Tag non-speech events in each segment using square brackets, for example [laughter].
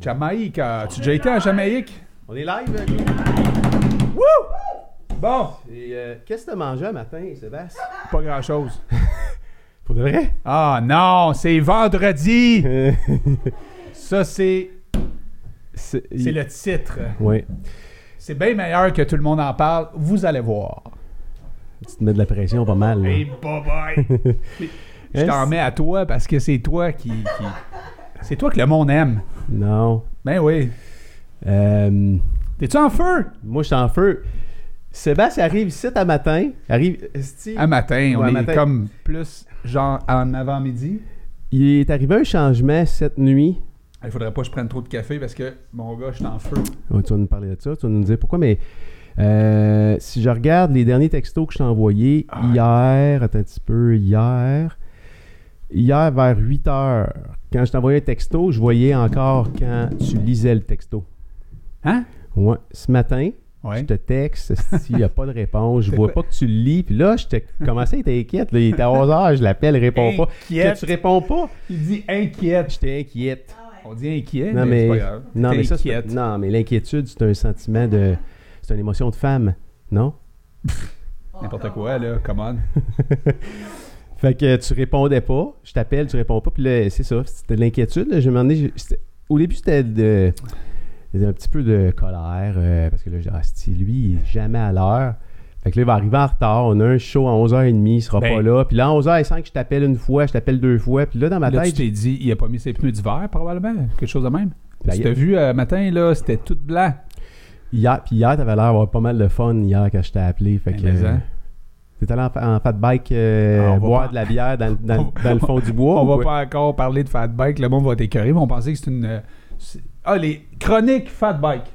Jamaïque. euh, tu as déjà été à Jamaïque? On est live. euh, Guy? Wouh! Bon, Et, euh, Qu'est-ce que t'as mangé un matin, Sébastien? pas grand-chose. Pour de [laughs] vrai? Ah non, c'est vendredi! Euh, Ça, c'est C'est c'est le titre. Oui. C'est bien meilleur que tout le monde en parle. Vous allez voir. Tu te mets de la pression pas mal. là. Hey, bye-bye! Je t'en mets à toi parce que c'est toi qui... qui- C'est toi que le monde aime. Non. Ben oui. Euh, T'es-tu en feu? moi, je suis en feu. Sébastien arrive ici à matin. Arrive. Esti, À matin, on Ouais, est matin. comme plus genre en avant-midi. Il est arrivé un changement cette nuit. Il faudrait pas que je prenne trop de café parce que mon gars, je suis en feu. Ouais, tu vas nous parler de ça. Tu vas nous dire pourquoi. Mais euh, si je regarde les derniers textos que je t'ai envoyés Ah. hier, attends un petit peu, hier. Hier vers 8 heures, quand je t'envoyais un texto, je voyais encore quand tu lisais le texto. Hein? Ouais. Ce matin, Ouais. Je te texte, s'il n'y a pas de réponse, je C'est vois quoi? pas que tu le lis. Puis là, je t'ai commencé à être inquiète. là. Il était à 11 heures, je l'appelle, il répond pas. Inquiète. Que tu réponds pas, Il dit inquiète. j'étais inquiète. On dit inquiet, Non, mais, mais, c'est pas grave. non, T'es mais ça, c'est- inquiète. non, mais l'inquiétude, c'est un sentiment de. C'est une émotion de femme, non? N'importe quoi, là, come on. Fait que tu répondais pas, je t'appelle, tu réponds pas. Puis là, c'est ça, c'était de l'inquiétude. là. Je me demandais. je- c'était- Au début, c'était de. c'était un petit peu de colère, euh, parce que là, je dis, ah, c'ti, lui, il est jamais à l'heure. Fait que là, il va arriver en retard. On a un show à 11h30, il sera Ben. pas là. Puis là, à 11h05, je t'appelle une fois, je t'appelle deux fois. Puis là, dans ma Là, tu tête, t'es dit, il a pas mis ses pneus d'hiver, probablement, quelque chose de même. Ben, tu t'as vu euh, matin, là, c'était tout blanc. hier, puis hier, t'avais l'air d'avoir pas mal de fun hier quand je t'ai appelé. Fait que. Ben, mais, euh, hein. T'es allé en, fa- en fat bike euh, Ah, on va boire pas- de la bière dans, le- dans le- dans le fond du [laughs] bois. On ou va quoi? pas encore parler de fat bike, le monde va t'écœurer, ils vont penser que c'est une. euh, c'est- Ah, les chroniques fat [laughs] bike.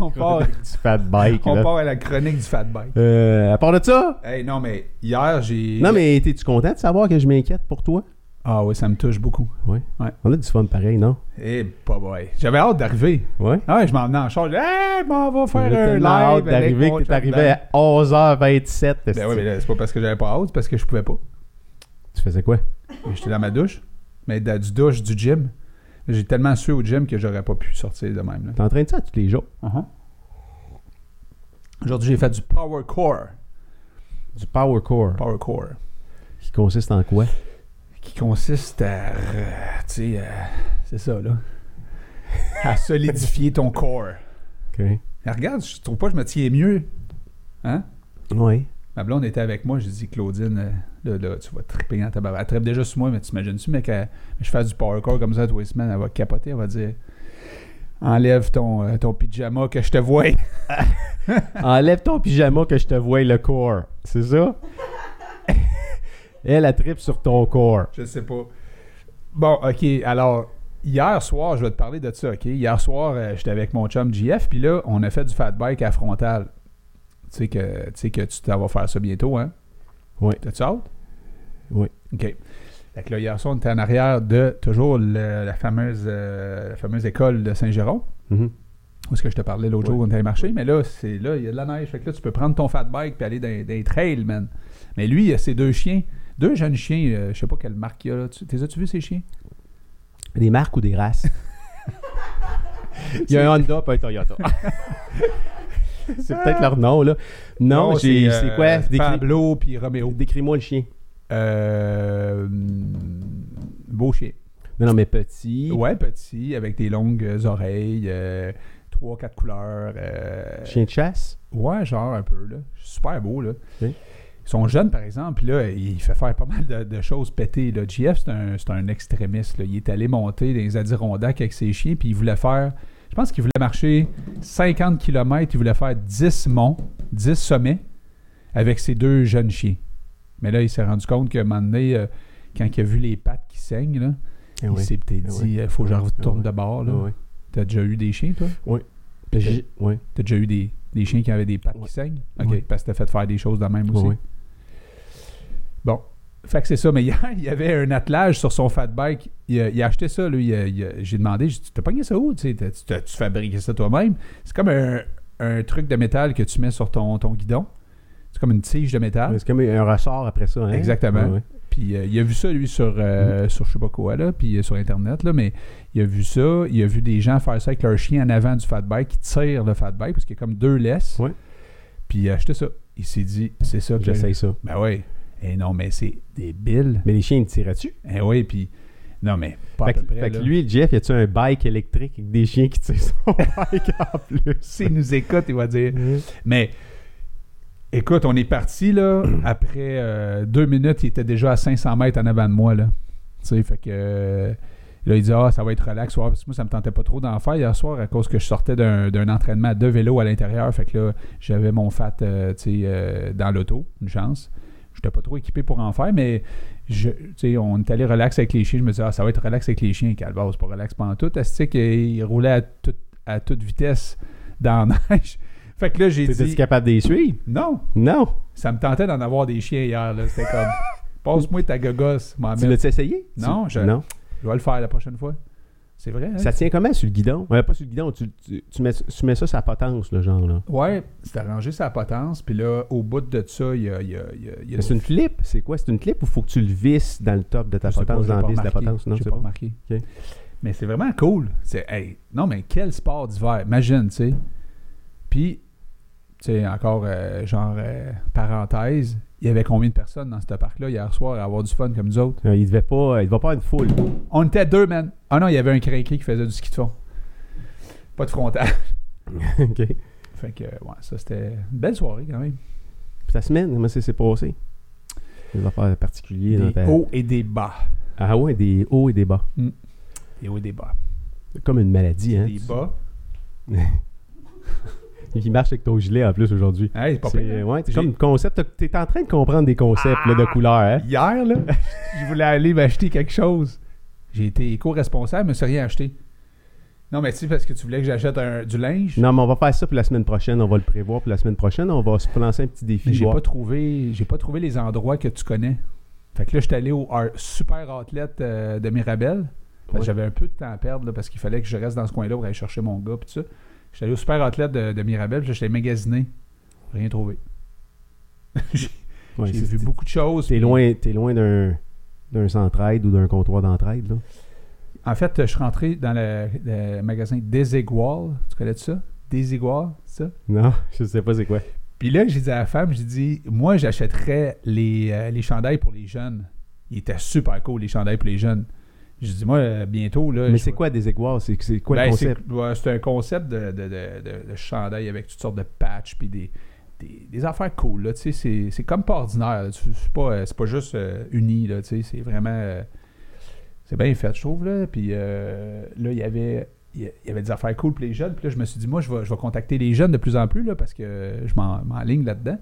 on, [laughs] part, du fat bike. on là. part à la chronique du fat bike. Euh, à part de ça, Hey, non, mais hier, j'ai. non mais t'es-tu content de savoir que je m'inquiète pour toi? Ah, ouais, ça me touche beaucoup. Oui. Ouais. On a du fun pareil, non? Eh, bah, ouais. J'avais hâte d'arriver. Ouais. Ah, ouais, je m'en venais en charge. Hey, on va faire J'avais un live. tellement hâte d'arriver avec mon que t'es chum arrivé à 11h27. Dan. Ben oui, mais là, c'est pas parce que j'avais pas hâte, c'est parce que je pouvais pas. Tu faisais quoi? J'étais dans ma douche, mais dans- du douche, du gym. J'ai tellement sué au gym que j'aurais pas pu sortir de même. là. T'entraînes ça tous les jours? Uh-huh. Aujourd'hui, j'ai fait du power core. Du power core. Power core. Qui consiste en quoi? Qui consiste à. euh, tu sais, euh, c'est ça, [laughs] là. À solidifier ton corps. OK. Mais regarde, je trouve pas que je me tiens mieux. Hein? Oui. Ma blonde était avec moi, j'ai dit, Claudine, euh, là, là, tu vas triper dans ta barbe. Elle tripe déjà sur moi, mais t'imagines-tu, mais que je fasse du parkour comme ça tous les semaines, elle va capoter, elle va dire Enlève ton, euh, ton pyjama que je te vois. Enlève ton pyjama que je te voie le corps. C'est ça? [laughs] Elle, la tripe sur ton corps. Je sais pas. Bon, OK. Alors, hier soir, je vais te parler de ça, OK? Hier soir, euh, j'étais avec mon chum JF, puis là, on a fait du fat bike à frontal. Tu sais que tu sais que tu t'en vas faire ça bientôt, hein? Oui. T'as-tu hâte? Oui. OK. Fait que là, hier soir, on était en arrière de toujours le- la, fameuse, euh, la fameuse école de Saint-Jérôme. Mhm. Où est-ce que je te parlais l'autre Oui. jour, on était marché, mais là, c'est là, il y a de la neige. Fait que là, tu peux prendre ton fat bike puis aller dans, dans les trails, man. Mais lui, il a ses deux chiens, deux jeunes chiens, euh, je sais pas quelle marque il y a là. Tu, t'es as-tu vu ces chiens? Des marques ou [laughs] des races? Il y a un Honda pas [laughs] un Toyota. c'est peut-être leur nom, là. Non, j'ai- c'est euh, quoi? Décris- Pablo puis Roméo. Décris-moi le chien. Euh, hum, beau chien. Non, non, mais petit. Ouais, petit, avec des longues euh, oreilles, euh, trois, quatre couleurs. euh, Chien de chasse. Ouais, genre un peu, là. Super beau, là. Ok. Ils sont jeunes, par exemple, puis là, il fait faire pas mal de, de choses pétées. Là. JF, c'est un, c'est un extrémiste. là. Il est allé monter dans les Adirondacks avec ses chiens, puis il voulait faire... Je pense qu'il voulait marcher 50 km, il voulait faire 10 monts, 10 sommets, avec ses deux jeunes chiens. Mais là, il s'est rendu compte qu'à un moment donné, euh, quand il a vu les pattes qui saignent, là, Eh il oui. s'est peut-être Eh dit, euh, faut que je Eh oui. retourne Eh de bord. Ah Là. ouais. T'as déjà eu des chiens, toi? Puis Ben, j'ai- ouais. T'as déjà eu des, des chiens qui avaient des pattes Ouais. qui saignent? OK, Ouais. parce que t'as fait faire des choses de même aussi. Ouais, ouais. Fait que c'est ça, mais [laughs] hier, il y avait un attelage sur son fat bike. Il, a- il a acheté ça, lui. Il a- il a- J'ai demandé, j'ai dit, t'as pogné ça où? Tu sais, t'as- tu t'as- tu fabriquais ça toi-même? C'est comme un, un truc de métal que tu mets sur ton, ton guidon. C'est comme une tige de métal. Ouais, C'est comme un ressort après ça. hein? Ah. Exactement. Ouais, ouais. Puis Puis euh, il a vu ça, lui, sur, euh, Mm-hmm. sur je sais pas quoi, là, puis euh, sur Internet, là, mais il a vu ça. Il a vu des gens faire ça avec leur chien en avant du fat bike, qui tire le fat bike, parce qu'il y a comme deux laisses. Ouais. Puis il a acheté ça. Il s'est dit, c'est ça que J'essaye ça. Ben oui. Et non, mais c'est débile. Mais les chiens, ils tiraient-tu? Eh oui, puis. Non, mais pas à Fait, peu que- près. fait que là. lui, Jeff, y a-tu un bike électrique avec des chiens qui [laughs] tirent son bike en plus? S'il nous écoute, il va dire. Mais écoute, on est parti là. Après euh, deux minutes, il était déjà à 500 mètres en avant de moi là. Tu sais, fait que euh, là il dit ah ça va être relax. soir. Parce que moi ça me tentait pas trop d'en faire hier soir à cause que je sortais d'un d'un entraînement de vélo à l'intérieur. Fait que là j'avais mon fat euh, tu sais, euh, dans l'auto, une chance. J'étais pas trop équipé pour en faire, mais je, tu sais, on est allé relax avec les chiens. Je me disais, ah, ça va être relax avec les chiens. Calvas, c'est pas relax pendant tout. Astique, il roulait à, tout- à toute vitesse dans la neige. [laughs] Fait que là, j'ai T'étais-tu dit, capable de les suivre? non, Non. ça me tentait d'en avoir des chiens hier. là. C'était comme, passe-moi ta gogosse, Tu m'emmène. l'as-tu essayé? Tu- Ah, Non, je- Non. Je vais le faire la prochaine fois. C'est vrai, hein? Ça tient comment sur le guidon? Ouais, pas sur le guidon, tu, tu- tu mets, tu mets ça sur la potence, le genre là. Ouais, c'est arrangé sa potence. Puis là, au bout de ça, il y a... il y a- il y a- il y a- Mais C'est une clip? C'est quoi? C'est une clip ou faut que tu le visses dans le top de ta Je sais pas, potence, j'ai dans pas le vis de la remarqué. potence? Non, J'ai tu sais pas pas. remarqué. Ok. Mais c'est vraiment cool. C'est, hey, non, mais quel sport d'hiver. Imagine, tu sais. Puis, tu sais, encore, euh, genre, euh, parenthèse, il y avait combien de personnes dans ce parc-là hier soir à avoir du fun comme nous autres? Euh, Il devait pas, il devait pas avoir une foule. [laughs] On était deux, man. Ah non, il y avait un crinqué qui faisait du ski de fond. Pas de frontal. [laughs] OK. Fait que, ouais, ça, c'était une belle soirée quand même. Puis ta semaine, comment ça s'est passé? Des affaires particulières dans Des ta... hauts et des bas. Ah ouais, des hauts et des bas. Des hauts et des bas. Comme une maladie, hein? Des bas. Il marche avec ton gilet en plus aujourd'hui. Hey, c'est pas C'est pire, hein? ouais, c'est J'ai- Ah! comme concept. t'as- T'es en train de comprendre des concepts là, de couleurs. Hein? Hier, [laughs] là, je voulais aller m'acheter quelque chose. J'ai été éco-responsable, mais je me suis rien acheté. Non, mais tu sais, parce que tu voulais que j'achète un- du linge. Non, mais on va faire ça pour la semaine prochaine. On va le prévoir pour la semaine prochaine. On va se lancer un petit Mais défi. j'ai voir. pas trouvé, j'ai pas trouvé les endroits que tu connais. Fait que là, j'étais allé au Ar- super outlet euh, de Mirabel. Parce que Ouais. J'avais un peu de temps à perdre là, parce qu'il fallait que je reste dans ce coin-là pour aller chercher mon gars pis tout ça. J'étais allé au super outlet de, de Mirabel, puis là, j'étais magasiné. Rien trouvé. j'ai Ouais, j'ai c'est- vu c'est- beaucoup de choses. T'es loin, t'es loin d'un d'un centre-aide ou d'un comptoir d'entraide. là. En fait, je suis rentré dans le, le magasin Desigual. Tu connais ça? Desigual, c'est ça? [laughs] Non, je sais pas c'est quoi. Puis là, j'ai dit à la femme, j'ai dit, moi, j'achèterais les, euh, les chandails pour les jeunes. Il était super cool, les chandails pour les jeunes. J'ai dit, moi, euh, bientôt, là... mais je c'est vais- quoi des égoires? C'est c'est quoi le Ben, concept? C'est ouais, c'est un concept de, de, de- de- de chandail avec toutes sortes de patchs puis des, des, des affaires cool. là, tu sais, C'est c'est comme pas ordinaire. là, tu- C'est pas, euh, c'est pas juste euh, uni. là, tu sais, C'est vraiment... euh, c'est bien fait, je trouve. Là. Puis euh, là, il y avait... Il y- il y avait des affaires cool pour les jeunes. Puis là, je me suis dit, moi, je vais, je vais contacter les jeunes de plus en plus là, parce que je m'en m'en ligne là-dedans.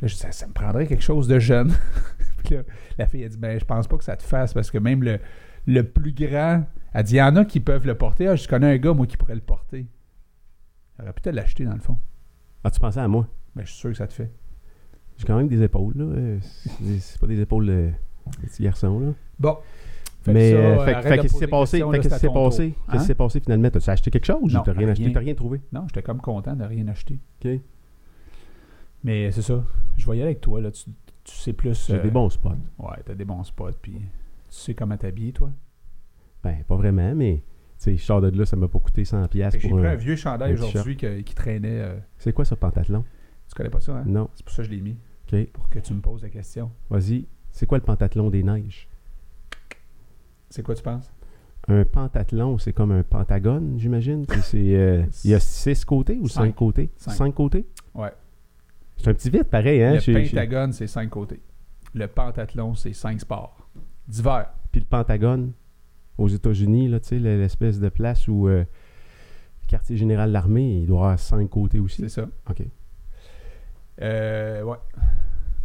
Là, je dis, ça, ça me prendrait quelque chose de jeune. [laughs] Puis là, la fille a dit, ben, je pense pas que ça te fasse parce que même le, le plus grand, elle dit, il y en a qui peuvent le porter. Ah, je connais un gars, moi, qui pourrait le porter. J'aurais peut-être l'acheter, dans le fond. Ah, tu pensais à moi? Mais je suis sûr que ça te fait. J'ai quand même des épaules. là. Euh, C'est c'est pas des épaules euh, de petit garçon. Là. Bon. Fait que mais ça, euh, euh, fait, arrête fait de qu'est-ce qui poser s'est des passé? questions, Fait là, qu'est-ce qui c'est s'est à ton passé? tour. Qu'est-ce qui Hein? s'est passé finalement? T'as-tu acheté quelque chose? Non, ou t'as rien acheté? rien. T'as rien trouvé? Non, j'étais comme content de rien acheter. OK. Mais c'est ça. Je voyais avec toi, là. Tu, tu sais plus. J'ai euh, des bons spots. Ouais, t'as des bons spots. Puis tu sais comment t'habiller, toi. Ben, pas vraiment, mais tu sais, je sors de là, ça m'a pas coûté 100$ Fait piastres que J'ai pour pris un un... vieux chandail un t-shirt. aujourd'hui que- qui traînait. euh, C'est quoi ça, pentathlon? tu connais pas ça, hein? Non, C'est pour ça que je l'ai mis. OK. Pour que tu me poses la question. Vas-y, c'est quoi le pentathlon des neiges? C'est quoi, tu penses? Un pentathlon, c'est comme un pentagone, j'imagine? C'est- c'est, euh, Il y a six côtés ou cinq, Cinq. côtés? Cinq. côtés? Ouais. C'est un petit vite, pareil, hein? le chez- chez- pentagone, c'est cinq côtés. Le pentathlon, c'est cinq sports. Divers. Puis le pentagone, aux États-Unis, là, tu sais, le- l'espèce de place où... euh, le quartier général de l'armée, il doit avoir cinq côtés aussi. C'est ça. OK. Euh, ouais.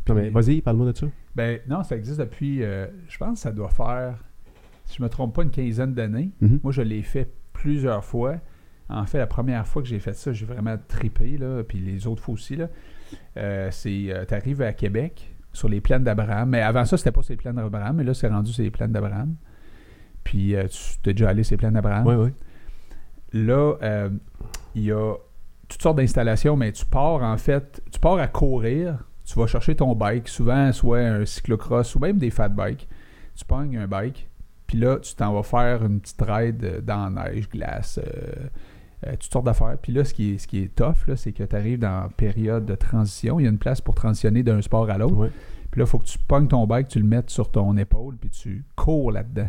Non, mais Puis- vas-y, parle-moi de ça. Ben, non, ça existe depuis, euh, je pense que ça doit faire, si je me trompe pas, une quinzaine d'années. Mhm. Moi, je l'ai fait plusieurs fois. En fait, la première fois que j'ai fait ça, j'ai vraiment trippé, là, puis les autres fois aussi. là. Euh, c'est, tu arrives à Québec, sur les plaines d'Abraham. Mais avant ça, c'était pas sur les plaines d'Abraham, mais là, c'est rendu sur les plaines d'Abraham. Puis, euh, tu t'es déjà allé sur les plaines d'Abraham. Oui, oui. Là, euh, il y a toutes sortes d'installations, mais tu pars en fait, tu pars à courir tu vas chercher ton bike, souvent soit un cyclocross ou même des fat bikes. Tu pognes un bike, puis là, tu t'en vas faire une petite ride euh, dans la neige, glace, euh, euh, toutes sortes d'affaires. Puis là, ce qui est, ce qui est tough, là, c'est que tu arrives dans la période de transition. Il y a une place pour transitionner d'un sport à l'autre. Ouais. Puis là, il faut que tu pognes ton bike, tu le mettes sur ton épaule, puis tu cours là-dedans.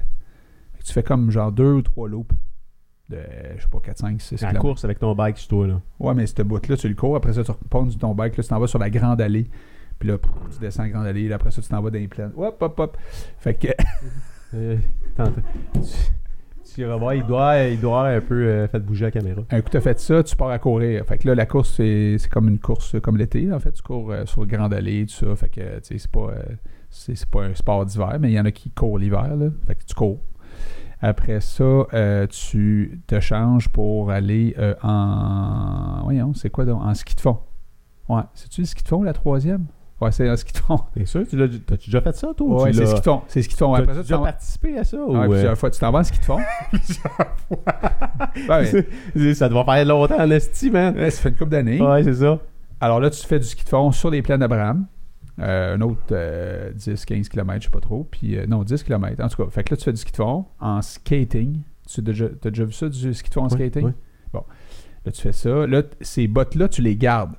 Fait que Tu fais comme genre deux ou trois loops de, je sais pas, 4, 5, 6 La course avec ton bike sur toi, là. Ouais, mais cette bout-là, tu le cours. Après ça, tu repognes sur ton bike. Là, tu t'en vas sur la grande allée. Puis là, pff, tu descends la grande allée. Là, après ça, tu t'en vas dans les plaines. Hop, hop, hop. Fait que, Euh, t'entends- tu, tu vas voir, il doit, il doit avoir un peu euh, fait bouger la caméra. un coup, t'as fait ça, tu pars à courir. Fait que là, la course, c'est c'est comme une course euh, comme l'été. là. En fait, tu cours euh, sur grande allée, tout ça. Fait que, euh, tu sais, c'est pas, euh, c'est c'est pas un sport d'hiver, mais il y en a qui courent l'hiver. là. Fait que tu cours. Après ça, euh, tu te changes pour aller euh, en. Voyons, c'est quoi donc En ski de fond. Ouais. C'est-tu le ski de fond, la troisième Ouais, c'est un ski de fond. T'es sûr? Tu l'as, t'as-tu déjà fait ça, toi? ou Ouais, Oh, tu c'est l'as- ce qu'ils font. C'est ce qu'ils font. t'as-tu Après ça, tu déjà t'en vas. participé à ça? ou, Ouais, euh, plusieurs fois, tu t'en vas en ski de fond. [laughs] Ben, ouais. ça doit faire longtemps en esti, man. Ouais, ça fait une couple d'années. Ouais, c'est ça. Alors là, tu fais du ski de fond sur les plaines d'Abraham. Euh, un autre 10-15 km, je sais pas trop. Puis, euh, non, 10 km. En tout cas, fait que là, tu fais du ski de fond en skating. Tu as déjà, t'as déjà vu ça, du ski de fond en Ouais, skating? ouais. Là, tu fais ça. Là, t- ces bottes-là, tu les gardes.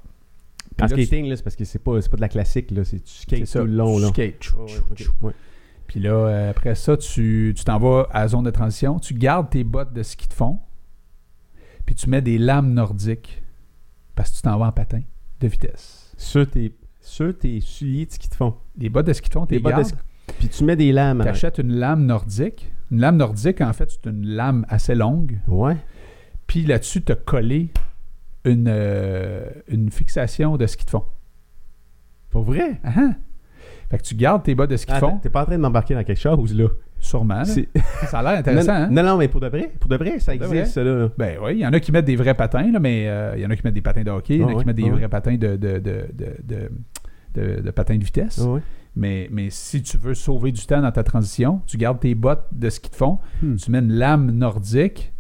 Puis En là, tu- skating, là, c'est parce que c'est pas, c'est pas de la classique, là. C'est, tu c'est skates ça, tout le long, tu là. skates. Tchou, Ouais, ouais, tchou, ok, tchou. ouais. Puis là, euh, après ça, tu tu t'en vas à la zone de transition, tu gardes tes bottes de ski de fond, puis tu mets des lames nordiques parce que tu t'en vas en patin de vitesse. Sur tes, sur tes souliers de ski de fond. Les bottes de ski de fond, Tes tes bottes de bottes ski- Puis tu mets des lames. tu hein. achètes une lame nordique. Une lame nordique, en fait, c'est une lame assez longue. hein. Ouais. Puis là-dessus, tu as collé une, euh, une fixation de ski de fond. Pour vrai? Ah, ah. Fait que tu gardes tes bottes de ski de Attends, fond, Ah, T'es pas en train de m'embarquer dans quelque chose, là. sûrement. là. Ah, [laughs] C'est- Ça a l'air intéressant. hein? non, non, non, mais pour de vrai. Pour de vrai, ça Pour de existe, ça, là. Ben oui, il y en a qui mettent des vrais patins, là, mais euh, il y en a qui mettent des patins de hockey, il y en a Ah qui ouais, mettent des ah ouais. vrais patins de, de, de, de, de- de- de patins de vitesse. Ah Ouais. Mais, mais si tu veux sauver du temps dans ta transition, tu gardes tes bottes de ski de fond, Hmm. tu mets une lame nordique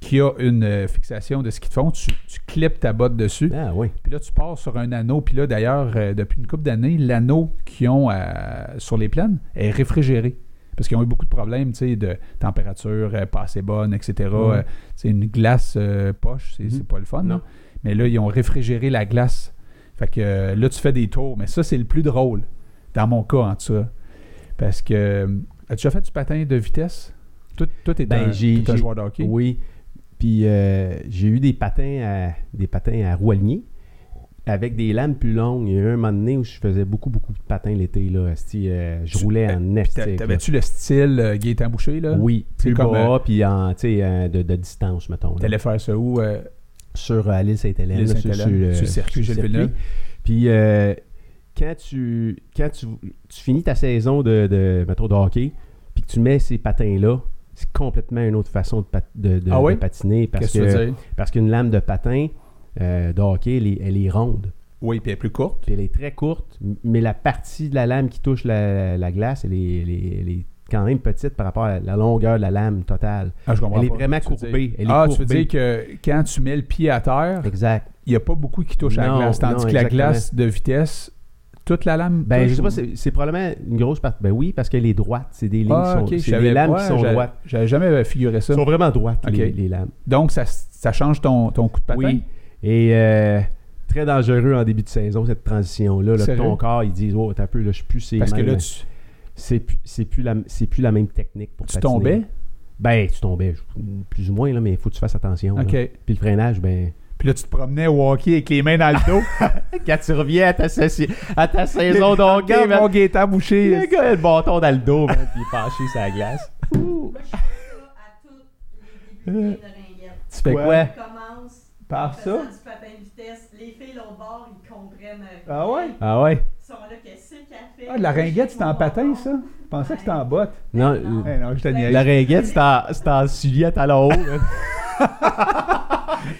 qui a une euh, fixation de ski de fond, tu, tu clips ta botte dessus, Ah, oui. puis là tu pars sur un anneau, puis là d'ailleurs, euh, depuis une couple d'années, l'anneau qu'ils ont à- sur les plaines est réfrigéré. Parce qu'ils ont eu beaucoup de problèmes, tu sais, de température euh, pas assez bonne, etc. Ouais. Euh, c'est une glace euh, poche, c'est Mhm. c'est pas le fun. Non. là. Mais là, ils ont réfrigéré la glace. Fait que euh, là, tu fais des tours. Mais ça, c'est le plus drôle, dans mon cas, en tout cas. Parce que. euh, As-tu déjà fait du patin de vitesse? Tout, tout est Ben, un, j'ai- t'es un j'ai- joueur de hockey. Oui. Puis euh, j'ai eu des patins à des patins à roilier avec des lames plus longues. Il y a eu un moment donné où je faisais beaucoup, beaucoup de patins l'été. Là, asti, euh, je Tu- roulais euh, en esti, T'a- là. T'avais-tu le style euh, Gaétan Boucher, là? Oui, C'est plus comme, bas, puis en, tu sais, euh, de, de distance, mettons. là. T'allais faire ça où? euh, Sur euh, à l'île Sainte-Hélène. L'île là, Sainte-Hélène, euh, sur le circuit sur le Gilles Villeneuve. Puis euh, quand, tu, quand tu, tu finis ta saison de, de, mettons, de hockey, puis que tu mets ces patins-là, c'est complètement une autre façon de, pat- de, de- Ah oui? de patiner. Parce Qu'est-ce que, que tu veux dire? Parce qu'une lame de patin euh, de hockey, elle est, elle est ronde. Oui, puis elle est plus courte. Puis elle est très courte, m- mais la partie de la lame qui touche la, la glace, elle est, elle est- elle est quand même petite par rapport à la longueur de la lame totale. Ah, je comprends elle est pas. vraiment Tu veux courbée. dire- Elle est ah, tu veux courbée. dire que quand tu mets le pied à terre, Exact. il n'y a pas beaucoup qui touche à la Non, glace. Tandis non, que la exactement. glace de vitesse, toute la lame. Ben, touche je sais ou- pas, c'est c'est probablement une grosse partie. Ben oui, parce qu'elle est droite. C'est des lignes Ah, qui sont, ok, c'est j'avais- des lames ouais, qui sont j'avais- droites. J'avais jamais figuré ça. Elles sont vraiment droites, Ok. les, les lames. Donc, ça, ça change ton, ton coup de patin. Oui. Et euh, très dangereux en début de saison, cette transition-là. là, Sérieux? ton corps, il dit Oh, t'as un peu, là, je suis plus ces Parce que mêmes- là, tu, c'est plus- c'est plus, la- c'est plus la même technique pour tu patiner. tombais. Ben, tu tombais, je- plus ou moins, là, mais il faut que tu fasses attention. là. OK. Puis le freinage, ben. Puis là, tu te promenais au hockey avec les mains dans le dos. [laughs] Quand tu reviens à ta, [laughs] saison Regarde mon Gaétan le Boucher. gars a le bâton dans le dos, man, puis il est penché sur la glace. Moi, [laughs] je fais ça à tous les débuts de ringuette. Tu fais Ouais. quoi? On commence en Par faisant du patin de vitesse. Les filles l'autre bord, ils comprennent. rien. Ah ouais? Ah ouais? Ils sont là, qu'est-ce qu'elle fait? Ah, la ringuette, c'était en patin, ça? Je pensais que c'était en botte. Non, Non. Eh non, je te niaise. la ringuette, c'est en, c'est en soulier à talons hauts. [laughs] man.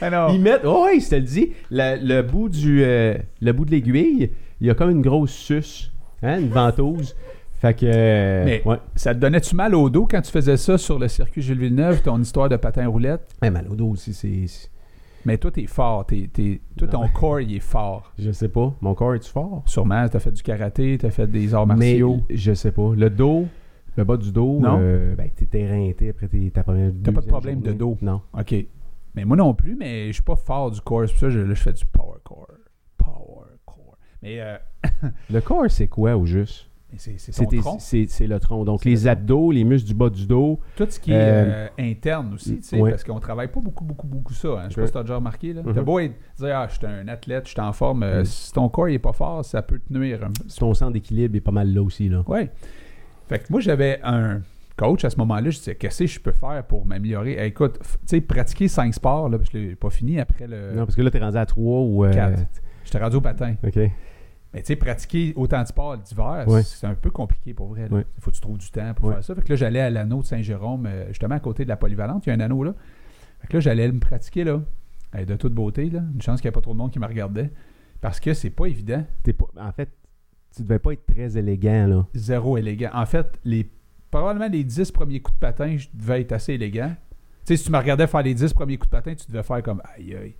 Eh non. Ils mettent, oh ouais, je te le dis, la- le bout du, euh, le bout de l'aiguille, il y a comme une grosse suce, hein, une ventouse. Fait que, euh, Mais- ouais, Ça te donnait-tu mal au Eh, dos quand tu faisais ça sur le circuit Gilles Villeneuve, ton histoire de patin roulette? Ouais, mal au dos aussi, c'est, c'est- Mais toi, t'es fort. T'es, t'es- toi, Non. ton corps, il est fort. Je sais pas. Mon corps est-tu fort? Sûrement, t'as fait du karaté, t'as fait des arts martiaux. Mais je sais pas. Le dos, le bas du dos, Non. euh, ben, t'es éreinté après tes- ta première T'as pas de deuxième problème journée. de dos. Non. OK. Mais moi non plus, mais je suis pas fort du corps. C'est pour ça que je, là, je fais du power core. Power core. Mais, euh, Le corps, c'est quoi au juste? mais c'est, c'est ton C'est tes- tronc. C'est c'est le tronc. Donc, C'est les le tronc. abdos, les muscles du bas du dos. Tout ce qui est Euh, euh, interne aussi, tu sais, ouais. parce qu'on travaille pas beaucoup, beaucoup, beaucoup ça. hein. Je sais pas Ouais. si t'as déjà remarqué. Là. T'as Mhm. beau être- dire, ah, je suis un athlète, je suis en forme. euh, Mm. Si ton corps il est pas fort, ça peut te nuire. un peu. Ton centre d'équilibre est pas mal là aussi. Là. Ouais. Fait que moi, j'avais un coach à ce moment-là. Je disais, qu'est-ce que je peux faire pour m'améliorer? Eh, écoute, f- tu sais, pratiquer cinq sports, là, parce que je l'ai pas fini après le. non, parce que là, t'es rendu à 3 ou. euh, Quatre. J'étais rendu au patin. OK. Mais tu sais, pratiquer autant de sports l'hiver, Ouais. c'est un peu compliqué pour vrai. Il Ouais. faut que tu trouves du temps pour Ouais. faire ça. Fait que là, j'allais à l'anneau de Saint-Jérôme, euh, justement à côté de la polyvalente. Il y a un anneau là. Fait que là, j'allais me pratiquer là. Eh, de toute beauté, là. Une chance qu'il n'y a pas trop de monde qui me regardait. Parce que c'est pas évident. T'es pas- En fait, tu devais pas être très élégant. là. Zéro élégant. En fait, les probablement les 10 premiers coups de patin, je devais être assez élégant. Tu sais, si tu me regardais faire les 10 premiers coups de patin, tu devais faire comme aïe aïe,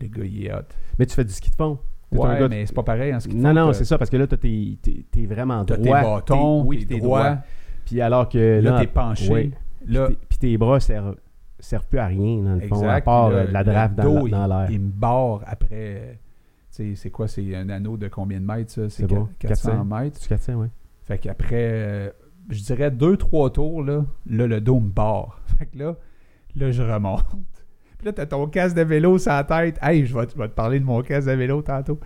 le gars il est hot. Mais tu fais du ski de fond. T'es un Ouais, gars de- mais c'est pas pareil en ce qui non, non, c'est ça, parce que là, t'as tes- t'es t'es vraiment droit. T'as tes bâtons, T'es- oui, t'es droit. Puis alors que Là, là, t'es penché. ouais. Là, Puis tes- puis tes bras servent, servent plus à rien, dans le fond, à Exact. part Puis là, euh, de la le draft dans, dos, la- dans l'air. Il me barre après. euh, tu sais, C'est quoi C'est un anneau de combien de mètres ça C'est C'est qua- bon. 400, 400. mètres. Tu sais, ouais. Fait qu'après, euh, je dirais deux, trois tours, là, là, le dos me barre. [laughs] Fait que là, là, je remonte. Puis là, t'as ton casque de vélo sur la tête. Hey, je vais, je vais te parler de mon casque de vélo tantôt.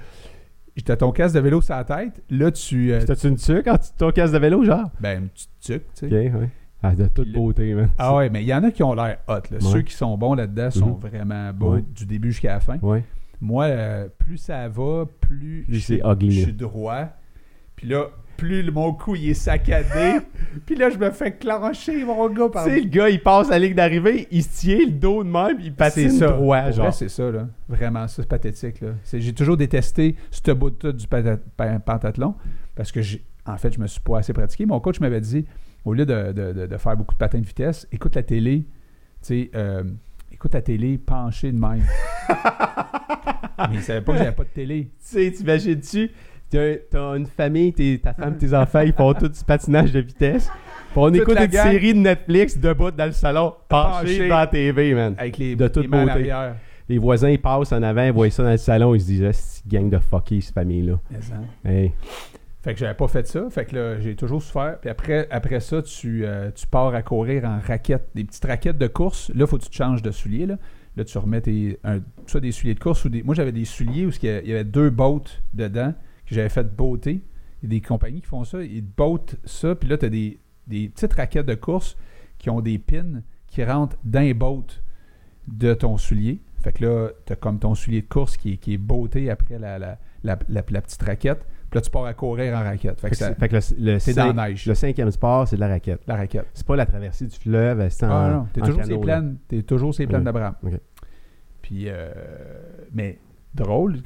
T'as ton casque de vélo sur la tête. Là, tu. euh, T'as-tu une tuque quand tu ton casse de vélo, genre? ben, une petite tuque, tu sais. OK, ouais. Ah, de toute Le- beauté, man. Ah ouais, mais il y en a qui ont l'air hot. là. Ouais. Ceux qui sont bons là-dedans sont Mhm. vraiment beaux Ouais. du début jusqu'à la fin. Ouais. Moi, euh, plus ça va, plus Plus je suis- c'est ugly, je là. suis droit. Puis là, plus le- mon cou il est [laughs] saccadé. Puis là, je me fais clencher, mon gars, par Tu sais, le gars, il passe la ligne d'arrivée, il se tient le dos de même, il patine ça. droit, Pour genre. vrai, c'est ça, là. Vraiment, ça, c'est pathétique, là. C'est- J'ai toujours détesté ce bout de tout du pata- pa- pentathlon parce que, j'ai- en fait, je me suis pas assez pratiqué. Mon coach m'avait dit, au lieu de, de- de- de faire beaucoup de patins de vitesse, écoute la télé, tu sais, euh, écoute la télé penché de [laughs] même. Mais il savait pas que j'avais pas de télé. Tu sais, t'imagines-tu, t'as t'as une famille, t'es- ta femme, tes enfants, ils font tout du patinage de vitesse. Puis on Toute écoute la une gang. série de Netflix debout dans le salon, penché Penché. devant la TV, man. Avec les, De de toute les mains en beauté. arrière. Les voisins, ils passent en avant, ils voient ça dans le salon, ils se disent, Ah, c'est une gang de fuckers, cette famille-là. Mais, hein. Hey. Fait que j'avais pas fait ça. Fait que là, j'ai toujours souffert. Puis après, après ça, tu, euh, tu pars à courir en raquettes, des petites raquettes de course. Là, faut que tu te changes de souliers. Là, là tu remets tes, un- soit des souliers de course ou des. Moi, j'avais des souliers où il y avait- il y avait deux bottes dedans que j'avais fait beauté. Il y a des compagnies qui font ça. Ils te bottent ça. Puis là, tu as des, des petites raquettes de course qui ont des pins qui rentrent dans les bottes de ton soulier. Fait que là, tu as comme ton soulier de course qui, est- qui est beauté après la, la, la, la- la petite raquette. Puis là, tu pars à courir en raquette. Fait que Fait que, ça- c'est- fait que le, le c'est dans cin- la neige. le cinquième sport, c'est de la raquette. la raquette. C'est pas la traversée du fleuve, c'est en, Ah non, t'es en toujours canot, ces là. planes, t'es toujours ces planes Ok. d'Abraham. Ok. Puis, euh, mais drôle,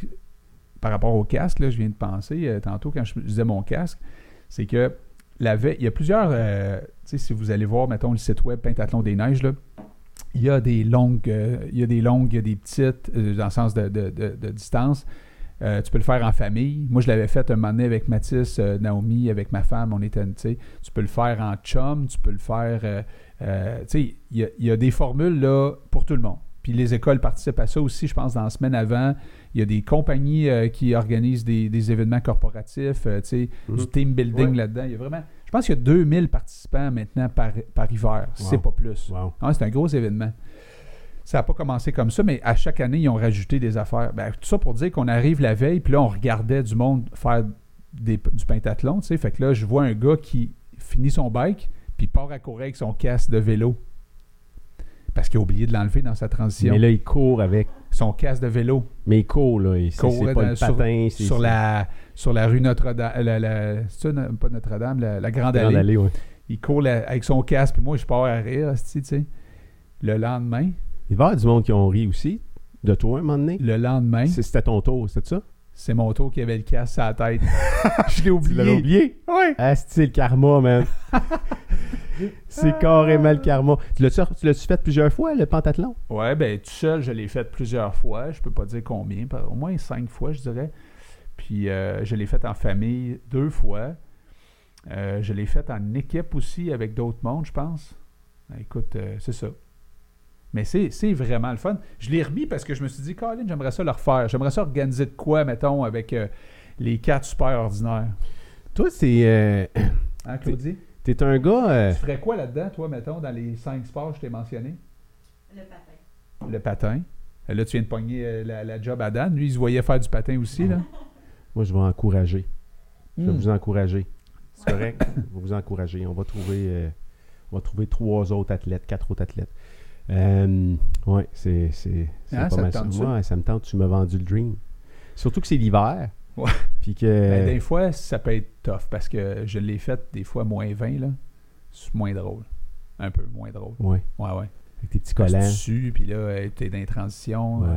par rapport au casque, là, je viens de penser euh, tantôt quand je disais mon casque, c'est que la veille, il y a plusieurs, euh, tu sais, si vous allez voir, mettons, le site web Pentathlon des Neiges, là, il y a des longues, euh, il y a des longues, il y a des petites, euh, dans le sens de, de- de- de distance. Euh, tu peux le faire en famille. Moi, je l'avais fait un moment donné avec Mathis, euh, Naomi, avec ma femme. On était, tu sais, tu peux le faire en chum, tu peux le faire. euh, euh, tu sais, il y a- il y, a des formules là, pour tout le monde. Puis les écoles participent à ça aussi, je pense, dans la semaine avant. Il y a des compagnies euh, qui organisent des, des événements corporatifs, euh, tu sais, Mhm. du team building Ouais. là-dedans. Il y a vraiment. Je pense qu'il y a 2000 participants maintenant par, par hiver, si Wow. c'est pas plus. Wow. Ah, c'est un gros événement. Ça n'a pas commencé comme ça, mais à chaque année, ils ont rajouté des affaires. Ben, tout ça pour dire qu'on arrive la veille, puis là, on regardait du monde faire des- du pentathlon, tu sais. Fait que là, je vois un gars qui finit son bike, puis part à courir avec son casque de vélo. Parce qu'il a oublié de l'enlever dans sa transition. Mais là, il court avec. son casque de vélo Mais il court, là. Il- C'est Court, c'est là, pas dans- le sur- patin. c'est- sur c'est- la, sur la rue Notre-Dame. euh, la- la- c'est ça, non, pas Notre-Dame, la, la Grande Grande Allée. allée, ouais. Il court la- avec son casque, puis moi, je pars à rire, asti, tu sais. Le lendemain, Il va y avoir du monde qui ont ri aussi, de toi, un moment donné. le lendemain... C'est- C'était ton tour, c'était ça? C'est mon tour qui avait le casque à la tête. [laughs] je l'ai Tu l'avais oublié. oublié? Oui. [laughs] Ah, c'est le karma, man. C'est carrément le Carmont. Tu l'as-tu tu l'as-tu fait plusieurs fois, le pentathlon? Ouais, ben tout seul, je l'ai fait plusieurs fois. Je peux pas dire combien, par- au moins cinq fois, je dirais. Puis euh, je l'ai fait en famille deux fois. Euh, je l'ai fait en équipe aussi avec d'autres mondes, je pense. Écoute, euh, c'est ça. Mais c'est c'est vraiment le fun. Je l'ai remis parce que je me suis dit, Colin, j'aimerais ça le refaire. J'aimerais ça organiser de quoi, mettons, avec euh, les quatre super ordinaires. Toi, c'est. euh, Hein, Claudie? T'es un gars. euh, Tu ferais quoi là-dedans, toi, mettons, dans les cinq sports que je t'ai mentionnés? Le patin. Le patin. Euh, Là, tu viens de pogner euh, la, la job à Dan. Lui, il se voyait faire du patin aussi, là. moi, je vais encourager. Je vais Mm. vous encourager. C'est correct? [laughs] je vais vous encourager. On va trouver. euh, on va trouver trois autres athlètes, quatre autres athlètes. Euh, ouais, c'est. c'est- c'est Hein, pas ça te mal tente-tu? Ouais, ça me tente. Tu m'as vendu le dream. Surtout que c'est l'hiver. Ouais. Puis que. Ben, des fois, ça peut être tough parce que je l'ai fait des fois moins 20, là. C'est moins drôle. Un peu moins drôle. ouais, Ouais, ouais. avec tes petits Parce que collants. Tu sues, puis là, euh, t'es dans les transitions. Ouais. euh,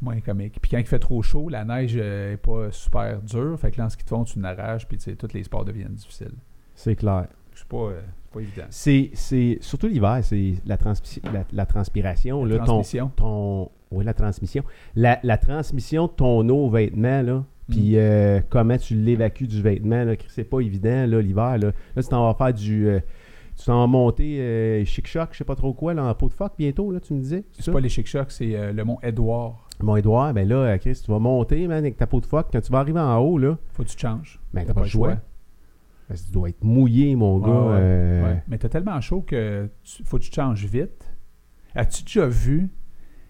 moins comique. Puis quand il fait trop chaud, la neige euh, est pas super dure. Fait que là, en ski de fond, tu n'arraches, puis tu sais, tous les sports deviennent difficiles. C'est clair. C'est pas, euh, c'est pas évident. C'est, c'est surtout l'hiver, c'est la, transpi- la, la transpiration, là, ton, Transmission. ton, oui, la transmission, la, la transmission de ton eau au vêtement là. Mm. Puis euh, comment tu l'évacues du vêtement là, Chris, c'est pas évident là l'hiver là. Là, tu t'en vas faire du, euh, tu t'en vas monter euh, chic choc, je sais pas trop quoi, là, en pot de phoque bientôt là, tu me disais. C'est pas les chic-chocs, c'est euh, le mont Edouard. Mon Edouard, ben là, euh, Chris, tu vas monter man, avec ta peau de phoque. Quand tu vas arriver en haut là, Faut que tu te changes. ben T'as t'as pas le choix. Parce que tu dois être mouillé mon Ouais, gars. ouais, euh, Ouais. Mais t'as tellement chaud que tu- faut que tu te changes vite. As-tu déjà vu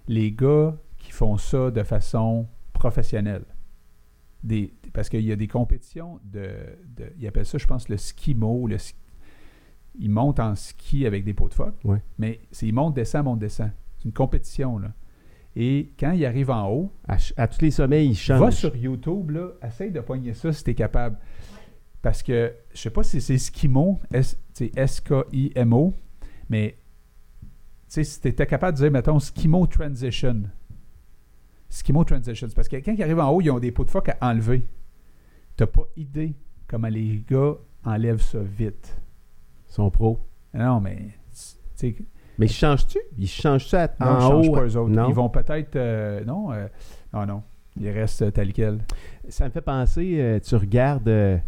les gars qui font ça de façon professionnelle? Des, parce qu'il y a des compétitions de, de- Ils appellent ça, je pense, le skimo. Le ski- ils montent en ski avec des pots de phoque. Ouais. Mais c'est, ils montent, descendent, montent, descendent. C'est une compétition, là. Et quand ils arrivent en haut, À, ch- à tous les sommets, il change. Va sur YouTube, là, essaye de pogner ça si t'es capable. Parce que je sais pas si c'est Skimo, S- tu sais, S-K-I-M-O, mais tu sais, si t'étais capable de dire, mettons, Skimo Transition. Skimo Transition. C'est parce que quand ils arrivent en haut, ils ont des pots de phoque à enlever. T'as pas idée comment les gars enlèvent ça vite. Ils sont pros. Non, mais. tu sais, Mais ils changent-tu? Ils changent ça Non, en ils changent haut? pas eux autres. Non. Ils vont peut-être. euh, non, euh, non, non. Ils restent euh, tels quels. Ça me fait penser, euh, tu regardes, euh,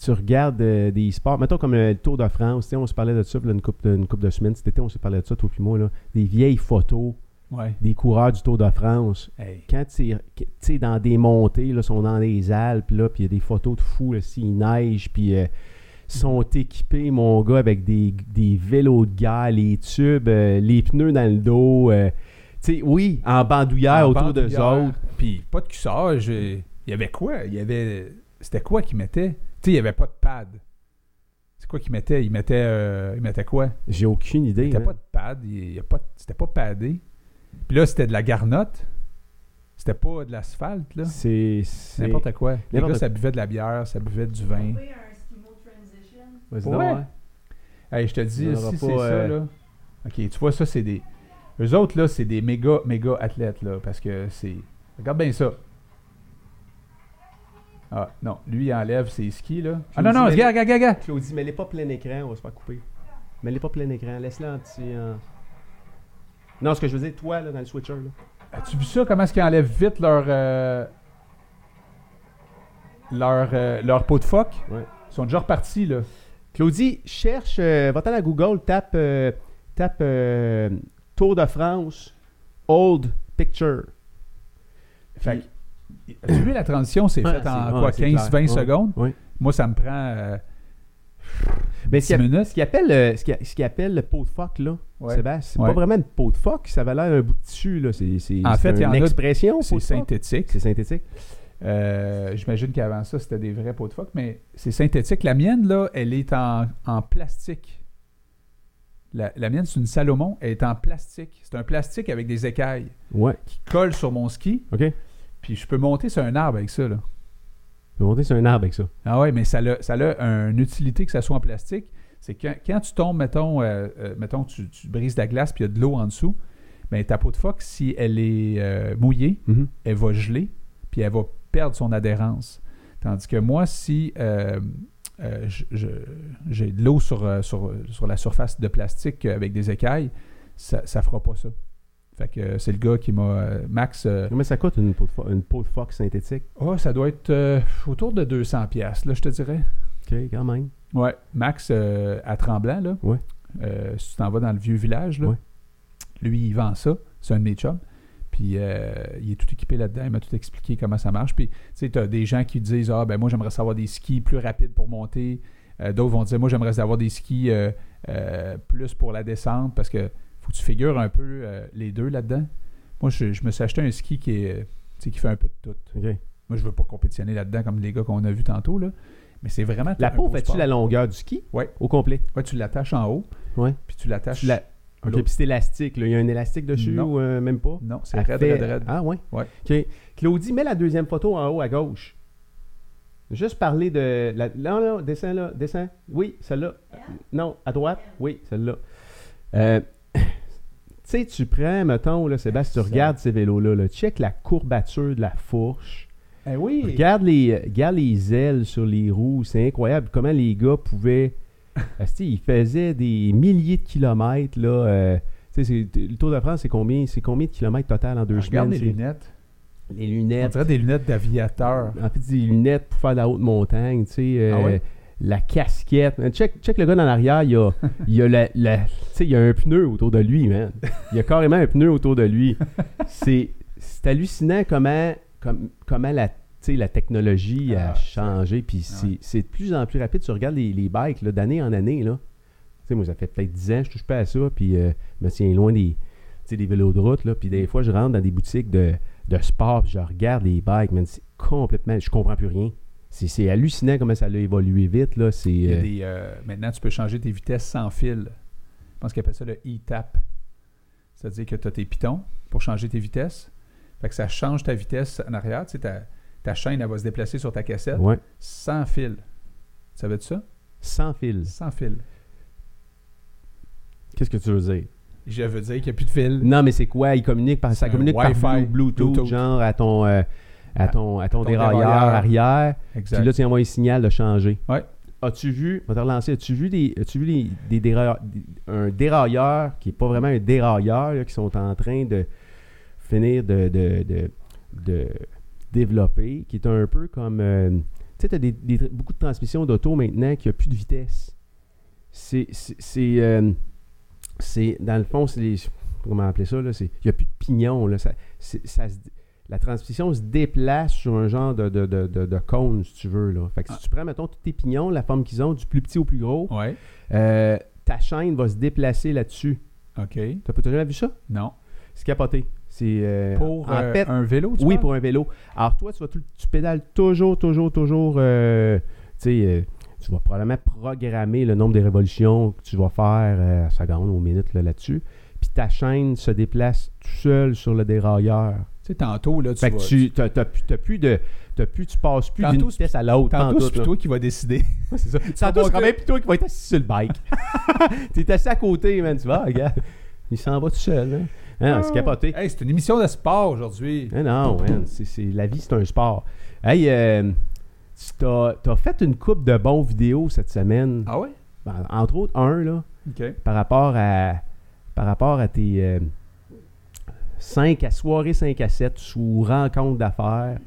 tu regardes euh, des sports, mettons comme euh, le Tour de France, tu sais, on se parlait de ça là, une, couple de, une couple de semaines, cet été on se parlait de ça, toi puis moi, là, des vieilles photos Ouais. des coureurs du Tour de France. Hey. Quand tu sais, dans des montées, là, sont dans les Alpes, là, puis il y a des photos de fous, là, s'il neige, puis euh, sont équipés, mon gars, avec des, des vélos de guerre, les tubes, euh, les pneus dans le dos. euh, tu sais, oui, en bandoulière En autour d'eux bandoulière. autres. Puis pas de cuissage. Il y avait quoi? Il y avait. C'était quoi qu'ils mettaient? Tu sais, il n'y avait pas de pad. C'est quoi qu'ils mettaient? Ils mettaient, euh, ils mettaient quoi? J'ai aucune Il idée. n'y man. pas de pad. il y a pas de- C'était pas padé. Puis là, c'était de la garnotte. C'était pas de l'asphalte, là. C'est. c'est- N'importe quoi. Les n'importe gars, ça quoi. buvait de la bière, ça buvait du vin. Trouver un Skimo Transition. Vas-y donc, Ouais. hein. ouais. Hey, je te dis, On aura si c'est pas, ça, euh, là. OK, tu vois, ça, c'est des. Eux autres, là, c'est des méga, méga athlètes, là, parce que c'est. Regarde bien ça. Ah, non, lui, il enlève ses skis, là. Ah, non, non, Claudie, regarde, regarde, regarde. Claudie, mais elle est pas plein écran, on va se faire couper. Mais elle est pas plein écran, laisse-la en petit. en- Non, ce que je veux dire, toi, là, dans le switcher. Là. As-tu vu ça? Comment est-ce qu'ils enlèvent vite leur. euh, Leur, euh, leur peau de phoque? Ouais. Ils sont déjà repartis, là. Claudie, cherche, euh, va-t'en à Google, tape, euh, tape euh, Tour de France, Old Picture. Fait Puis- que- As-tu vu la transition? C'est Ouais, fait en c'est- ouais, quoi? c'est 15-20 clair. Ouais. secondes? Oui. Moi, ça me prend. euh, Mais ce 10 qu'il minutes. ce qu'il appelle, euh, ce qu'il ce qu'il appelle le pot de phoque, là, Ouais. Sébastien, c'est Ouais. pas vraiment une peau de phoque, ça va l'air un bout de tissu, là. C'est c'est- En c'est fait, il y en une a- expression, peau C'est de phoque. synthétique. C'est synthétique. Euh, J'imagine qu'avant ça, c'était des vrais pots de phoque, mais c'est synthétique. La mienne, là, elle est en, en plastique. La, la mienne, c'est une Salomon, elle est en plastique. C'est un plastique avec des écailles Ouais, qui collent sur mon ski, OK. puis je peux monter sur un arbre avec ça. Là. Tu monter sur un arbre avec ça. Ah ouais, mais ça a, ça a une utilité que ça soit en plastique. C'est que quand tu tombes, mettons, euh, euh, mettons tu, tu brises de la glace puis il y a de l'eau en dessous, mais ta peau de phoque, si elle est euh, mouillée, elle va geler, puis elle va perdre son adhérence. Tandis que moi, si euh, euh, je- je- j'ai de l'eau sur, euh, sur, sur la surface de plastique euh, avec des écailles, ça ne fera pas ça. Fait que euh, c'est le gars qui m'a. euh, Max, euh, Combien ça coûte une peau de, fo- une peau de phoque synthétique? oh, ça doit être euh, autour de 200$, piastres, là, je te dirais. OK, quand même. Ouais, Max euh, à Tremblant, là. Ouais. Euh, si tu t'en vas dans le vieux village, là, Ouais. lui, il vend ça. C'est un de mes chums. Puis euh, il est tout équipé là-dedans. Il m'a tout expliqué comment ça marche. Puis, tu sais, t'as des gens qui disent Ah, ben moi, j'aimerais savoir des skis plus rapides pour monter. Euh, D'autres vont dire Moi, j'aimerais savoir des skis euh, euh, plus pour la descente parce que faut que tu figures un peu euh, les deux là-dedans. Moi, je, je me suis acheté un ski qui est. euh, tu sais, qui fait un peu de tout. OK. Moi, je veux pas compétitionner là-dedans comme les gars qu'on a vus tantôt, là. Mais c'est vraiment. La un peau beau fait-tu sport. la longueur du ski? Ouais. Au complet. Ouais, tu l'attaches en haut. Ouais. Puis tu l'attaches. Tu la- OK, L'autre- puis c'est élastique. là. Il y a un élastique dessus Non. ou euh, même pas? Non, c'est Elle raide, fait- raide, raide. Ah, ouais? Ouais. OK. Claudie, mets la deuxième photo en haut à gauche. Juste parler de. La... Non, non, descends là, descends. Oui, celle-là. Hein? Non, à Ah. droite. Oui, celle-là. Euh, [laughs] tu sais, tu prends, mettons, là, Sébastien, tu Ça. regardes ces vélos-là, là, check la courbature de la fourche. Eh oui. Regarde les, euh, regarde les ailes sur les roues. C'est incroyable comment les gars [laughs] pouvaient. Asti, ils faisaient des milliers de kilomètres. Là, euh, tu sais, c'est- t- le Tour de France, c'est combien, c'est combien de kilomètres total en deux Regarde semaines? les c'est- lunettes. Ah, les On lunettes. dirait des lunettes d'aviateur. En fait, des lunettes pour faire de la haute montagne. tu sais, euh, Ah ouais? La casquette. Man, Check, check le gars dans l'arrière. Il y a, il y a la- la- tu sais, il y a un pneu autour de lui. Man. Il y a carrément un pneu autour de lui. C'est c'est hallucinant comment, comme- comment la, tu sais, la technologie a Ah, changé. Puis c'est ouais. c'est de plus en plus rapide. Tu regardes les, les bikes là, d'année en année. Là. Tu sais, Moi, ça fait peut-être 10 ans que je touche pas à ça. Puis euh, je me tiens loin des, tu sais, des vélos de route. Là, puis des fois, je rentre dans des boutiques de, de sport. puis je regarde les bikes. Man, c'est complètement. Je comprends plus rien. C'est- C'est hallucinant comment ça a évolué vite. Là. C'est, Il y a euh, des, euh, maintenant, tu peux changer tes vitesses sans fil. Je pense qu'ils appellent ça le e-tap. C'est-à-dire que tu as tes pitons pour changer tes vitesses. Fait que ça change ta vitesse en arrière. Tu sais, ta, ta chaîne, elle va se déplacer sur ta cassette ouais, sans fil. Tu savais de ça? sans fil. Sans fil. Qu'est-ce que tu veux dire? Je veux dire qu'il n'y a plus de fil. Non, mais c'est quoi? Il communique par, C'est ça un communique par Wi-Fi, Blu- Bluetooth, Bluetooth. genre à ton, euh, à ton, à ton, ton dérailleur, dérailleur. arrière. Exact. Puis là, tu envoies un signal de changer. Ouais. As-tu vu, on va te relancer, as-tu vu, des, as-tu vu des, des dérailleurs- un dérailleur qui n'est pas vraiment un dérailleur, là, qui sont en train de finir de, de, de- de développer, qui est un peu comme. euh, tu sais, tu as beaucoup de transmissions d'auto maintenant qui a plus de vitesse. C'est. c'est- C'est. euh, c'est- dans le fond, c'est les. Comment appeler ça? là, c'est- Il n'y a plus de pignon. Là, ça, c'est- ça se- la transmission se déplace sur un genre de, de, de, de- de cône, si tu veux. Là. Fait Ah. que si tu prends, mettons, tous tes pignons, la forme qu'ils ont, du plus petit au plus gros, Ouais. euh, ta chaîne va se déplacer là-dessus. OK. T'as pas t'as jamais vu ça? Non. C'est capoté. C'est euh, Pour en euh, fait, un vélo, tu oui, parles? pour un vélo. Alors toi, tu, vas tout- tu pédales toujours, toujours, toujours. euh, tu sais, euh, tu vas probablement programmer le nombre de révolutions que tu vas faire euh, à seconde ou minute là, là-dessus. Puis ta chaîne se déplace tout seul sur le dérailleur. Tu sais, tantôt, là, tu Fait vas- que tu t'as- t'as plus- t'as plus de. T'as plus, tu passes plus Tantôt, d'une c'est- vitesse à l'autre. Tantôt, c'est pantoute, là. toi qui vas [laughs] décider. C'est ça. Tantôt, Tantôt, c'est c'est quand même plutôt qui va être assis sur [laughs] le bike. [laughs] T'es assis à côté, man. Tu vois, regarde. Il s'en va tout seul. Hein? Hein, c'est capoté. Ah. Hey, c'est une émission de sport aujourd'hui. Ah non, man, c'est- c'est- la vie, c'est un sport. Hey, euh, tu t'as t'as fait une coupe de bons vidéos cette semaine. Ah ouais? Ben, Entre autres, un, là, OK. par rapport à, par rapport à tes 5 à soirée 5 à 7 sous rencontre d'affaires.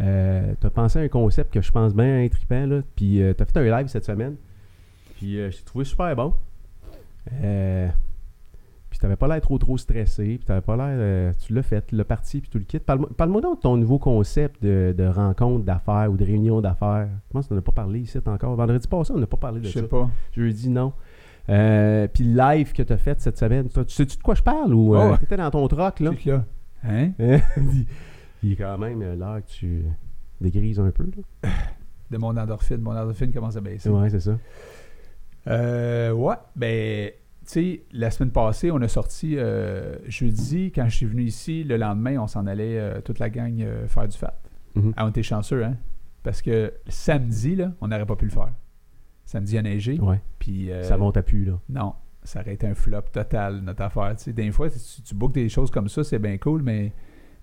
Euh, t'as pensé à un concept que je pense bien à trippant, là. Puis euh, t'as fait un live cette semaine. Puis euh, je t'ai trouvé super bon. Euh, puis t'avais pas l'air trop trop stressé. Puis t'avais pas l'air. euh, tu l'as fait, tu l'as parti, puis tout le kit. Parle-moi parle-moi donc de ton nouveau concept de, de rencontre d'affaires ou de réunion d'affaires. Je pense qu'on n'a pas parlé ici encore. Vendredi passé, on n'a pas parlé de Je ça. sais pas. Jeudi, non. Euh, puis le live que tu as fait cette semaine, toi, tu sais-tu de quoi je parle ou euh, Oh. t'étais dans ton troc là? C'est là. Hein? il, [laughs] il est quand même euh, l'heure que tu euh, dégrises un peu. Là. De mon endorphine. Mon endorphine commence à baisser. Ouais, c'est ça. Euh, ouais. Ben, tu sais, la semaine passée, on a sorti euh, jeudi. Quand je suis venu ici, le lendemain, on s'en allait, euh, toute la gang, euh, faire du fat. Mhm. Ah, on était chanceux, hein? Parce que samedi, là, on n'aurait pas pu le faire. Samedi, il a neigé. Ouais. Puis. euh, Ça monte à pu là. Non, ça aurait été un flop total, notre affaire. Tu sais, des fois, si tu bookes des choses comme ça, c'est bien cool, mais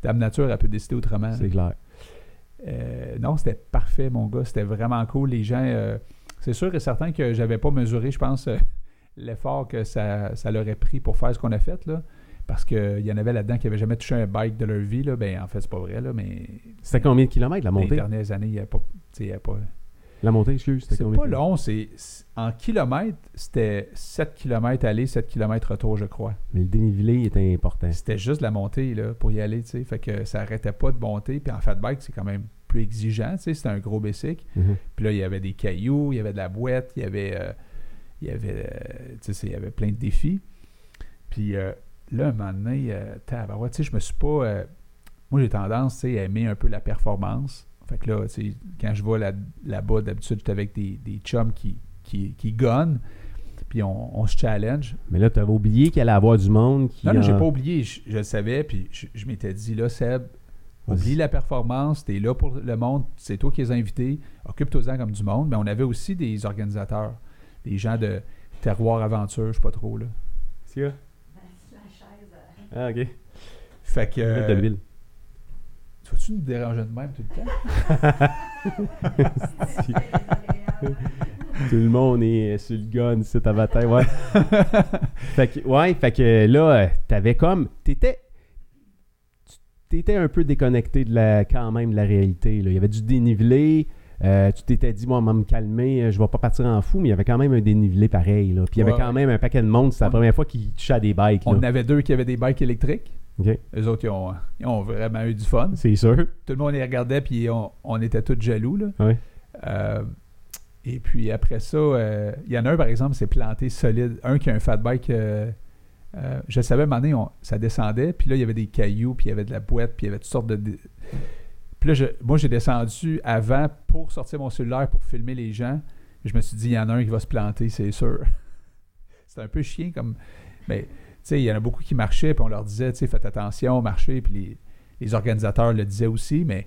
Dame Nature, elle peut décider autrement. C'est clair. Euh, non, c'était parfait, mon gars. C'était vraiment cool. Les gens, euh, C'est sûr et certain que j'avais pas mesuré, je pense, euh, [laughs] l'effort que ça, ça leur aurait pris pour faire ce qu'on a fait, là. Parce qu'il y en avait là-dedans qui n'avaient jamais touché un bike de leur vie, là. Ben, en fait, c'est pas vrai, là, mais C'était combien de kilomètres la dans les montée dernières années, il n'y a pas... tu sais, il y a pas... La montée, excuse. c'était C'est combien de pas long, c'est... c'est- En kilomètres, c'était 7 km aller, 7 km retour, je crois. Mais le dénivelé était important. C'était juste la montée là, pour y aller, tu sais. Fait que ça arrêtait pas de monter. Puis en fat bike, c'est quand même plus exigeant, tu sais. C'était un gros bicycle. Mhm. Puis là, il y avait des cailloux, il y avait de la boîte, il y avait, euh, il y avait, euh, tu sais, c'est- il y avait plein de défis. Puis euh, là, un moment donné, euh, tabarouette, tu sais, je me suis pas... euh, moi, j'ai tendance, tu sais, à aimer un peu la performance. Fait que là, tu sais, quand je vais là- là-bas, d'habitude, j'étais avec des, des chums qui, qui, qui gonnent. Puis on- on se challenge. Mais là, tu avais oublié qu'il allait avoir du monde qui. euh, Non, non, j'ai en- pas oublié. Je, je le savais, puis je, je m'étais dit, là, Seb, Vas-y. oublie la performance, t'es là pour le monde, c'est toi qui les as invités, occupe-toi-en comme du monde. Mais on avait aussi des organisateurs, des gens de terroir aventure, je sais pas trop, là. Ben, La chaise. euh, [laughs] Ah, ok. Fait que... Mettre de l'huile. tu vas-tu nous déranger de même tout le temps? [laughs] c'est désagréable. Tout le monde est euh, sur le gun ici, ta [laughs] bataille, ouais. fait que, ouais, fait que là, euh, t'avais comme. T'étais. tu- T'étais un peu déconnecté de la, quand même de la réalité. là. Il y avait du dénivelé. euh, tu t'étais dit, moi, on va me calmer, euh, je vais pas partir en fou, mais il y avait quand même un dénivelé pareil. Là. Puis il y avait Ouais, quand ouais. même un paquet de monde. C'est la On- première fois qu'ils touchaient à des bikes. là. on avait deux qui avaient des bikes électriques. Ok. Eux autres, ils ont, ils ont vraiment eu du fun. C'est sûr. Tout le monde les regardait, puis on, on était tous jaloux, là. Ouais. Euh, et puis après ça, euh, il y en a un, par exemple, c'est planté solide. Un qui a un fat bike. euh, euh, je le savais, à un moment donné, on- ça descendait. Puis là, il y avait des cailloux, puis il y avait de la boîte, puis il y avait toutes sortes de. dé- Puis là, je- moi, j'ai descendu avant pour sortir mon cellulaire pour filmer les gens. Je me suis dit, il y en a un qui va se planter, c'est sûr. [laughs] c'est un peu chiant comme. Mais, tu sais, il y en a beaucoup qui marchaient, puis on leur disait, tu sais, faites attention, marchez, puis les, les organisateurs le disaient aussi, mais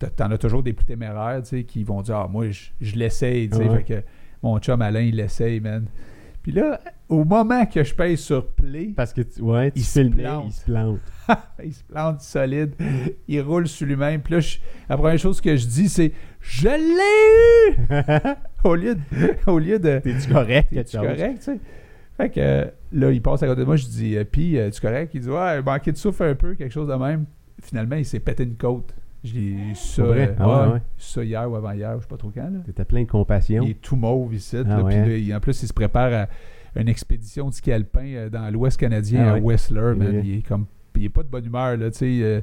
t'as- t'en as toujours des plus téméraires, tu sais, qui vont dire, ah, moi, je, je l'essaye, tu sais, fait Ouais. que mon chum Alain, il l'essaye, man. Puis là, au moment que je paye sur play, Parce que, tu- ouais, tu Il se filmais, plante. il se plante. il se plante solide, il roule sur lui-même. Puis là, je- la première chose que je dis, c'est Je l'ai eu [laughs] Au lieu de. Au lieu de [laughs] T'es-tu correct? quelque tu chose? correct, tu sais. Fait que euh, là, il passe à côté de moi, je dis euh, Puis, euh, tu correct Il dit Ouais, manqué de souffle un peu, quelque chose de même. Finalement, il s'est pété une côte. J'ai eu ça, Pour vrai? euh, Ah ouais, ouais. ça hier ou avant-hier, je sais pas trop quand. Là. T'étais plein de compassion. Il est tout mauve ici. Ah là, ouais, puis hein? là, il- en plus, il se prépare à une expédition de ski alpin euh, dans l'Ouest canadien Ah à ouais. Whistler. man. Oui. Il est comme, il est pas de bonne humeur. Là, tu sais, euh,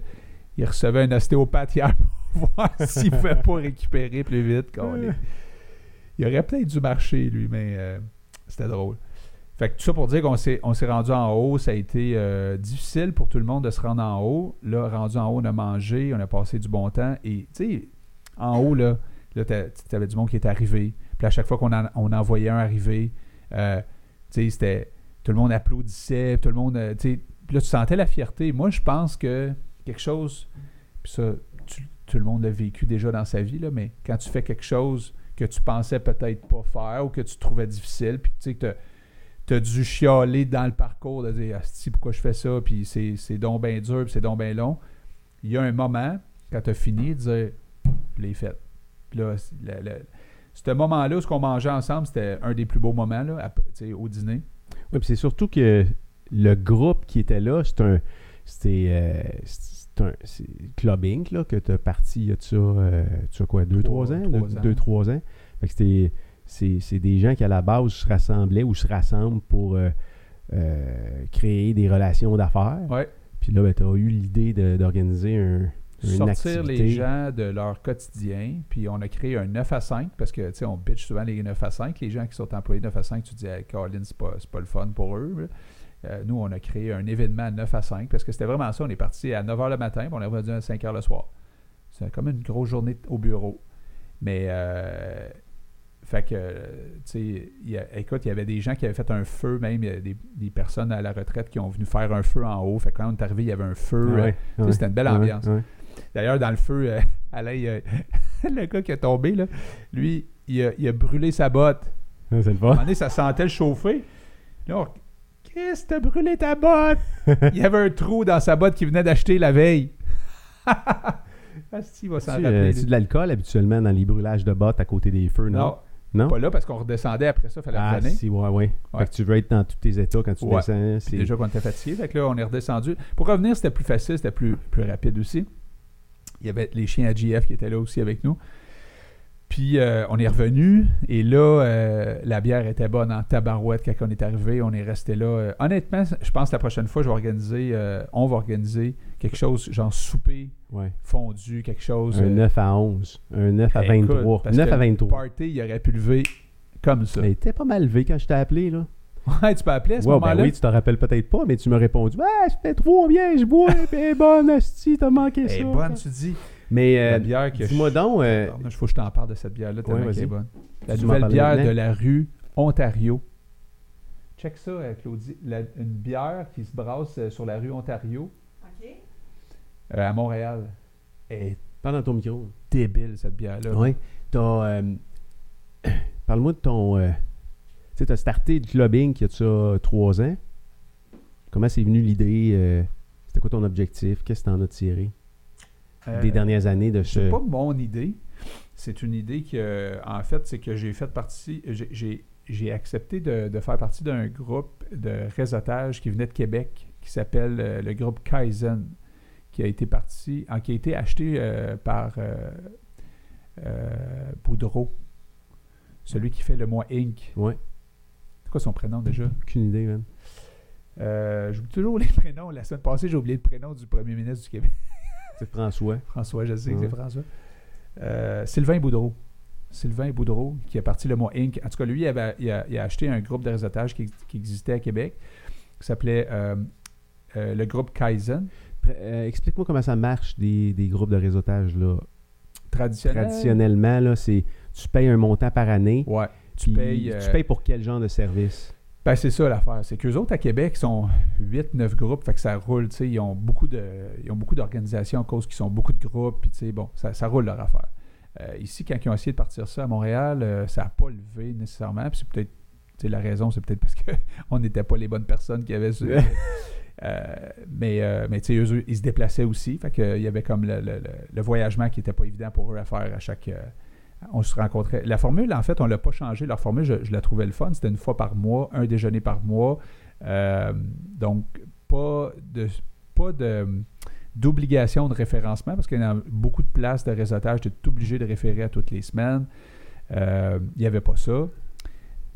il recevait un ostéopathe hier [laughs] pour voir s'il pouvait pas récupérer plus vite. câlin. Il aurait peut-être dû marcher, lui, mais euh, c'était drôle. Fait que tout ça pour dire qu'on s'est, on s'est rendu en haut, ça a été euh, difficile pour tout le monde de se rendre en haut. Là, rendu en haut, on a mangé, on a passé du bon temps. Et tu sais, en haut, là, là tu avais du monde qui était arrivé. Puis à chaque fois qu'on en, on en voyait un arriver, euh, tu sais, c'était. Tout le monde applaudissait, tout le monde. euh, tu sais, puis là, tu sentais la fierté. Moi, je pense que quelque chose. Puis ça, tu- tout le monde l'a vécu déjà dans sa vie, là, mais quand tu fais quelque chose que tu pensais peut-être pas faire ou que tu trouvais difficile, puis tu sais que tu as dû chialer dans le parcours de dire Asti, pourquoi je fais ça, puis c'est, c'est donc bien dur, puis c'est donc bien long. Il y a un moment, quand tu as fini, de dire Je l'ai fait. Puis là, c'est- le- le- ce moment-là, où ce qu'on mangeait ensemble, c'était un des plus beaux moments là, à- tu sais, au dîner. Oui, puis c'est surtout que le groupe qui était là, c'est un. C'était. euh, c'est un c'est Club Inc. Là, que tu as parti il y a de ça, euh, tu as quoi, 2-3 Trois- ans? trois 2-3 ans. Fait que c'était. C'est, c'est des gens qui, à la base, se rassemblaient ou se rassemblent pour euh, euh, créer des relations d'affaires. Ouais. Puis là, ben, tu as eu l'idée de- d'organiser un. Une sortir activité. les gens de leur quotidien. Puis on a créé un 9 à 5 parce que, tu sais, on bitch souvent les 9 à 5. Les gens qui sont employés 9 à 5, tu te dis, hey, Colin, c'est pas, c'est pas le fun pour eux. là. Euh, nous, on a créé un événement à 9 à 5 parce que c'était vraiment ça. On est parti à 9 h le matin puis on est revenu à 5 h le soir. C'est comme une grosse journée au bureau. Mais, euh, fait que, euh, tu sais, il y a- écoute, il y avait des gens qui avaient fait un feu, même il y a des, des personnes à la retraite qui ont venu faire un feu en haut. Fait que quand on est arrivé, il y avait un feu. Euh, Ouais, Ah ouais, tu sais, C'était une belle ouais, ambiance. ouais. D'ailleurs, dans le feu, euh, [laughs] Alain, il a- le gars qui est tombé, là, lui, il a, il a brûlé sa botte. Ouais, c'est À le un fun. moment donné, ça sentait le chauffer. Là, on... Chris, t'as brûlé ta botte! [laughs] Il y avait un trou dans sa botte qu'il venait d'acheter la veille. [laughs] Ah, Asti, il va s'en Tu, rappeler. euh, lui. tu de l'alcool habituellement dans les brûlages de bottes à côté des feux, non? non, Non? Pas là parce qu'on redescendait après ça, il fallait Ah, revenir. si, ouais, ouais. Ouais. Fait que tu veux être dans tous tes états quand tu Ouais. descends. c'est- Déjà qu'on était fatigué. Fait que là, on est redescendu. Pour revenir, c'était plus facile, c'était plus, plus rapide aussi. Il y avait les chiens à GF qui étaient là aussi avec nous. Puis euh, on est revenu et là, euh, la bière était bonne en tabarouette quand on est arrivé. On est resté là. Euh, honnêtement, je pense que la prochaine fois, je vais organiser, euh, on va organiser quelque chose, genre souper Ouais. fondu, quelque chose. Un euh, 9 à 11. Un 9 à Eh, écoute, 23. parce 9 que à 23. Le party, il aurait pu lever comme ça. Mais t'es pas mal levé quand je t'ai appelé, là. Ouais, tu peux appeler à ce Ouais, ben moment-là. oui, tu te rappelles peut-être pas, mais tu m'as répondu Ah, je fais trop bien, [laughs] je bois, pis elle est bonne, hostie, t'as manqué ça. Elle est Eh, bonne, tu dis. Mais euh, la bière que dis-moi je- donc, euh, Pardon, Il faut que Ah, je t'en parle de cette bière-là, tellement Ouais, qu'elle vas-y. est bonne. La Tu m'en nouvelle parles bière maintenant? de la rue Ontario. Check ça, euh, Claudie. La- une bière qui se brasse euh, sur la rue Ontario OK? euh, à Montréal. Elle est eh, parle dans ton micro. débile, cette bière-là. Ouais. T'as. euh, [clears throat] Parle-moi de ton. euh, Tu sais, t'as starté le clubbing il y a de ça euh, trois ans. Comment c'est venu l'idée euh, C'était quoi ton objectif Qu'est-ce que t'en as tiré Euh, des dernières années de C'est ce. pas mon idée. C'est une idée que, en fait, c'est que j'ai fait partie, j'ai- j'ai- j'ai accepté de, de faire partie d'un groupe de réseautage qui venait de Québec, qui s'appelle euh, le groupe Kaizen, qui a été parti, ah, qui a été acheté euh, par euh, euh, Boudreau, celui qui fait le mois Inc. Ouais, C'est quoi son prénom déjà? aucune idée, man. Euh, J'oublie toujours les [laughs] prénoms. La semaine passée, j'ai oublié le prénom du premier ministre du Québec. C'est François. François, je sais que Ouais. c'est François. Euh, Sylvain Boudreau. Sylvain Boudreau, qui est parti le mois Inc. En tout cas, lui, il, avait- il a, il a acheté un groupe de réseautage qui, qui existait à Québec, qui s'appelait euh, euh, le groupe Kaizen, Euh, Explique-moi comment ça marche des, des groupes de réseautage, là. Euh, traditionnel. Traditionnellement, là, c'est tu payes un montant par année. Ouais. Tu payes, payes, euh, tu payes pour quel genre de service? Ben, c'est ça l'affaire. C'est qu'eux autres à Québec sont 8-9 groupes, fait que ça roule, tu sais, ils ont beaucoup de. Ils ont beaucoup d'organisations à cause qu'ils sont beaucoup de groupes, puis tu sais, bon, ça, ça roule leur affaire. Euh, ici, quand ils ont essayé de partir ça à Montréal, euh, ça n'a pas levé nécessairement. Puis c'est peut-être. tu sais, la raison, c'est peut-être parce [laughs] qu'on n'était pas les bonnes personnes qui avaient ce. Euh, mais euh, mais tu sais, eux, eux, ils se déplaçaient aussi. Fait que, euh, il y avait comme le, le- le- le voyagement qui n'était pas évident pour eux à faire à chaque. euh, on se rencontrait. La formule, en fait, on l'a pas changée. Leur formule, je, je la trouvais le fun. C'était une fois par mois, un déjeuner par mois. Euh, donc, pas de pas de d'obligation de référencement parce qu'il y a beaucoup de places de réseautage, tu es obligé de référer à toutes les semaines. Euh, il n'y avait pas ça.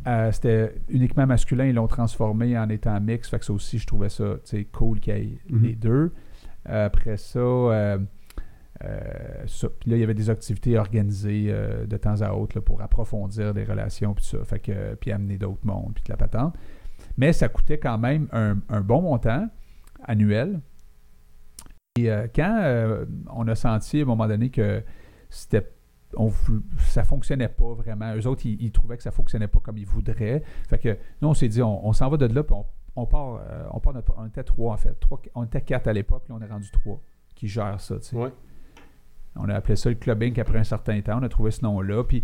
Euh, c'était uniquement masculin, ils l'ont transformé en étant mix. Fait que ça aussi, je trouvais ça tu sais, cool qu'il y ait Mhm. les deux. Après ça, euh, euh, ça. Puis là, il y avait des activités organisées euh, de temps à autre là, pour approfondir les relations, puis tout ça. Fait que, puis amener d'autres mondes, puis de la patente. Mais ça coûtait quand même un, un bon montant annuel. Et euh, quand euh, on a senti à un moment donné que c'était on, vou- ça fonctionnait pas vraiment. Eux autres, ils, ils trouvaient que ça fonctionnait pas comme ils voudraient. Fait que nous, on s'est dit, on, on s'en va de là, puis on, on part, euh, on part notre- on était trois en fait. Trois, on était quatre à l'époque, là on est rendu trois qui gèrent ça. tu sais. Ouais. On a appelé ça le clubbing après un certain temps. On a trouvé ce nom-là. Puis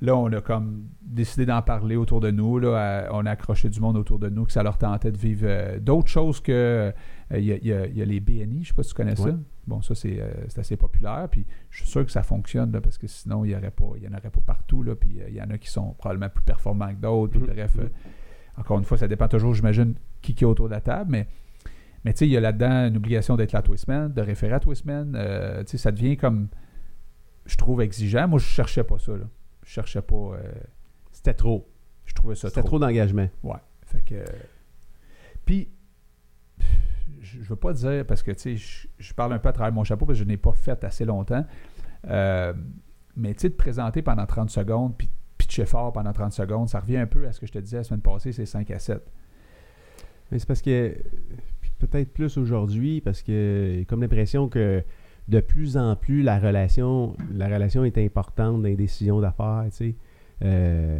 là, on a comme décidé d'en parler autour de nous. Là, à- on a accroché du monde autour de nous que ça leur tentait de vivre euh, d'autres choses que. euh, Il y, a- il y a- il y a les BNI, je sais pas si tu connais Ouais. ça. Bon, ça, c'est euh, c'est assez populaire. Puis je suis sûr que ça fonctionne là, parce que sinon, il n'y aurait pas- il y en aurait pas partout. Là, puis euh, il y en a qui sont probablement plus performants que d'autres. Puis Mhm. bref, euh, encore une fois, ça dépend toujours, j'imagine, qui, qui est autour de la table. Mais mais tu sais, il y a là-dedans une obligation d'être là tous les semaines, de référer à tous les semaines. Euh, tu sais, ça devient comme, je trouve, exigeant. Moi, je cherchais pas ça. Là. Je cherchais pas. euh, C'était trop. je trouvais ça [laughs] C'était trop. trop d'engagement. Fait que. Puis, je, je veux pas dire, parce que, tu sais, je, je parle un peu à travers mon chapeau, parce que je n'ai pas fait assez longtemps. Euh, mais, tu sais, de présenter pendant 30 secondes, puis de pitcher fort pendant 30 secondes, ça revient un peu à ce que je te disais la semaine passée, c'est 5 à 7. Mais c'est parce que euh, puis peut-être plus aujourd'hui, parce que j'ai comme l'impression que de plus en plus la relation, la relation est importante dans les décisions d'affaires, tu sais. Euh,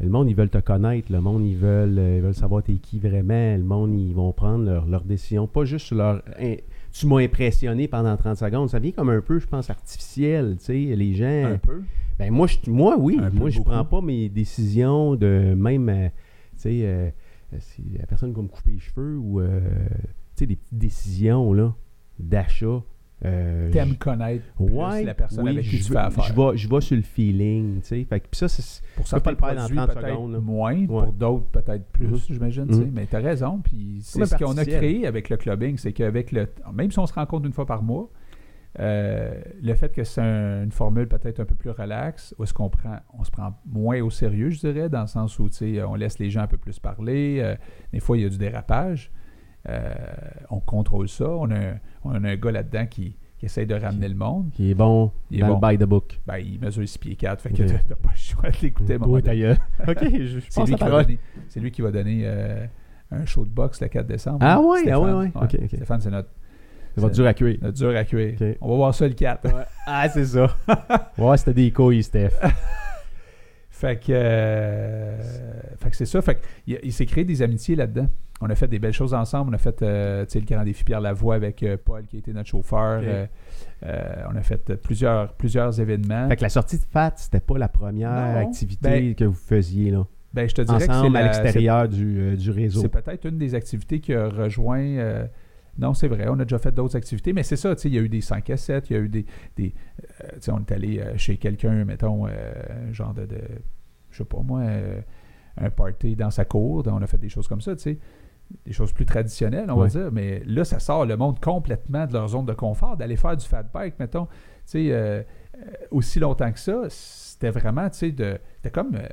le monde, ils veulent te connaître. Le monde, ils veulent, euh, ils veulent savoir t'es qui vraiment. Le monde, ils vont prendre leur- leurs décisions. Pas juste sur leur... hein, tu m'as impressionné pendant 30 secondes. Ça vient comme un peu, je pense, artificiel, tu sais. Les gens... Un peu. Ben moi, je, moi oui. Un peu moi, je beaucoup. prends pas mes décisions de même, euh, tu sais, euh, si la personne va me couper les cheveux ou, euh, tu sais, des petites décisions, là, d'achat. euh, T'aimes connaître plus Ouais, la personne oui, avec qui je tu vais- fais affaire. Je vais, je vais sur le feeling, tu sais. Fait que puis ça, c'est- pour peux pas certains le faire dans produits, 30 peut-être secondes, là. moins, Ouais. pour d'autres, peut-être plus, Mhm. j'imagine. Mhm. tu sais. Mais tu as raison. Puis c'est Comme ce un qu'on a partiel. créé avec le clubbing, c'est qu'avec le. Même si on se rencontre une fois par mois, euh, le fait que c'est un- une formule peut-être un peu plus relaxe, où est-ce qu'on prend, on se prend moins au sérieux, je dirais, dans le sens où tu sais, on laisse les gens un peu plus parler. euh, des fois, il y a du dérapage. Euh, on contrôle ça. On a, un- on a un gars là-dedans qui, qui essaie de ramener le monde. qui est bon Il est dans bon. le by the book. Ben, il mesure 6 pieds 4, fait que Ok. t'as t'as pas le choix de l'écouter à un moment Ouais, donné. [laughs] ta gueule. ok, je, je C'est pense lui, la qui va parole. donner- c'est lui qui va donner euh, un show de boxe le 4 décembre. Ah hein, ouais, ah Stéphane. ouais, ouais. Ok, ok. Stéphane, c'est notre, Ça va être dur à cuire. notre dur à cuire. Ok. On va voir ça le 4. Ah, [laughs] c'est ça. ouais, c'était des couilles, Steph. Fait que, euh, fait que c'est ça. Fait que il, il s'est créé des amitiés là-dedans. On a fait des belles choses ensemble. On a fait euh, tu sais, le Grand Défi Pierre Lavoie avec euh, Paul qui était notre chauffeur. Ok. Euh, euh, on a fait euh, plusieurs, plusieurs événements. Fait que la sortie de FAT, c'était pas la première Non. activité Ben, que vous faisiez, là. Ben, je te dirais que c'est Ensemble, à la- l'extérieur du, euh, du c'est- réseau. C'est peut-être une des activités qui a rejoint. euh, non, c'est vrai, on a déjà fait d'autres activités, mais c'est ça, tu sais, il y a eu des 5 à 7, il y a eu des. des euh, tu sais, on est allé euh, chez quelqu'un, mettons, euh, genre de, de. Je sais pas moi, euh, un party dans sa cour, donc on a fait des choses comme ça, tu sais. Des choses plus traditionnelles, on Ouais. va dire, mais là, ça sort le monde complètement de leur zone de confort, d'aller faire du fat bike, mettons. Tu sais, euh, euh, aussi longtemps que ça, c'était vraiment, tu sais, de. C'était comme. euh,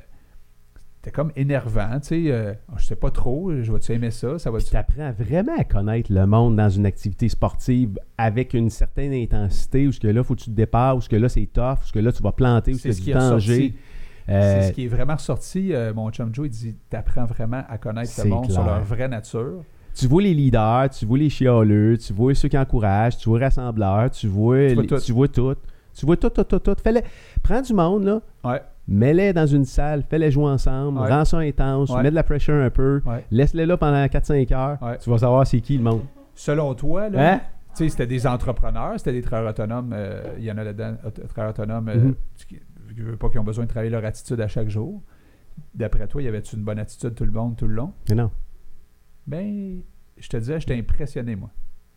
c'était comme énervant, tu sais. euh, je sais pas trop, je vais-tu aimer ça, ça va Puis t'apprends vraiment à connaître le monde dans une activité sportive avec une certaine intensité, où ce que là, faut que tu te dépasses, où ce que là, c'est tough, où ce que là, tu vas planter, où ce C'est que ce tu qui est danger. ressorti. Euh, C'est ce qui est vraiment ressorti. euh, mon chum Joe, il dit T'apprends vraiment à connaître ce C'est monde sur clair. leur vraie nature. Tu vois les leaders, tu vois les chialeux, tu vois ceux qui encouragent, tu vois les rassembleurs, tu vois, Tu vois les- tout. tu vois tout. Tu vois tout, tout, tout, tout. Fais-le- Prends du monde, là. Ouais. Mets-les dans une salle, fais-les jouer ensemble, Ouais. rends ça intense, Ouais. mets de la pressure un peu, Ouais. laisse-les là pendant 4-5 heures, Ouais. tu vas savoir c'est qui le monde. Selon toi, là, Hein? tu sais, c'était des entrepreneurs, c'était des travailleurs autonomes. euh, Il y en a là-dedans, aut- travailleurs autonomes, euh, Mhm. qui qui veulent pas qu'ils ont besoin de travailler leur attitude à chaque jour. D'après toi, y avait-tu une bonne attitude tout le monde, tout le long Mais non. Ben, je te disais, j'étais impressionné, moi.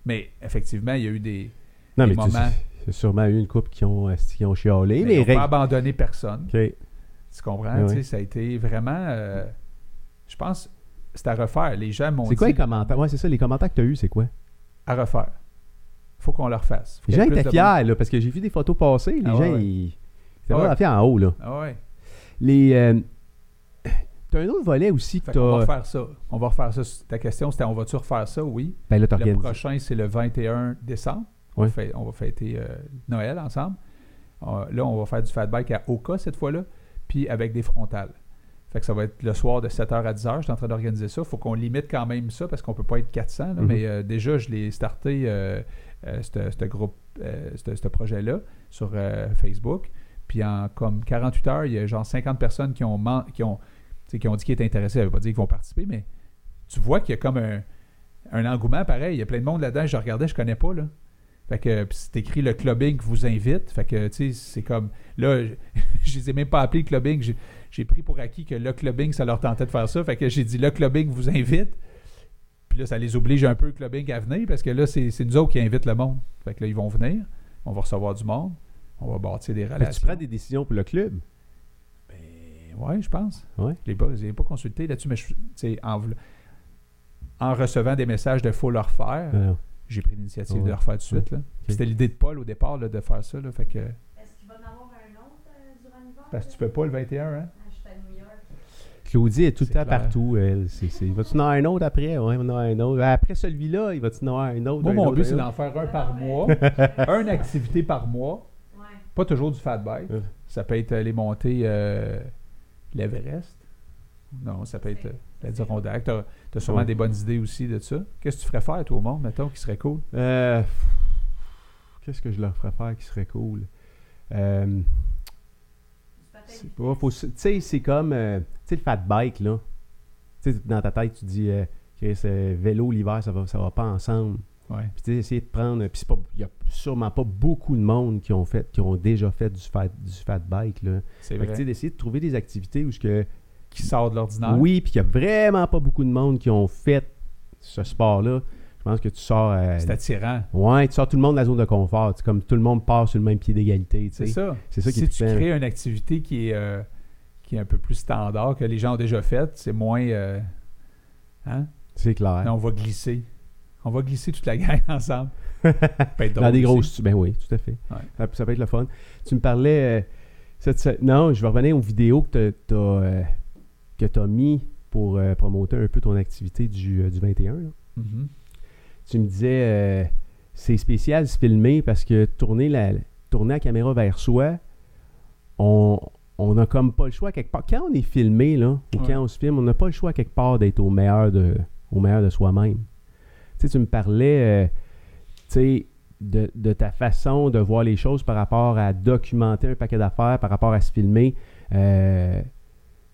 Mais effectivement, il y a eu des. Non, Des mais tu moments. c'est sûrement eu une couple qui ont, euh, qui ont chialé, mais mais, ils n'ont pas règle- abandonné personne. OK. Tu comprends? Ouais, Tu sais, ouais. Ça a été vraiment. euh, je pense c'est à refaire. Les gens m'ont C'est quoi dit les commentaires? Ouais, c'est ça, les commentaires que tu as eus, c'est quoi? à refaire. faut qu'on le refasse. Faut qu'il Les y gens ait plus étaient de monde. fiers, là, parce que j'ai vu des photos passer. Les Ah ouais, gens, ouais. ils ils Ah étaient vraiment ouais. fiers en haut, là. Ah ouais. Les. euh, T'as un autre volet aussi que Fait qu'on va t'as. refaire ça. On va refaire ça. Ta question, c'était on va-tu refaire ça? Oui. Ben là, Le t'organises. prochain, c'est le 21 décembre. On, Ouais. fait- on va fêter euh, Noël ensemble. Euh, là, on va faire du fat bike à Oka cette fois-là, puis avec des frontales. Fait que ça va être le soir de 7h à 10h. Je suis en train d'organiser ça. faut qu'on limite quand même ça parce qu'on peut pas être 400. là, Mhm. Mais euh, déjà, je l'ai starté, euh, euh, ce- ce groupe, euh, ce ce projet-là sur euh, Facebook. Puis en comme 48 heures, il y a genre 50 personnes qui ont, man- qui ont, tu sais, qui ont dit qu'ils étaient intéressés. Ça veut pas dire qu'ils vont participer, mais tu vois qu'il y a comme un, un engouement pareil. Il y a plein de monde là-dedans. Je regardais, je connais pas. Là. Fait que puis c'est écrit le clubbing vous invite. Fait que tu sais, c'est comme. Là, [laughs] je, je les ai même pas appelés clubbing. J'ai- J'ai pris pour acquis que le clubbing, ça leur tentait de faire ça. Fait que j'ai dit le clubbing vous invite. Puis là, ça les oblige un peu, le clubbing, à venir parce que là, c'est c'est nous autres qui invitent le monde. Fait que là, ils vont venir. On va recevoir du monde. On va bâtir des Fait que tu relations. prends des décisions pour le club. Ben, ouais, je pense. Ouais. Je ne l'ai pas, je l'ai pas consulté là-dessus, mais je- tu sais, en, voulo- en recevant des messages de faut le refaire, Alors, j'ai pris l'initiative Ouais. de le refaire tout de suite. là. Puis Ah. C'était l'idée de Paul au départ là, de faire ça. là, fait que, Est-ce qu'il va en avoir un autre euh, durant l'hiver? parce que tu peux pas le 21, hein? Ah, je suis à New York. Claudie est tout le C'est temps clair. partout, elle. C'est- c'est- Il va-tu en avoir un autre après? Ouais, il va en avoir un autre. Après celui-là, il va-tu en avoir un autre? Moi, un mon autre, but, un c'est autre? d'en faire un par Non, mais- [laughs] mois, une activité par mois, Ah, Ouais. pas toujours du fat bike. Ouais. Ça peut être euh, les montées euh, l'Everest. Non, ça peut être euh, la Dirondac. Tu as, sûrement Ouais. des bonnes idées aussi de ça. Qu'est-ce que tu ferais faire, toi, au monde, mettons, qui serait cool? Euh, Qu'est-ce que je leur ferais faire qui serait cool? Euh, C'est peut-être C'est pas. faut se- Tu sais, c'est comme. euh, tu sais, le fat bike, là. Tu sais, dans ta tête, tu dis. Euh, Chris, euh, vélo l'hiver, ça va, ça va pas ensemble. Ouais. Puis, tu sais, essayer de prendre. Puis, c'est pas- il y a sûrement pas beaucoup de monde qui ont, fait, qui ont déjà fait du fat, du fat bike, là. C'est Fait que, tu sais, vrai. d'essayer de trouver des activités où ce que. Qui sort de l'ordinaire. Oui, puis il y a vraiment pas beaucoup de monde qui ont fait ce sport-là. Je pense que tu sors. euh, C'est attirant. ouais, tu sors tout le monde de la zone de confort. C'est comme tout le monde part sur le même pied d'égalité. tu C'est sais. ça. C'est ça qui si est tu trippant. crées une activité qui est, euh, qui est un peu plus standard, que les gens ont déjà faite, c'est moins. euh, hein? C'est clair. Là, on va glisser. On va glisser toute la [laughs] gang [laughs] ensemble. Ça peut être Dans drôle des aussi. grosses. Ben oui, tout à fait. Ouais. Ça, ça peut être le fun. Tu me parlais. euh, cette se- non, je vais revenir aux vidéos que tu as, mis pour euh, promoter un peu ton activité du, euh, du 21. là. Mhm. Tu me disais, euh, c'est spécial de se filmer parce que tourner la, tourner la caméra vers soi, on. On n'a comme pas le choix quelque part. Quand on est filmé, là, ou Ouais. quand on se filme, on n'a pas le choix quelque part d'être au meilleur de, au meilleur de soi-même. Tu sais, tu me parlais, euh, tu sais, de, de ta façon de voir les choses par rapport à documenter un paquet d'affaires, par rapport à se filmer. Euh, tu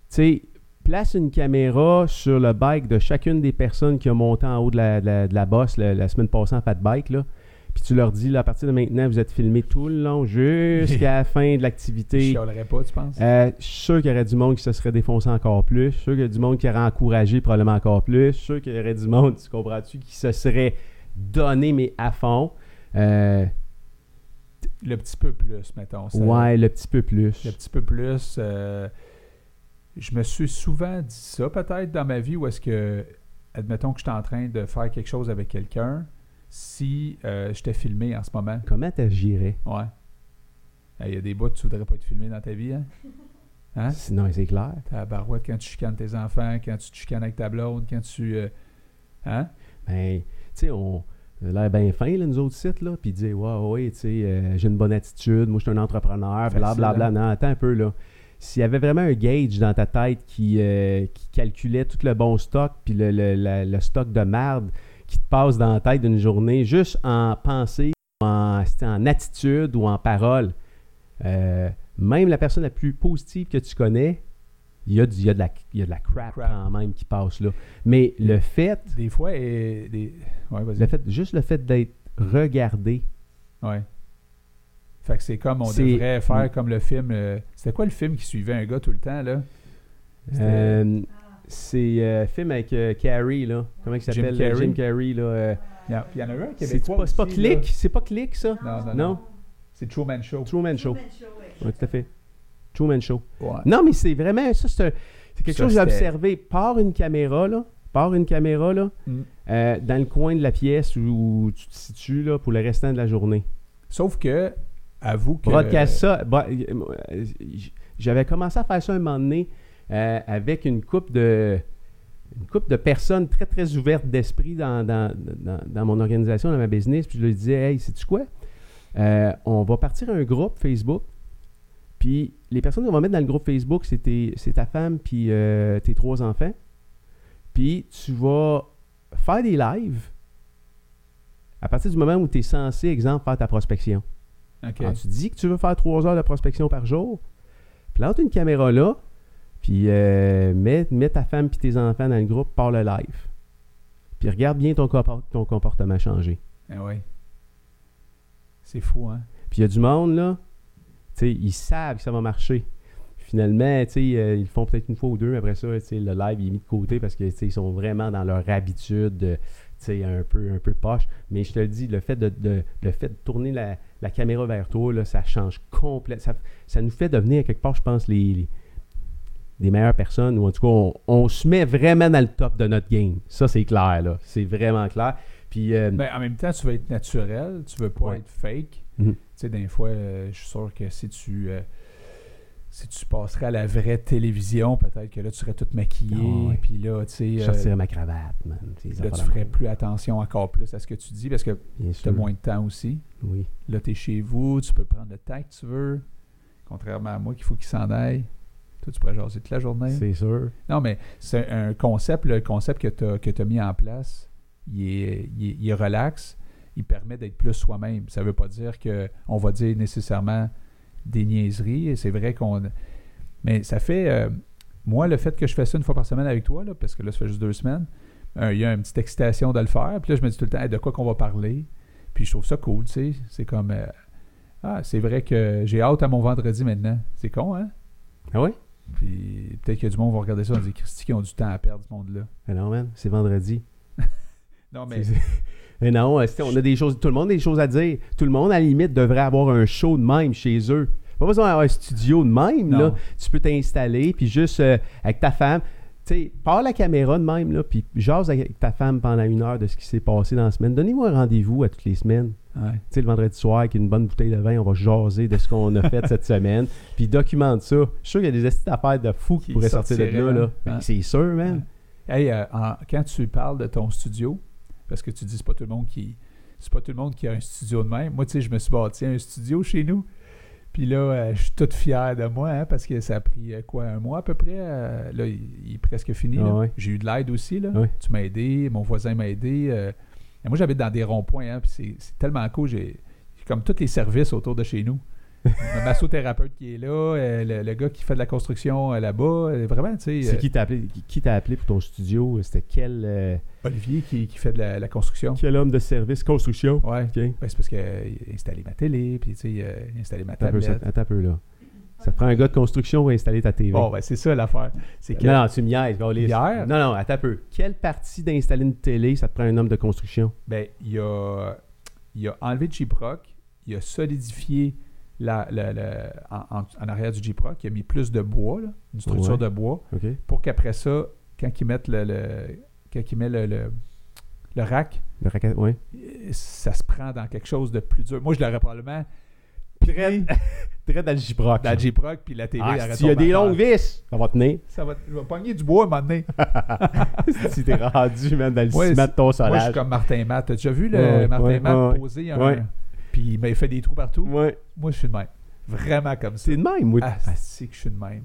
sais, place une caméra sur le bike de chacune des personnes qui ont monté en haut de la, de la- de la bosse la, la semaine passée en fat bike, là. Puis tu leur dis, là, à partir de maintenant, vous êtes filmés tout le long jusqu'à la fin de Je l'activité. chialerais pas, tu penses? Euh, je suis sûr qu'il y aurait du monde qui se serait défoncé encore plus. Je suis sûr qu'il y a du monde qui aurait encouragé probablement encore plus. Je suis sûr qu'il y aurait du monde, tu comprends-tu, qui se serait donné, mais à fond. Euh, Le petit peu plus, mettons. ça- ouais, le petit peu plus. Le petit peu plus. euh, je me suis souvent dit ça, peut-être, dans ma vie, où est-ce que, admettons que je suis en train de faire quelque chose avec quelqu'un, si euh, j'étais filmé en ce moment. Comment t'agirais? Ouais. Eh, Il y a des bouts, tu voudrais pas être filmé dans ta vie, [laughs] hein? Hein? Sinon, c'est clair. Ta barouette quand tu chicanes tes enfants, quand tu te chicanes avec ta blonde, quand tu. euh, hein? Ben, tu sais, on on a l'air bien fin, là, nous autres sites, là, puis dire, ouais, ouais, tu sais, euh, j'ai une bonne attitude, moi, je suis un entrepreneur, Facile, blablabla. hein? Non, attends un peu, là. S'il y avait vraiment un gauge dans ta tête qui, euh, qui calculait tout le bon stock, puis le, le- la- le stock de merde qui te passe dans la tête d'une journée, juste en pensée, ou en, c'était en attitude ou en parole, euh, même la personne la plus positive que tu connais, il y a, du- il y a de la, il y a de la crap, Crap. quand même qui passe là. Mais le fait Des fois, et des. Ouais, vas-y. le fait, juste le fait d'être regardé. Ouais. Fait que c'est comme on C'est- devrait faire comme le film. euh, C'était quoi le film qui suivait un gars tout le temps, là? C'était- Euh, Ah, c'est euh, film avec euh, Carrie, là. Comment il s'appelle? Jim là? Carrey. Jim Carrey, là. euh, Il y en- il y en a eu un c'est québécois. pas, c'est pas aussi, Click? là. C'est pas Click, ça? ah, Non, non, Non? non. C'est Truman Show. Truman Show. Truman Show, ouais. Oui, tout à fait. Truman Show. Ouais. Non, mais c'est vraiment... Ça, c'est, un- c'est quelque Ah. Ça, chose que j'ai c'était- observé. Par une caméra, là. Par une caméra, là. Mm. euh, dans le coin de la pièce où tu te situes, là, pour le restant de la journée. Sauf que, avoue que. Broadcast ça. bro- euh, j- J'avais commencé à faire ça un moment donné euh, avec une coupe de une couple de personnes très, très ouvertes d'esprit dans, dans- dans- dans mon organisation, dans ma business. Puis je leur disais, hey, sais-tu quoi? Euh, on va partir un groupe Facebook. Puis les personnes qu'on va mettre dans le groupe Facebook, c'est tes- c'est ta femme puis euh, tes trois enfants. Puis tu vas faire des lives à partir du moment où tu es censé, exemple, faire ta prospection. OK. Quand Ah, tu dis que tu veux faire trois heures de prospection par jour, plante une caméra là, puis euh, mets, mets ta femme puis tes enfants dans le groupe, par le live. Puis regarde bien ton, compor- ton comportement changer. Ah ouais. C'est fou, hein? Puis il y a du monde, là, tu sais, ils savent que ça va marcher. Finalement, tu sais, euh, ils le font peut-être une fois ou deux, mais après ça, tu sais, le live, il est mis de côté parce que, tu sais, ils sont vraiment dans leur habitude, euh, tu sais, un peu, un peu poche. Mais je te le dis, le fait de, de- le fait de tourner la, la caméra vers toi, là, ça change complètement. Ça, ça nous fait devenir, quelque part, je pense, les, les, les meilleures personnes, ou en tout cas, on, on se met vraiment dans le top de notre game. Ça, c'est clair, là. C'est vraiment clair. Puis, euh, Ben, en même temps, tu veux être naturel, tu veux pas Ouais. être fake. Mhm. Tu sais, des fois, euh, je suis sûr que si tu. euh, si tu passerais à la vraie télévision, peut-être que là, tu serais toute Ah maquillée. ouais. Puis là, tu sais, je euh, sortirais ma cravate, man. C'est là, tu affaires-là. ferais plus attention encore plus à ce que tu dis parce que tu Bien as sûr. moins de temps aussi. Oui. Là, tu es chez vous, tu peux prendre le temps que tu veux. Contrairement à moi, qu'il faut qu'il s'en aille. Toi, tu pourrais jaser toute la journée. C'est sûr. Non, mais c'est un concept, le concept que tu as, mis en place, il est, il est- il est relax, il permet d'être plus soi-même. Ça ne veut pas dire que on va dire nécessairement des niaiseries, et c'est vrai qu'on... Mais ça fait... euh, moi, le fait que je fais ça une fois par semaine avec toi, là, parce que là, ça fait juste deux semaines, euh, il y a une petite excitation de le faire, puis là, je me dis tout le temps, Hey, de quoi qu'on va parler, puis je trouve ça cool, tu sais, c'est comme... euh, ah, c'est vrai que j'ai hâte à mon vendredi maintenant. C'est con, hein? Ah oui? Puis peut-être que du monde va regarder Ah ça et va dire Christy qui ont du temps à perdre ce monde-là. Alors, man, c'est vendredi. Non, mais C'est- Mais non, euh, si on a des choses, tout le monde a des choses à dire. Tout le monde, à la limite, devrait avoir un show de même chez eux. Pas besoin d'avoir un studio de [laughs] même, Non. là. Tu peux t'installer, puis juste euh, avec ta femme. Tu sais, pars la caméra de même, là, puis jase avec ta femme pendant une heure de ce qui s'est passé dans la semaine. Donnez-moi un rendez-vous à toutes les semaines. Ouais. Tu sais, le vendredi soir, avec une bonne bouteille de vin, on va jaser de ce qu'on [laughs] a fait cette semaine. Puis documente ça. Je suis sûr qu'il y a des astuces d'affaires de fous qui, Qui pourraient sortir de là. sortiraient, là. hein. Ben, Ouais. C'est sûr, man. Hey, euh, en- quand tu parles de ton studio, parce que tu dis c'est pas tout le monde qui c'est pas tout le monde qui a un studio de même. Moi, tu sais, je me suis bâti un studio chez nous. Puis là, euh, je suis tout fier de moi hein, parce que ça a pris euh, quoi, un mois à peu près. euh, là, il, il est presque fini. Ah là. ouais. J'ai eu de l'aide aussi. Là. Ouais. Tu m'as aidé, mon voisin m'a aidé. euh, et moi, j'habite dans des ronds-points, hein, puis c'est, c'est tellement cool. J'ai, j'ai comme tous les services autour de chez [laughs] nous. le massothérapeute qui est là, euh, le, le gars qui fait de la construction euh, là-bas. euh, vraiment, tu sais. C'est euh, qui t'a appelé, qui- qui t'a appelé pour ton studio? C'était quel, euh, Olivier qui, qui fait de la, la construction. quel homme de service? Construction. Ouais. OK. Ben, c'est parce qu'il a installé ma télé, puis tu sais, il a installé ma Attends un, peu, ça, tablette. attends un peu, là. Ça te prend un gars de construction pour installer ta TV. Bon, ben, c'est ça l'affaire. C'est que non, non, tu me niaises, câlisse. Hier- Non, non, attends un peu. Quelle partie d'installer une télé, ça te prend un homme de construction? ben, il, a, il a enlevé le G-Proc, il a solidifié la, la- la- en, en- en arrière du G-Proc, il a mis plus de bois, là, une structure Ouais. de bois, OK. pour qu'après ça, quand ils mettent le, le- quand ils mettent le, le, le rack, Le racket, ouais. euh, ça se prend dans quelque chose de plus dur. Moi, je l'aurais probablement Très, [laughs] très dans le giproc. dans le G-Proc, puis la télé Ah, aurait si il y a tombé des à terre. longues vis, ça va tenir. [laughs] Ça va, je vais pogner du bois à un moment donné. si t'es rendu, même dans le Ouais, ciment de ton Moi, je suis solage. comme Martin Matt. T'as déjà vu le Ouais, Martin ouais, Matt ouais, ouais. poser un. Ouais. Puis il m'a fait des trous partout. Ouais. Moi, je suis de même. Vraiment comme ça. C'est de même, oui. Ah, c'est que je suis de même.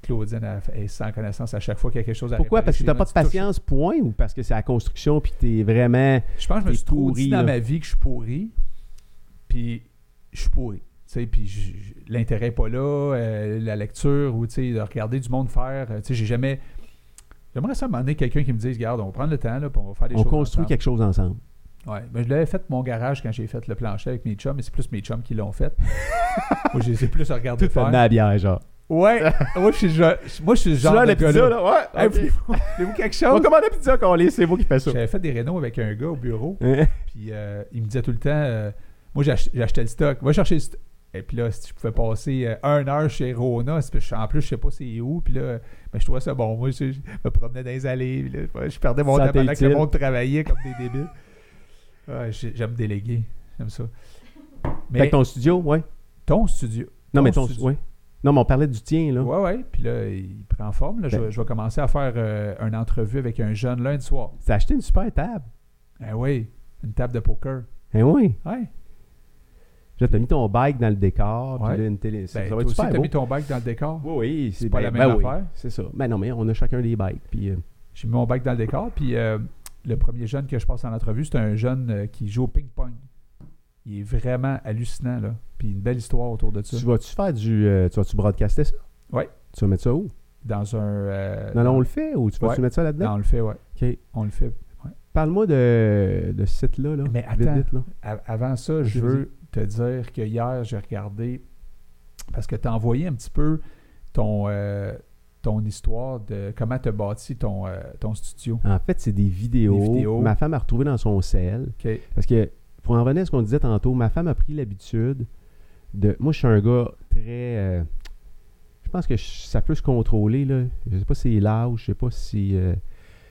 Claudine elle fait- elle est sans connaissance à chaque fois qu'il y a quelque chose à Pourquoi? réparer Parce que chez t'as nous, pas de elle dit, patience, point, ou parce que c'est la construction, puis t'es vraiment... Touche- Je pense que je me T'es suis trop pourri, dit dans là. ma vie que je suis pourri. Puis je suis pourri. Tu sais, puis je- je- l'intérêt n'est pas là, euh, la lecture ou tu sais, de regarder du monde faire. euh, Tu sais, j'ai jamais. J'aimerais ça demander quelqu'un qui me dise Regarde, on va prendre le temps, là, puis on va faire des On choses. construit ensemble. quelque chose ensemble. Ouais, ben je l'avais fait mon garage quand j'ai fait le plancher avec mes chums, mais c'est plus mes chums qui l'ont fait. moi, je les ai plus regardés Tout fait faire. de la bière, genre. Ouais, moi je suis le genre, moi, je suis le genre de gars-là. là, Hey, voulez-vous- voulez-vous quelque On chose? commande la pizza qu'on lit, c'est vous qui faites ça. J'avais fait des rénaux avec un gars au bureau, [laughs] Hein? puis euh, il me disait tout le temps, euh, moi j'ach- j'achetais le stock, va chercher le stock. Et puis là, si je pouvais passer euh, un heure chez Rona, c'est parce que je- en plus je sais pas c'est où, puis là, ben, je trouvais ça bon. Moi, je, je me promenais dans les allées, puis là, je perdais mon Ça temps pendant que le t'est monde travaillait comme des débiles. Ouais, j'ai- j'aime déléguer, j'aime ça. Fait que ton studio, ouais. Ton studio. Non, Ton mais ton studio. ouais. Non, mais on parlait du tien, là. Ouais, ouais. Puis là, il prend forme. là. Je, Hein? Ben. vais- je vais commencer à faire euh, une entrevue avec un jeune lundi soir. T'as acheté une super table. Ah oui, une table de poker. Hein, oui. Ouais. Là, t'as mis ton bike dans le décor, Ouais. puis là, une télé. ça- Ben, ça toi va être aussi, super t'as beau. mis ton bac dans le décor. Oui, oui, c'est pas ben- la même ben oui, affaire. c'est ça. Ben non, mais on a chacun des bikes, puis euh, J'ai mis mon bac dans le décor. Puis euh, le premier jeune que je passe en entrevue, c'est un jeune euh, qui joue au ping-pong. Il est vraiment hallucinant, là. Puis une belle histoire autour de ça. tu vas-tu faire du... euh, tu vas-tu broadcaster ça? Ouais. Tu vas mettre ça où? Dans un. euh, Non, non, on le fait, ou tu vas-tu Ouais. mettre ça là-dedans? non, on le fait, ouais. OK. On le fait. Parle-moi de, de ce site-là, là. Mais Vite, attends. vite, là. A- Avant ça, je Vas-y, veux te dire que hier, j'ai regardé parce que tu as envoyé un petit peu ton, euh, ton histoire de comment te bâti ton, euh, ton studio. En fait, c'est des vidéos. Des vidéos. Ma femme a retrouvé dans son sel. OK. Parce que, pour en revenir à ce qu'on disait tantôt, ma femme a pris l'habitude de. Moi, je suis un gars très. euh, je pense que je- ça peut se contrôler, là. Je sais pas si c'est l'âge, je sais pas si. euh,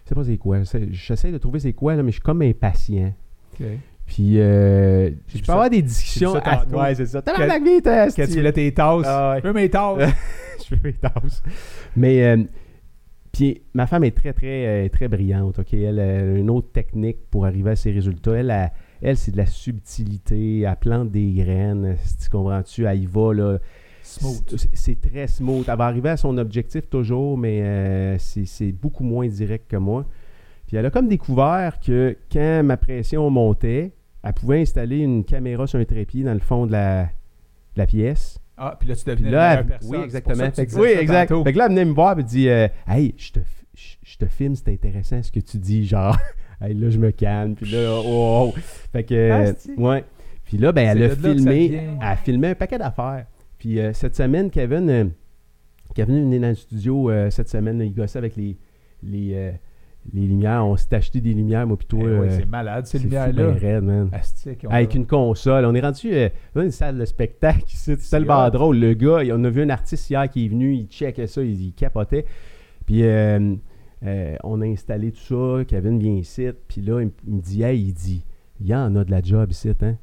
je sais pas c'est quoi. Je sais- J'essaie de trouver c'est quoi, là, mais je suis comme impatient. OK. Puis, euh, je vu peux ça- avoir des discussions. ça tantôt. ouais, c'est ça. T'as Quel- la vite, hein, Quand esti. tu voulais tes tasses. Ah ouais. Je veux mes [laughs] tasses. je fais mes tasses. Mais euh, puis ma femme est très très euh, très brillante. Ok, elle a une autre technique pour arriver à ses résultats. Elle, elle, elle, c'est de la subtilité. Elle plante des graines. Si tu comprends-tu, elle y va là. Smooth. C'est- C'est très smooth. Elle va arriver à son objectif toujours, mais euh, c'est c'est beaucoup moins direct que moi. Puis elle a comme découvert que quand ma pression montait, elle pouvait installer une caméra sur un trépied dans le fond de la, de la pièce. Ah, puis là, tu Puis devenais là, la elle- meilleure personne. oui, C'est exactement. pour ça que tu Fait que- disais oui, ça exact. tantôt. Fait que là, elle venait me voir et me dit euh, Hey, je te, f- je, je te filme, c'est intéressant ce que tu dis. Genre, [laughs] hey, là, je me calme. Puis là, oh, oh. Fait que, euh, Asti. ouais. Puis là, ben, elle Ah, C'est de là a que ça filmé, vient. elle a filmé un paquet d'affaires. Puis euh, cette semaine, Kevin, euh, Kevin est venu dans le studio euh, cette semaine, il gossait avec les, les, euh, les lumières, on s'est acheté des lumières, moi, puis toi. Eh oui, euh, c'est malade, ces c'est fou, lumières-là. ben raide, man. Astique, on Avec a- une console. On est rendu euh, dans une salle de spectacle ici. C'est tellement hot. drôle. Le gars, il- on a vu un artiste hier qui est venu, il checkait ça, il, il capotait. Puis euh, euh, on a installé tout ça. Kevin vient ici. Puis là, il, m- il me dit Hey, il dit, il y en a de la job ici, hein.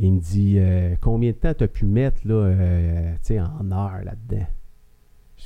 Il me dit Euh, Combien de temps t'as pu mettre là, euh, tu sais, en heure là-dedans Je-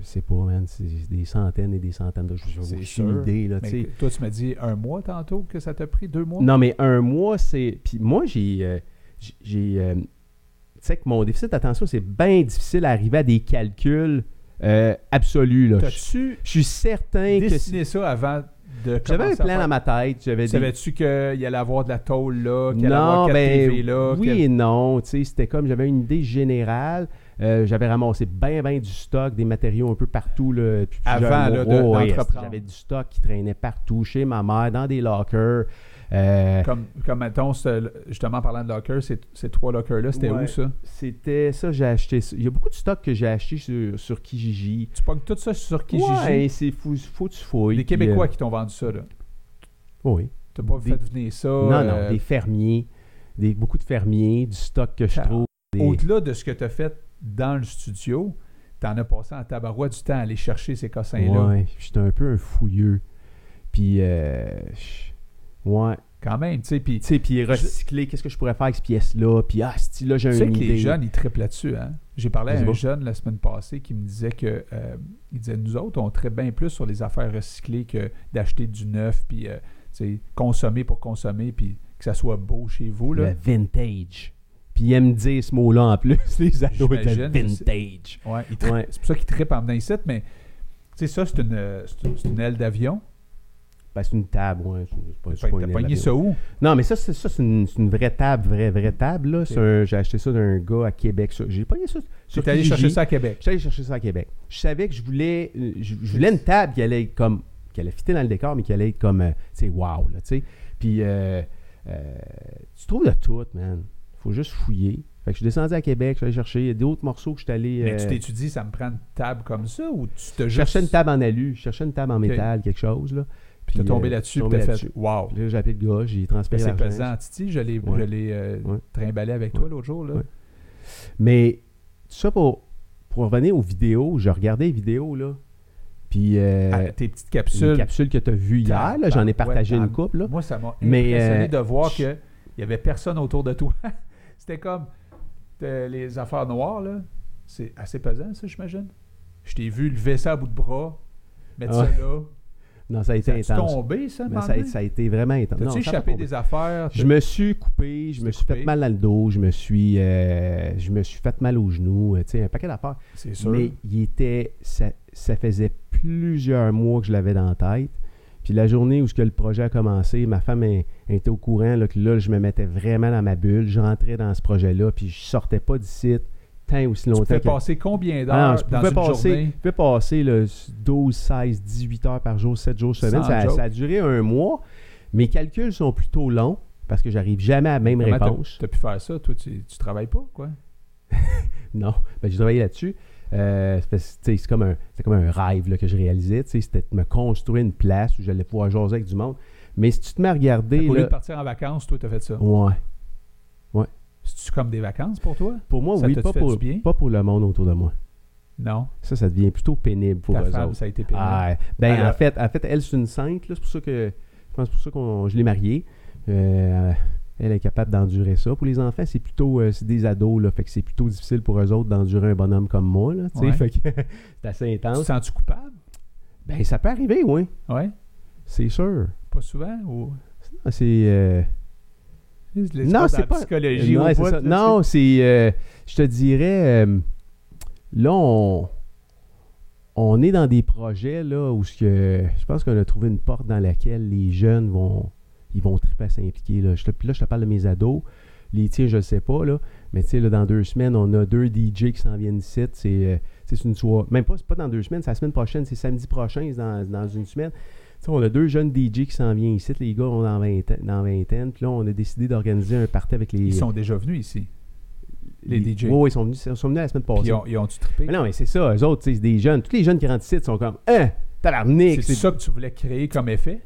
Je sais pas, man. C'est des centaines et des centaines de choses. C'est J'ai sûr. aucune idée, là, tu Mais sais. toi, tu m'as dit un mois tantôt que ça t'a pris, deux mois? Non, mais un mois, c'est. Puis moi, j'ai. euh, j'ai- j'ai, euh, Tu sais que mon déficit d'attention, c'est bien difficile d'arriver à des calculs euh, absolus. Là. Je T'as-tu je suis certain que. c'est- dessiné ça avant de commencer J'avais un à plan faire- dans ma tête. J'avais des... Savais-tu qu'il allait avoir de la tôle là, qu'il allait avoir Non, 4 ben, TV là? oui qu'il y et non. Tu sais, C'était comme j'avais une idée générale. Euh, j'avais ramassé bien, bien du stock, des matériaux un peu partout. Là, depuis plusieurs Avant, là, mois. de- Oh, ouais, d'entreprendre. J'avais du stock qui traînait partout, chez ma mère, dans des lockers. Euh, avait- Comme, comme mettons, ce- justement, en parlant de locker, ces, ces trois lockers-là, c'était Ouais. où ça? C'était ça, j'ai acheté. ça. Il y a beaucoup de stocks que j'ai acheté sur, sur Kijiji. Tu pognes tout ça sur Kijiji? Ouais, c'est fou, faut que tu fouilles. Les Puis, Québécois euh, qui t'ont vendu ça, là. oui. T'as pas Des- fait venir ça. non, non, euh, des fermiers, des, beaucoup de fermiers, du stock que je Car- trouve. des- Au-delà de ce que t'as fait dans le studio, t'en as passé en tabarouette du temps à aller chercher ces cossins-là. Ouais, j'étais un peu un fouilleux. Puis, euh, je- ouais. Quand même, tu sais. Puis Tu sais, puis recycler, qu'est-ce que je pourrais faire avec cette pièce-là? Puis, ah, ce là j'ai Tu sais une que idée. les jeunes, ils trippent là-dessus. Hein? J'ai parlé Je à sais un pas. jeune la semaine passée qui me disait que euh, il disait nous autres, on trippe bien plus sur les affaires recyclées que d'acheter du neuf, puis euh, tu sais, consommer pour consommer, puis que ça soit beau chez vous. le Là. vintage. Puis, ils me dire ce mot-là en plus, [laughs] les ados, le J'imagine, je sais. vintage. Ouais, ils trippent. Ouais. C'est pour ça qu'ils trippent en venant ici, mais tu sais, ça, c'est une, euh, c'est une- c'est une aile d'avion. Ben, c'est une table, ouais. C'est pas, c'est Fait pas que T'as une pogné énorme- ça où? Non, mais ça, c'est, ça, c'est, une, c'est une vraie table, vraie, vraie table. Là. C'est Ok. un- j'ai acheté ça d'un gars à Québec. ça. J'ai pogné ça. Tu sur es allé Kijiji. chercher ça à Québec. J'étais allé chercher ça à Québec. Je savais que je voulais, euh, je, je voulais une table qui allait être comme qui allait fitter dans le décor, mais qui allait être comme, euh, tu sais, wow, là, tu sais. Puis, euh, euh, tu trouves de tout, man. Faut juste fouiller. Fait que je suis descendu à Québec, je suis allé chercher. Il y a d'autres morceaux que je suis allé... Mais tu euh, t'es dit, ça me prend une table comme ça ou tu te je juste. cherchais une table en alu, je cherchais une table en métal, quelque chose, là. Puis, T'es tombé euh, là-dessus, je suis puis tombé t'as là-dessus. fait Wow! Puis Là, j'ai appelé le gars, j'ai Ben, transféré c'est l'argent. pesant, Titi. Je l'ai Ouais. je l'ai, euh, Ouais. trimballé avec Ouais. toi l'autre jour. Là. Ouais. Mais tout ça pour, pour revenir aux vidéos, je regardais les vidéos, là. Puis euh, Ah, tes petites les capsules. capsules que tu as vues hier, là, j'en ai partagé Ouais, une couple, là. Moi, ça m'a Mais, impressionné euh, de voir je- qu'il n'y avait personne autour de toi. [laughs] C'était comme euh, les affaires noires. là. C'est assez pesant, ça, j'imagine. Je t'ai vu lever ça à bout de bras, mettre Ouais. ça [laughs] là. Non, ça a été C'est intense. tombé, ça, Mais ça, a- ça a été vraiment intense. Non, T'as-tu ça a pas échappé tombé. des affaires? Je me suis coupé, je Tu me t'es suis fait coupé. mal dans le dos, je me suis, euh, je me suis fait mal aux genoux, euh, tu sais, un paquet d'affaires. C'est sûr. Mais il était, ça, ça faisait plusieurs mois que je l'avais dans la tête. Puis la journée où ce que le projet a commencé, ma femme elle- elle était au courant là, que là, je me mettais vraiment dans ma bulle. Je rentrais dans ce projet-là, puis je sortais pas d'ici tant aussi tu longtemps fais que... passer combien Ah non, d'heures je dans pouvais une passer, journée? je pouvais passer là, 12, 16, 18 heures par jour, 7 jours semaine. Sans Ça, joke. ça a duré un mois. Mes calculs sont plutôt longs parce que j'arrive jamais à la même Comment t'as- réponse. T'as pu faire ça? Toi, tu, tu travailles pas, quoi? Non, ben, j'ai travaillé là-dessus. Euh, c'est parce que, tu sais, c'est comme, un- c'est comme un rêve là, que je réalisais. tu sais, C'était de me construire une place où j'allais pouvoir jaser avec du monde. Mais si tu te mets à regarder. Au lieu là- de partir en vacances, toi, t'as fait ça. ouais. C'est-tu comme des vacances pour toi? Pour moi, Ça Oh oui, t'a-tu pas fait pour, du bien? pas pour le monde autour de moi. Non. Ça, ça devient plutôt pénible pour Ta eux femme, autres. ça a été pénible. Ah, ben, en, Alors- fait, en fait, elle, c'est une sainte. là, C'est pour ça que je pense pour ça qu'on je l'ai mariée. Euh, elle est capable d'endurer ça. Pour les enfants, c'est plutôt euh, c'est des ados. Là, fait que c'est plutôt difficile pour eux autres d'endurer un bonhomme comme moi. Là, tu sais, Ouais. fait que [laughs] c'est assez Tu te intense. sens-tu coupable? Ben, ça peut arriver, oui. Oui. C'est sûr. Pas souvent? Ou... Ah, C'est. euh, Non, c'est c'est pas- pas... psychologie non, au c'est bout, là, ça. Non, c'est. euh, je te dirais. euh, là, on. On est dans des projets là où ce que je pense qu'on a trouvé une porte dans laquelle les jeunes vont ils vont triper à s'impliquer là. Je te, puis là je te parle de mes ados, les tiens je le sais pas là, mais tu sais là, dans deux semaines on a deux DJ qui s'en viennent ici, c'est euh, tu sais, c'est une soirée, même pas c'est pas dans deux semaines, c'est la semaine prochaine, c'est samedi prochain, c'est dans, dans une semaine. Tu sais, on a deux jeunes DJ qui s'en viennent ici, les gars ont dans vingtaine, dans vingtaine, puis là on a décidé d'organiser un party avec les Ils sont déjà venus ici. les les- DJ. Oui, ils sont venus, ils sont venus la semaine Puis passée. ils ont- ils ont-tu trippé? Mais non, mais c'est ça, eux autres, tu sais, c'est des jeunes. Tous les jeunes qui rentrent ici sont comme Hein, Tabarnak, C'est ça que tu voulais créer comme effet?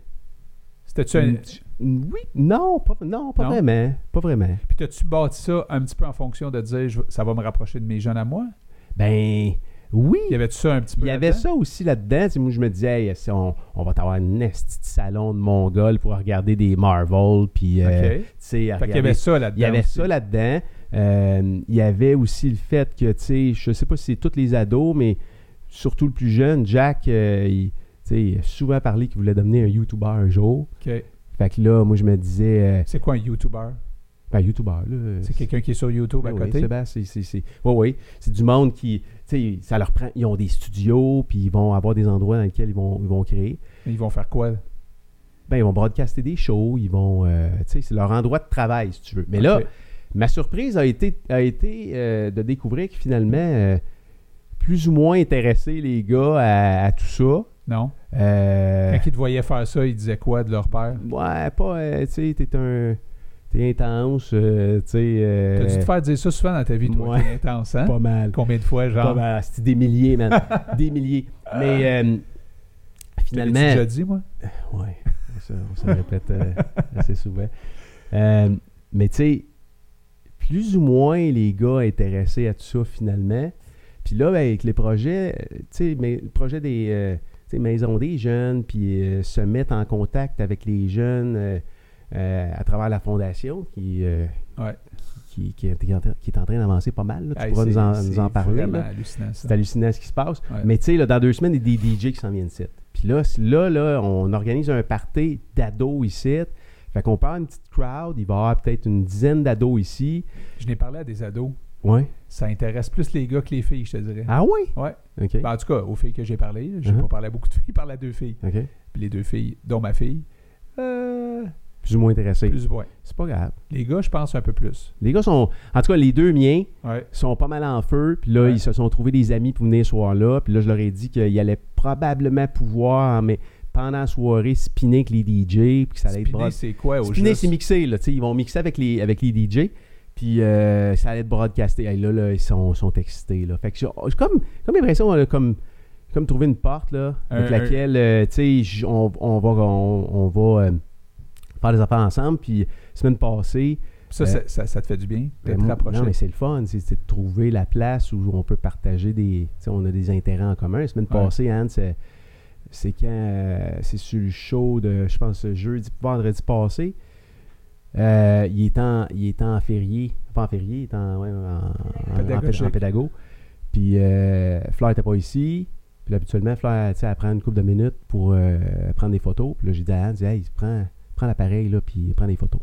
C'était-tu un... Oui, non, pas, non, pas Non. vraiment. Pas vraiment. Puis t'as-tu bâti ça un petit peu en fonction de dire je- ça va me rapprocher de mes jeunes à moi? Ben, oui. Il y avait-tu ça un petit peu? Il y avait là-dedans? ça aussi là-dedans. Tu sais, Moi, je me disais, hey, si on, on va avoir un esti de salon de Mongol pour regarder des Marvel. Puis, euh, OK. tu sais, à Fait qu'il y regarder- avait ça là-dedans. il y avait aussi. ça là-dedans. Euh, il y avait aussi le fait que, tu sais, je sais pas si c'est tous les ados, mais surtout le plus jeune, Jack, euh, il, tu sais, il a souvent parlé qu'il voulait devenir un YouTuber un jour. OK. Fait que là, moi, je me disais, euh, C'est quoi un YouTuber? ben, YouTuber, là. C'est quelqu'un qui est sur YouTube à Ben oui, côté? Sébastien, c'est- c'est- c'est- ouais, ouais. C'est du monde qui. tu sais, Ça leur prend, ils ont des studios, puis ils vont avoir des endroits dans lesquels ils vont, ils vont créer. Ils vont faire quoi? Ben, ils vont broadcaster des shows, ils vont. euh, tu sais, c'est leur endroit de travail, si tu veux. Mais là, OK. ma surprise a été, a été euh, de découvrir que finalement, euh, plus ou moins intéressés les gars à, à tout ça. Non? Euh, Quand ils te voyaient faire ça, ils disaient quoi de leur père? ouais, pas. euh, tu sais, t'es un. T'es intense, euh, tu sais. euh, T'as dû te faire dire ça souvent dans ta vie, toi, ouais. t'es intense, hein? pas mal. Combien de fois, genre? Pas mal, c'était des milliers, man. [laughs] des milliers. Mais euh, je te l'ai-tu finalement. déjà dit, moi? Ouais, ça, on se le répète euh, assez souvent. Euh, mais tu sais, plus ou moins les gars intéressés à tout ça finalement. Puis là, ben, avec les projets, euh, tu sais, mais le projet des euh, tu sais, maisons des jeunes, puis euh, se mettre en contact avec les jeunes euh, euh, à travers la fondation qui, euh, Ouais. qui, qui est en train- qui est en train d'avancer pas mal. là. Tu Hey, pourras c'est- nous en, c'est nous en parler. vraiment là. hallucinant, ça. C'est hallucinant ce qui se passe. Ouais. Mais tu sais, là, dans deux semaines, il y a des DJ qui s'en viennent ici. Puis là, c- là, là, on organise un party d'ados ici. Fait qu'on parle à une petite crowd. Il va y avoir peut-être une dizaine d'ados ici. Je n'ai parlé à des ados. Ouais. Ça intéresse plus les gars que les filles, je te dirais. Ah ouais? Ouais. OK. Ben, en tout cas, aux filles que j'ai parlé, je n'ai Mhm. pas parlé à beaucoup de filles, [laughs] j'ai parlé à deux filles. OK. Puis les deux filles, dont ma fille, euh, Plus ou moins intéressé. plus ou moins. C'est pas grave. Les gars, je pense un peu plus. Les gars sont. En tout cas, les deux miens Ouais. sont pas mal en feu. Puis là, Ouais. ils se sont trouvés des amis pour venir ce soir-là. Puis là, je leur ai dit qu'ils allaient probablement pouvoir, mais pendant la soirée, spinner avec les DJ. Puis que ça allait être Spinner, broad- c'est quoi au Spinner, juste? c'est mixé, là, tu sais, ils vont mixer avec les, avec les DJ, puis euh, ça allait être broadcasté. Hey, là, là, ils sont, sont excités. Là. Fait que j'ai j'ai comme, comme l'impression qu'on a comme, comme trouvé une porte là, avec Un- un- laquelle euh, tu sais, j- on, on va, on, on va euh, faire des affaires ensemble. Puis semaine passée, Ça, ça, ça- ça te fait du bien d'être ben, rapproché. non, mais c'est le fun, c'est c'est de trouver la place où on peut partager des. tu sais, On a des intérêts en commun. La semaine Ouais. passée, Anne, c'est c'est quand euh, c'est sur le show de, je pense, jeudi, vendredi passé. Euh, il, est en, il est en férié. Pas en férié, il est en, ouais, en- en- en- en pédago. Pédagogique. Puis euh, Fleur n'était pas ici. Puis habituellement, Fleur, tu sais, elle prend une couple de minutes pour euh, prendre des photos. Puis là, j'ai dit à Anne, j'ai dit, hey, prends, prends l'appareil, là, puis prends des photos.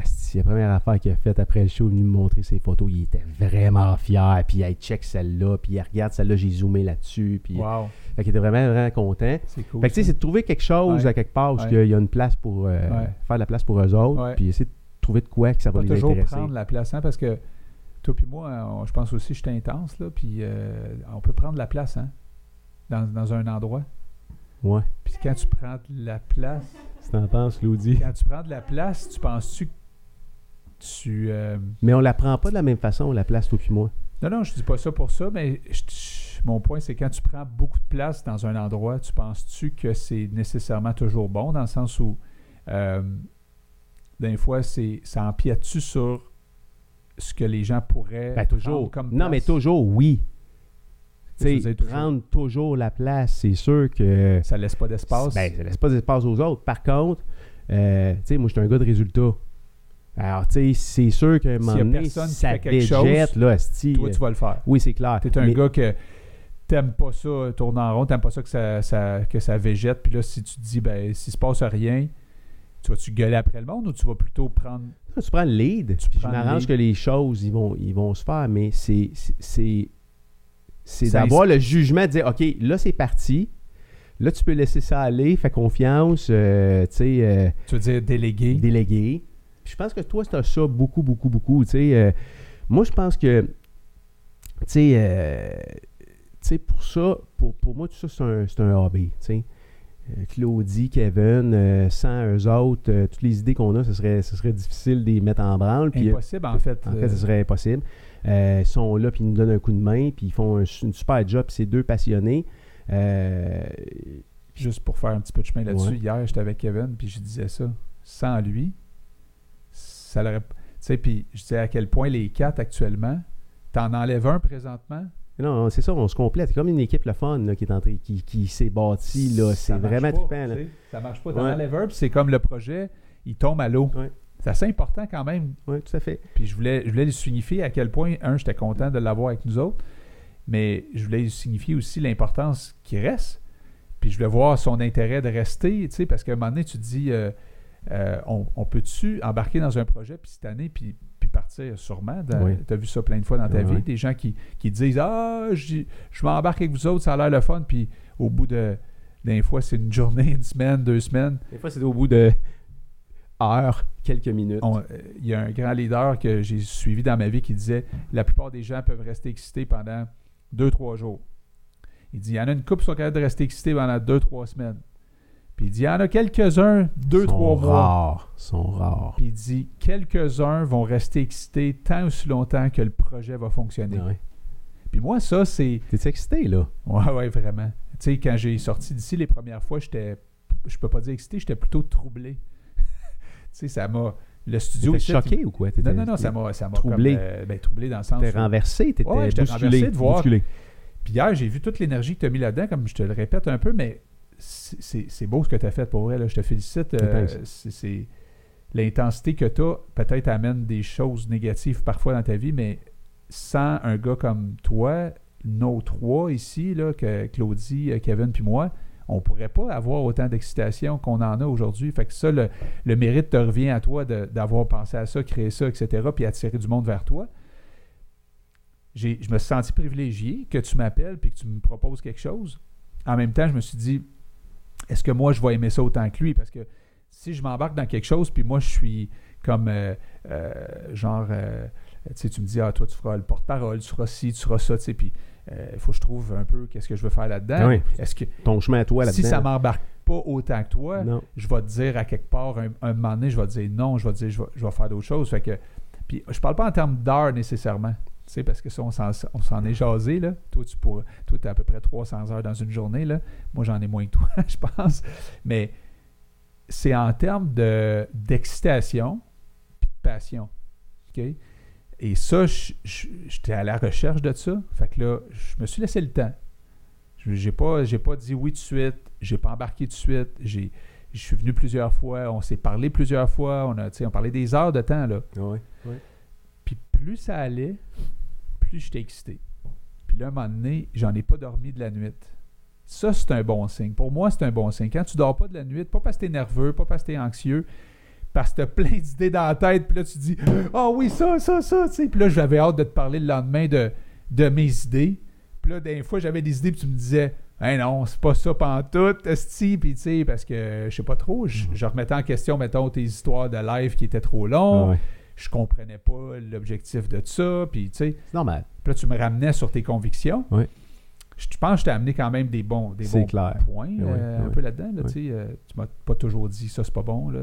Asti, la première affaire qu'il a faite après le show, il est venu me montrer ses photos. Il était vraiment fier. Puis, hey, check celle-là. Puis, hey, regarde celle-là, j'ai zoomé là-dessus. Puis, Wow, fait qu'il était vraiment, vraiment content. c'est cool. Fait que, tu sais, c'est de trouver quelque chose Ouais. à quelque part, parce Ouais. qu'il y a une place pour euh, Ouais. faire de la place pour eux autres. Ouais. Puis, essayer de trouver de quoi que ça ça. va Pas les toujours intéresser. prendre la place, hein, parce que toi puis moi, on- je pense aussi que je suis intense, là, puis euh, on peut prendre la place, hein, dans, dans un endroit. Ouais. Puis quand tu prends de la place, Si t'en penses, Claudie. quand tu prends de la place, tu penses-tu que tu... euh, Mais on la prend pas de la même façon, la place, toi puis moi. Non, non, je dis pas ça pour ça, mais je- je- mon point, c'est quand tu prends beaucoup de place dans un endroit, tu penses-tu que c'est nécessairement toujours bon, dans le sens où, euh, des fois, c'est ça empiète-tu sur ce que les gens pourraient Ben, Euh, prendre toujours. comme non, place? mais toujours, oui. Qu'est-ce que Tu vous sais, dites toujours? prendre toujours la place, c'est sûr que. Ça laisse pas d'espace. Ben, ça laisse pas d'espace aux autres. Par contre, euh, tu sais, moi, je suis un gars de résultat. Alors, tu sais, c'est sûr qu'à un moment y a donné, personne qui ça fait quelque végète, chose, là, asti. Toi, tu vas le faire. Oui, c'est clair. Tu es un Mais- gars que t'aimes pas ça, tourner en rond, t'aimes pas ça que ça, ça- que ça végète, puis là, si tu te dis, ben, s'il se passe rien, tu vas-tu gueuler après le monde ou tu vas plutôt prendre... Tu prends le lead. Tu puis je prends le m'arrange lead. que les choses, ils vont, ils vont se faire, mais c'est. c'est- c'est- C'est Ça d'avoir le jugement de dire, OK, là, c'est parti. Là, tu peux laisser ça aller, fais confiance, euh, tu sais. euh, Tu veux dire déléguer? délégué. Puis je pense que toi, c'est ça beaucoup, beaucoup, beaucoup. Tu sais, euh, moi, je pense que, tu sais, euh, tu sais, pour ça, pour, pour moi, tout ça, c'est un, c'est un hobby. tu sais. Euh, Claudie, Kevin, euh, sans eux autres, euh, toutes les idées qu'on a, ce serait, ce serait difficile de les mettre en branle. Puis, euh, Impossible, en fait. en fait, ce euh, serait impossible. Euh, ils sont là, puis ils nous donnent un coup de main, puis ils font un su- une super job, puis c'est deux passionnés. Euh, Juste pour faire un petit peu de chemin là-dessus, Ouais. hier, j'étais avec Kevin, puis je disais ça. Sans lui, ça l'aurait. Tu sais, puis je disais à quel point les quatre actuellement, t'en enlèves un présentement. non, c'est ça, on se complète. C'est comme une équipe le fun là, qui est entrée, qui, qui s'est bâtie. ça là. C'est marche vraiment pas, trippant. là. tu sais, Ça marche pas. T'en Ouais. enlèves un, puis c'est comme le projet, il tombe à l'eau. Ouais. C'est assez important quand même. Oui, tout à fait. Puis je voulais, je voulais lui signifier à quel point, un, j'étais content de l'avoir avec nous autres, mais je voulais lui signifier aussi l'importance qu'il reste. Puis je voulais voir son intérêt de rester, tu sais, parce qu'à un moment donné, tu te dis, euh, euh, on, on peut-tu embarquer dans un projet, puis cette année, puis, puis partir sûrement. Oui. Tu as vu ça plein de fois dans ta Ouais, vie, ouais. des gens qui, qui disent, ah, j'y- je m'embarque avec vous autres, ça a l'air le fun, puis au bout de... Des fois, c'est une journée, [laughs] une semaine, deux semaines. Des fois, c'est au bout de heures, quelques minutes. On- euh, Il y a un grand leader que j'ai suivi dans ma vie qui disait la plupart des gens peuvent rester excités pendant deux, trois jours. Il dit il y en a une couple qui sont capables de rester excités pendant deux, trois semaines. Puis il dit il y en a quelques-uns, deux, Sont trois mois. rares, sont rares. Puis il dit quelques-uns vont rester excités tant aussi longtemps que le projet va fonctionner. Ouais. Puis moi, ça, c'est. T'es excité, là? Ouais, ouais, vraiment. Tu sais, quand j'ai sorti d'ici les premières fois, j'étais. Je peux pas dire excité, j'étais plutôt troublé. [laughs] tu sais, ça m'a. Le studio. T'étais ici, choqué ou quoi? T'étais- non, non, non, ça m'a, ça m'a Troublé. Comme, euh, ben, troublé dans le sens. T'étais où- renversé, t'étais Ouais, j'étais bousculé, renversé de voir- bousculé. Puis hier, j'ai vu toute l'énergie que tu as mis là-dedans, comme je te le répète un peu, mais c'est, c'est- c'est beau ce que tu as fait pour vrai. là. Je te félicite. Euh, Thanks. c'est, c'est- l'intensité que tu as peut-être amène des choses négatives parfois dans ta vie, mais sans un gars comme toi, nos trois ici, là, que Claudie, euh, Kevin puis moi, on pourrait pas avoir autant d'excitation qu'on en a aujourd'hui. Fait que ça, le, le mérite te revient à toi de- d'avoir pensé à ça, créé ça, etc., puis attirer du monde vers toi. J'ai- je me suis senti privilégié que tu m'appelles puis que tu me proposes quelque chose. En même temps, je me suis dit, est-ce que moi, je vais aimer ça autant que lui? Parce que si je m'embarque dans quelque chose, puis moi, je suis comme, euh, euh, genre, euh, tu sais, tu me dis, ah, toi, tu feras le porte-parole, tu feras ci, tu feras ça, tu sais, puis euh, il faut que je trouve un peu qu'est-ce que je veux faire là-dedans. Ouais, Est-ce que ton chemin à toi, Ah là-dedans. si ça m'embarque pas autant que toi, Non. je vais te dire à quelque part, un, un moment donné, je vais te dire non, je vais te dire, je vais, je vais faire d'autres choses. Fait que, puis je parle pas en termes d'heures nécessairement, tu sais, parce que ça, on s'en, on s'en est jasé, là. Toi, tu pourrais, toi, t'as à peu près 300 heures dans une journée, là. Moi, j'en ai moins que toi, [laughs] je pense. Mais c'est en termes de, d'excitation puis de passion, OK? Et ça, je- je- j'étais à la recherche de ça. Fait que là, je me suis laissé le temps. Je- J'ai pas, j'ai pas dit oui tout de suite, j'ai pas embarqué tout de suite, j'ai, je suis venu plusieurs fois, on s'est parlé plusieurs fois, on a, tu sais, on parlait des heures de temps, là. Ouais. Puis plus ça allait, plus j'étais excité. Puis là, un moment donné, j'en ai pas dormi de la nuit. Ça, c'est un bon signe. Pour moi, c'est un bon signe. Quand tu dors pas de la nuit, pas parce que t'es nerveux, pas parce que t'es anxieux, parce que t'as plein [laughs] d'idées dans la tête, puis là, tu dis « Ah oui, ça, ça, ça! » tu sais. Puis là, j'avais hâte de te parler le lendemain de, de mes idées. Puis là, des fois, j'avais des idées, puis tu me disais « Hein non, c'est pas ça pantoute, esti! » Puis tu sais, parce que, je sais pas trop, je, je remettais en question, mettons, tes histoires de live qui étaient trop longues Ah ouais. je comprenais pas l'objectif de ça, puis tu sais, C'est normal. puis là tu me ramenais sur tes convictions. Oui. Je je pense que je t'ai amené quand même des bons, des C'est bons clair. points Oui, euh, oui. un peu là-dedans. là, Oui. Tu sais, euh, tu m'as pas toujours dit ça, c'est pas bon. Là.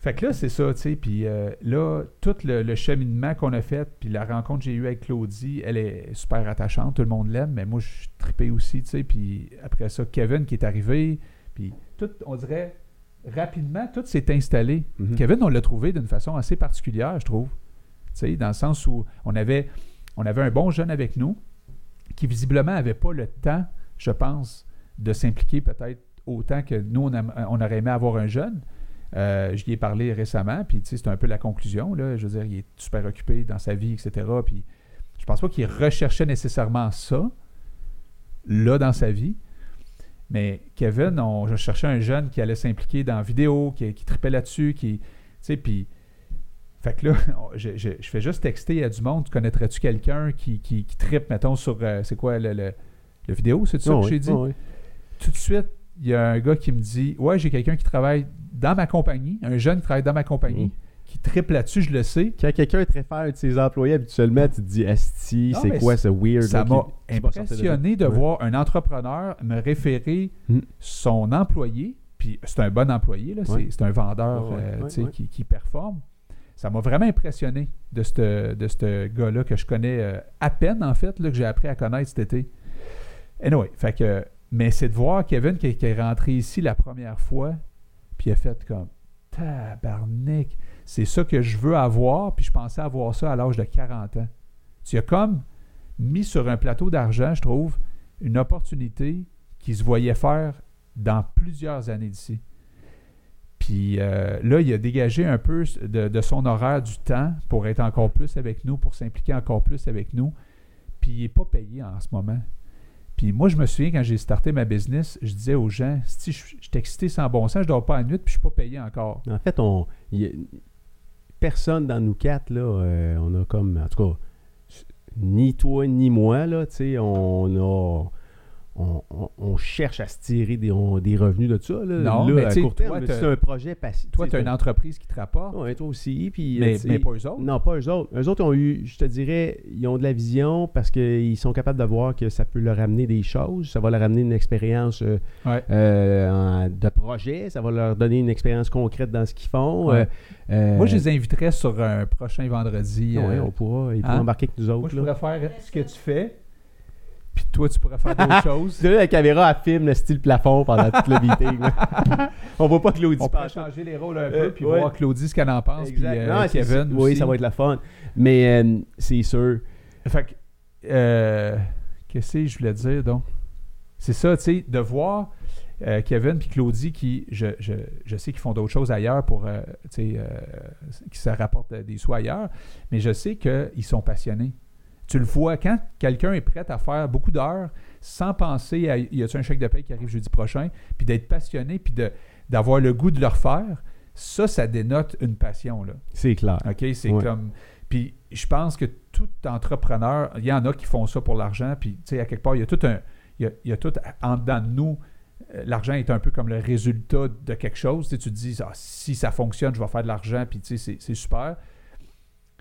Fait que là, c'est ça, tu sais. Puis euh, là, tout le, le cheminement qu'on a fait, puis la rencontre que j'ai eue avec Claudie, elle est super attachante, tout le monde l'aime, mais moi, je suis trippé aussi, tu sais. Puis après ça, Kevin qui est arrivé, puis tout, on dirait, rapidement, tout s'est installé. Mhm. Kevin, on l'a trouvé d'une façon assez particulière, je trouve. Tu sais, dans le sens où on avait, on avait un bon jeune avec nous qui visiblement n'avait pas le temps, je pense, de s'impliquer peut-être autant que nous, on, aim- on aurait aimé avoir un jeune. Euh, J'y ai parlé récemment, puis tu sais, c'est un peu la conclusion. Là, je veux dire, il est super occupé dans sa vie, etc. Puis je pense pas qu'il recherchait nécessairement ça, là, dans sa vie. Mais Kevin, on, je cherchais un jeune qui allait s'impliquer dans la vidéo, qui, qui tripait là-dessus, qui. Tu sais, puis. Fait que là, on- je, je- je fais juste texter à du monde connaîtrais-tu quelqu'un qui, qui, qui trippe, mettons, sur. euh, c'est quoi le, le- le vidéo C'est ça Ouais, que j'ai ouais, dit ouais. Tout de suite, il y a un gars qui me dit Ouais, j'ai quelqu'un qui travaille dans ma compagnie, un jeune qui travaille dans ma compagnie, Mm. qui trippe là-dessus, je le sais. Quand quelqu'un est très fier de ses employés, habituellement, tu te dis Asti, Non, c'est mais quoi ce weird Ça m'a impressionné. impressionné de Ouais. voir un entrepreneur me référer Mm. son employé, puis c'est un bon employé, là, c'est- Ouais. c'est, un vendeur Ouais, ouais, euh, ouais, tu sais, ouais. Qui, qui performe. Ça m'a vraiment impressionné de ce de c'te gars-là que je connais euh, à peine, en fait, là, que j'ai appris à connaître cet été. Anyway, fait que, mais c'est de voir Kevin qui, qui est rentré ici la première fois, puis il a fait comme tabarnak, c'est ça que je veux avoir, puis je pensais avoir ça à l'âge de 40 ans. Tu as comme mis sur un plateau d'argent, je trouve, une opportunité qui se voyait faire dans plusieurs années d'ici. Puis euh, là, il a dégagé un peu de, de son horaire du temps pour être encore plus avec nous, pour s'impliquer encore plus avec nous. Puis il n'est pas payé en ce moment. Puis moi, je me souviens, quand j'ai starté ma business, je disais aux gens, si je, je suis excité sans bon sens, je dors pas à la nuit, puis je suis pas payé encore. En fait, on, y a- personne dans nous quatre, là, euh, on a comme, en tout cas, s- ni toi ni moi, là, tu sais, on a... On, on- on cherche à se tirer des, on- des revenus de ça. Là, Non, Là, mais à tu sais, court terme, toi, c'est t'as- un projet passif. Toi, tu as une entreprise qui te rapporte, Ouais, toi aussi. Puis, mais, euh, tu mais sais, pas eux autres. Oh, Non, pas eux autres. Eux autres ont eu, je te dirais, ils ont de la vision parce qu'ils sont capables de voir que ça peut leur amener des choses. Ça va leur amener une expérience euh, Ouais. euh, en- de projet. Ça va leur donner une expérience concrète dans ce qu'ils font. Ouais. Euh, euh, Moi, je les inviterais sur un prochain vendredi. ouais, euh, on pourra, ils Hein? pourront embarquer avec nous moi, autres. je là. pourrais faire ce que tu fais, puis toi, tu pourrais faire [laughs] d'autres choses. C'est là, la caméra elle filme le style plafond pendant tout le [laughs] meeting. là. on voit pas Claudie On peut passer. changer les rôles un Euh, peu, puis ouais. voir Claudie ce qu'elle en pense, puis Exact. euh, Non, c'est- Kevin Oui, aussi. ça va être la fun. Mais euh, c'est sûr. Fait que, euh, qu'est-ce que je voulais dire donc? C'est ça, tu sais, de voir euh, Kevin puis Claudie qui, je, je, je sais qu'ils font d'autres choses ailleurs pour, euh, tu sais, euh, qui se rapportent euh, des sous ailleurs, mais je sais qu'ils sont passionnés. Tu le vois, quand quelqu'un est prêt à faire beaucoup d'heures sans penser à y a-t-il un chèque de paie qui arrive jeudi prochain, puis d'être passionné, puis de, d'avoir le goût de le refaire, ça, ça dénote une passion, là. C'est clair. OK, c'est Ouais. comme. Puis je pense que tout entrepreneur, il y en a qui font ça pour l'argent, puis tu sais, à quelque part, il y a tout un. Il y a, il y a tout en dedans de nous. euh, L'argent est un peu comme le résultat de quelque chose. Tu, sais, tu te dis, Ah, si ça fonctionne, je vais faire de l'argent, puis tu sais, c'est- c'est super.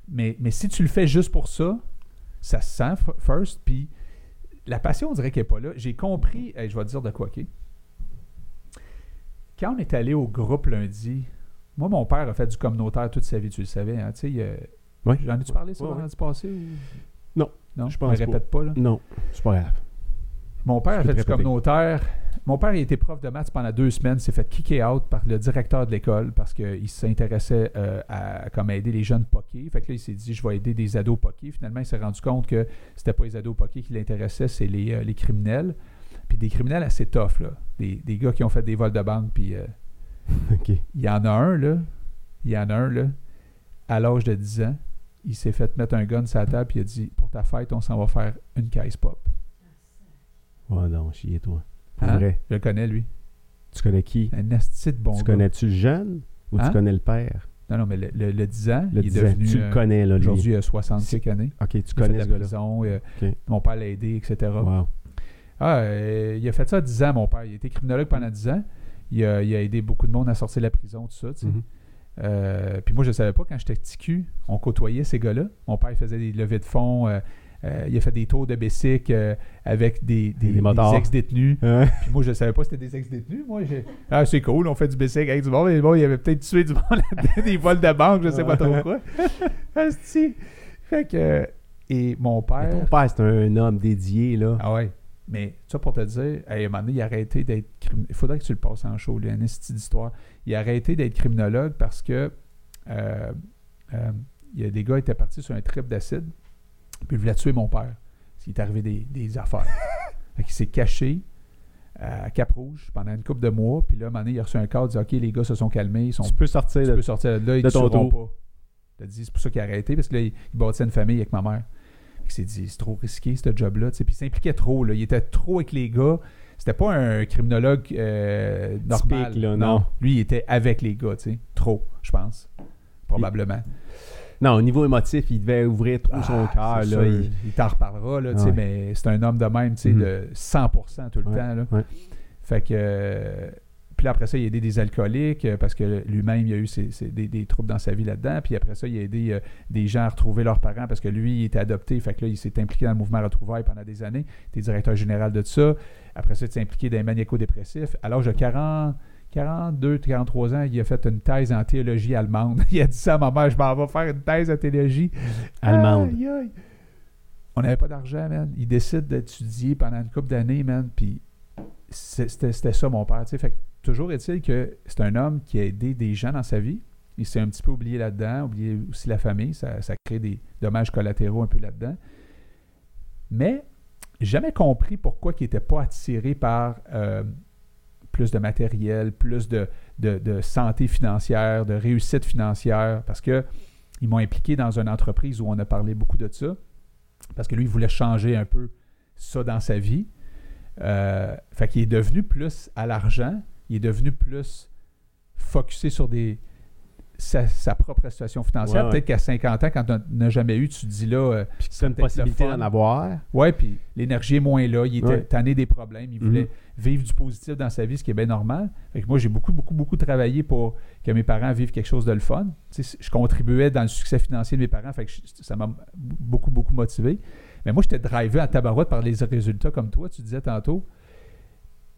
Mais, mais si tu le fais juste pour ça, ça se sent f- first, puis la passion, on dirait qu'elle n'est pas là. J'ai compris, hey, je vais te dire de quoi, OK? Quand on est allé au groupe lundi, moi, mon père a fait du communautaire toute sa vie, tu le savais. Hein, tu sais, il, euh, Ouais. J'en ai-tu parlé ça Ouais, ouais. vendredi passé? Ou... Non, Non, je je pense ne répète pas. là. Non, c'est pas grave. [laughs] Mon père a Je peux fait te du répéter. communautaire. Mon père, il était prof de maths pendant deux semaines. s'est fait kicker out par le directeur de l'école parce qu'il s'intéressait euh, à comme à aider les jeunes poqués. Fait que là, il s'est dit, je vais aider des ados poqués. Finalement, il s'est rendu compte que c'était pas les ados poqués qui l'intéressaient, c'est les, euh, les criminels. Puis des criminels assez tough, là. Des, des gars qui ont fait des vols de banque. Puis euh, OK. il y en a un, là. Il y en a un, là. À l'âge de 10 ans, il s'est fait mettre un gun sur la table. Puis il a dit, pour ta fête, on s'en va faire une caisse pop. Ouais, non, chier toi. Pour Hein? vrai. Je le connais, lui. Tu connais qui? Un asti de bon tu gars. connais-tu le jeune ou Hein? tu connais le père? Non, non, mais le, le- le 10 ans, Le il est 10 ans. devenu. tu euh, le connais, là, lui. Aujourd'hui, il a 65 années. OK, tu Il a fait de connais la ce gars-là. prison. euh, Ok. Mon père l'a aidé, etc. Wow. Ah, euh, il a fait ça à 10 ans, mon père. Il était criminologue pendant 10 ans. Il a, il a aidé beaucoup de monde à sortir de la prison, tout ça. tu sais. Mhm. Euh, puis moi, je ne savais pas, quand j'étais petit cul, on côtoyait ces gars-là. Mon père il faisait des levées de fonds. euh, euh, il a fait des tours de bicycle euh, avec des, des, Des motards. des ex-détenus. Hein? Puis moi, je ne savais pas c'était des ex-détenus. Moi, j'ai- ah, c'est cool, on fait du bicycle avec du monde. Mais bon, il avait peut-être tué du monde là-dedans, [laughs] des vols de banque, je ne sais pas trop quoi. Asti. Fait que... Et mon Mais père... Ton père, c'est un homme dédié, là. Ah ouais. Mais ça pour te dire, hey, à un moment donné, il a arrêté d'être crimin- Il faudrait que tu le passes en show, lui, un esti d'histoire. Il a arrêté d'être criminologue parce que euh, euh, il y a des gars qui étaient partis sur un trip d'acide, puis ils voulaient tuer mon père. Parce qu'il est arrivé des, des affaires. [laughs] fait qu'il s'est caché euh, à Cap Rouge pendant une couple de mois, puis là, à un moment donné, il a reçu un call, il dit Ok, les gars se sont calmés, ils sont Tu peux sortir tu de... peux sortir de là, ils de ne ton sauront dos. pas. Il a dit, c'est pour ça qu'il a arrêté, parce que là, il, il bâtissait une famille avec ma mère. Il s'est dit, c'est trop risqué, ce job-là. tu sais. Puis il s'impliquait trop, là. il était trop avec les gars. C'était pas un criminologue euh, normal. Typique, là, non. Lui, il était avec les gars, tu sais. Trop, je pense. Probablement. Non, au niveau émotif, il devait ouvrir trop son Ah, cœur, c'est là. sûr. il- Il t'en reparlera, là, tu sais, Ouais. mais c'est un homme de même, tu sais, Mhm. de 100% tout le Ouais, temps. Là. ouais. Fait que. euh, Puis là, après ça, il a aidé des alcooliques euh, parce que lui-même, il a eu ses- ses- des, des troubles dans sa vie là-dedans. Puis après ça, il a aidé euh, des gens à retrouver leurs parents parce que lui, il était adopté. Fait que là, il s'est impliqué dans le mouvement Retrouvailles pendant des années. Il était directeur général de ça. Après ça, il s'est impliqué dans les maniaco-dépressifs. À l'âge de 40, 42, 43 ans, il a fait une thèse en théologie [laughs] allemande. Il a dit ça à ma mère, je m'en vais faire une thèse en théologie. Allemande. Aïe, aïe. on n'avait pas d'argent, man. Il décide d'étudier pendant une couple d'années, man. Puis c'est- c'était c'était ça, mon père. tu sais. Fait que toujours est-il que c'est un homme qui a aidé des gens dans sa vie. Il s'est un petit peu oublié là-dedans, oublié aussi la famille. Ça, ça crée des dommages collatéraux un peu là-dedans. Mais jamais compris pourquoi il n'était pas attiré par euh, plus de matériel, plus de, de- de santé financière, de réussite financière, parce que ils m'ont impliqué dans une entreprise où on a parlé beaucoup de ça, parce que lui, il voulait changer un peu ça dans sa vie. Euh, fait qu'il est devenu plus à l'argent, il est devenu plus focusé sur des sa, sa propre situation financière. Ouais, ouais. Peut-être qu'à 50 ans, quand on n'a jamais eu, tu te dis là, euh, Puis c'est une peut-être le possibilité fun. d'en avoir. Ouais, puis l'énergie est moins là. Il était Ouais. tanné des problèmes. Il voulait Mhm. vivre du positif dans sa vie, ce qui est bien normal. Fait que moi, j'ai beaucoup, beaucoup, beaucoup travaillé pour que mes parents vivent quelque chose de le fun. Tu sais, je contribuais dans le succès financier de mes parents. Fait que je- ça m'a beaucoup, beaucoup motivé. Mais moi, j'étais drivé à tabarouette par les résultats comme toi, tu disais tantôt.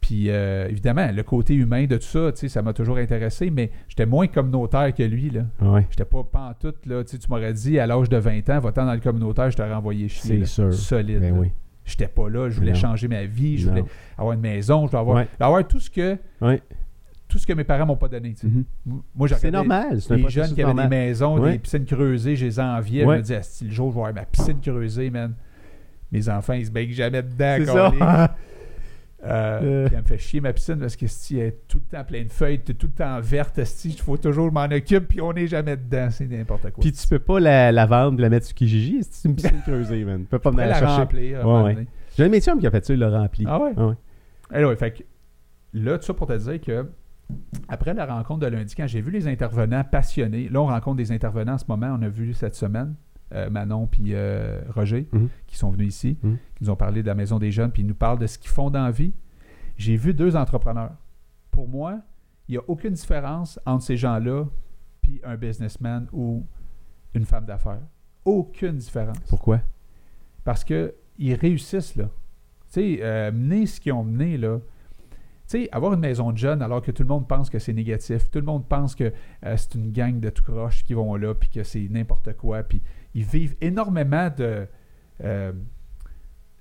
Puis, euh, évidemment, le côté humain de tout ça, tu sais, ça m'a toujours intéressé, mais j'étais moins communautaire que lui. là. Ouais. J'étais pas pantoute. Là. Tu sais, tu m'aurais dit, à l'âge de 20 ans, va-t'en dans le communautaire, je t'aurais envoyé chier. C'est là. sûr. Solide. Ben là. oui. J'étais pas là, je voulais Non. changer ma vie, je voulais Non. avoir une maison, je voulais avoir, Ouais. je voulais avoir tout ce que Ouais. tout ce que mes parents m'ont pas donné. tu sais. Mhm. M- Moi, j'ai C'est regardé normal. C'est un Les processus jeunes qui avaient normal. des maisons, Ouais. des piscines creusées, je les enviais. Ouais. Je me disais, Ah, si le jour où je vais avoir ma piscine creusée, man, mes enfants, ils se baignent jamais dedans. C'est câlisse. ça. Euh, [laughs] Euh. puis elle me fait chier ma piscine parce que si elle est tout le temps pleine de feuilles, t'es tout le temps verte, si il faut toujours que je m'en occupe, puis on n'est jamais dedans, c'est n'importe quoi. [laughs] Puis tu peux pas la, la vendre, la mettre sur Kijiji. C'est une piscine creusée, man. Tu peux pas Après, venir la la chercher. remplir. à un Ouais, moment ouais. donné. J'ai un métier qui a fait ça, il l'a rempli. Ah ouais? Ah ouais. Anyway, fait que là, tout ça pour te dire que après la rencontre de lundi, quand j'ai vu les intervenants passionnés, là, on rencontre des intervenants en ce moment, on a vu cette semaine, euh, Manon puis euh, Roger, Mhm. qui sont venus ici, Mhm. qui nous ont parlé de la Maison des Jeunes, puis ils nous parlent de ce qu'ils font dans la vie. J'ai vu deux entrepreneurs. Pour moi, il n'y a aucune différence entre ces gens-là puis un businessman ou une femme d'affaires. Aucune différence Pourquoi? parce que ils réussissent là. Tu sais, euh, mener ce qu'ils ont mené là. Tu sais, avoir une maison de jeunes alors que tout le monde pense que c'est négatif, tout le monde pense que euh, c'est une gang de tout croche qui vont là, puis que c'est n'importe quoi, puis ils vivent énormément de euh,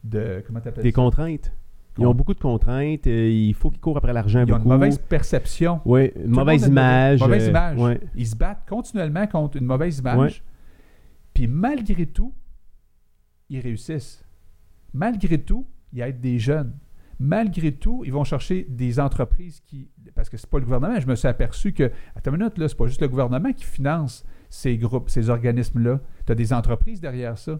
de comment t'appelles Des ça? contraintes. Ils ont beaucoup de contraintes. euh, il faut qu'ils courent après l'argent Ils ont beaucoup. une mauvaise perception. Ouais, une Tout le mauvaise monde a une image. Mauvaise euh, image. ouais. Ils se battent continuellement contre une mauvaise image. Ouais. Puis malgré tout, ils réussissent. Malgré tout, ils aident des jeunes. Malgré tout, ils vont chercher des entreprises qui. Parce que c'est pas le gouvernement. Je me suis aperçu que. Attends une minute, là, c'est pas juste le gouvernement qui finance ces groupes, ces organismes-là. Tu as des entreprises derrière ça.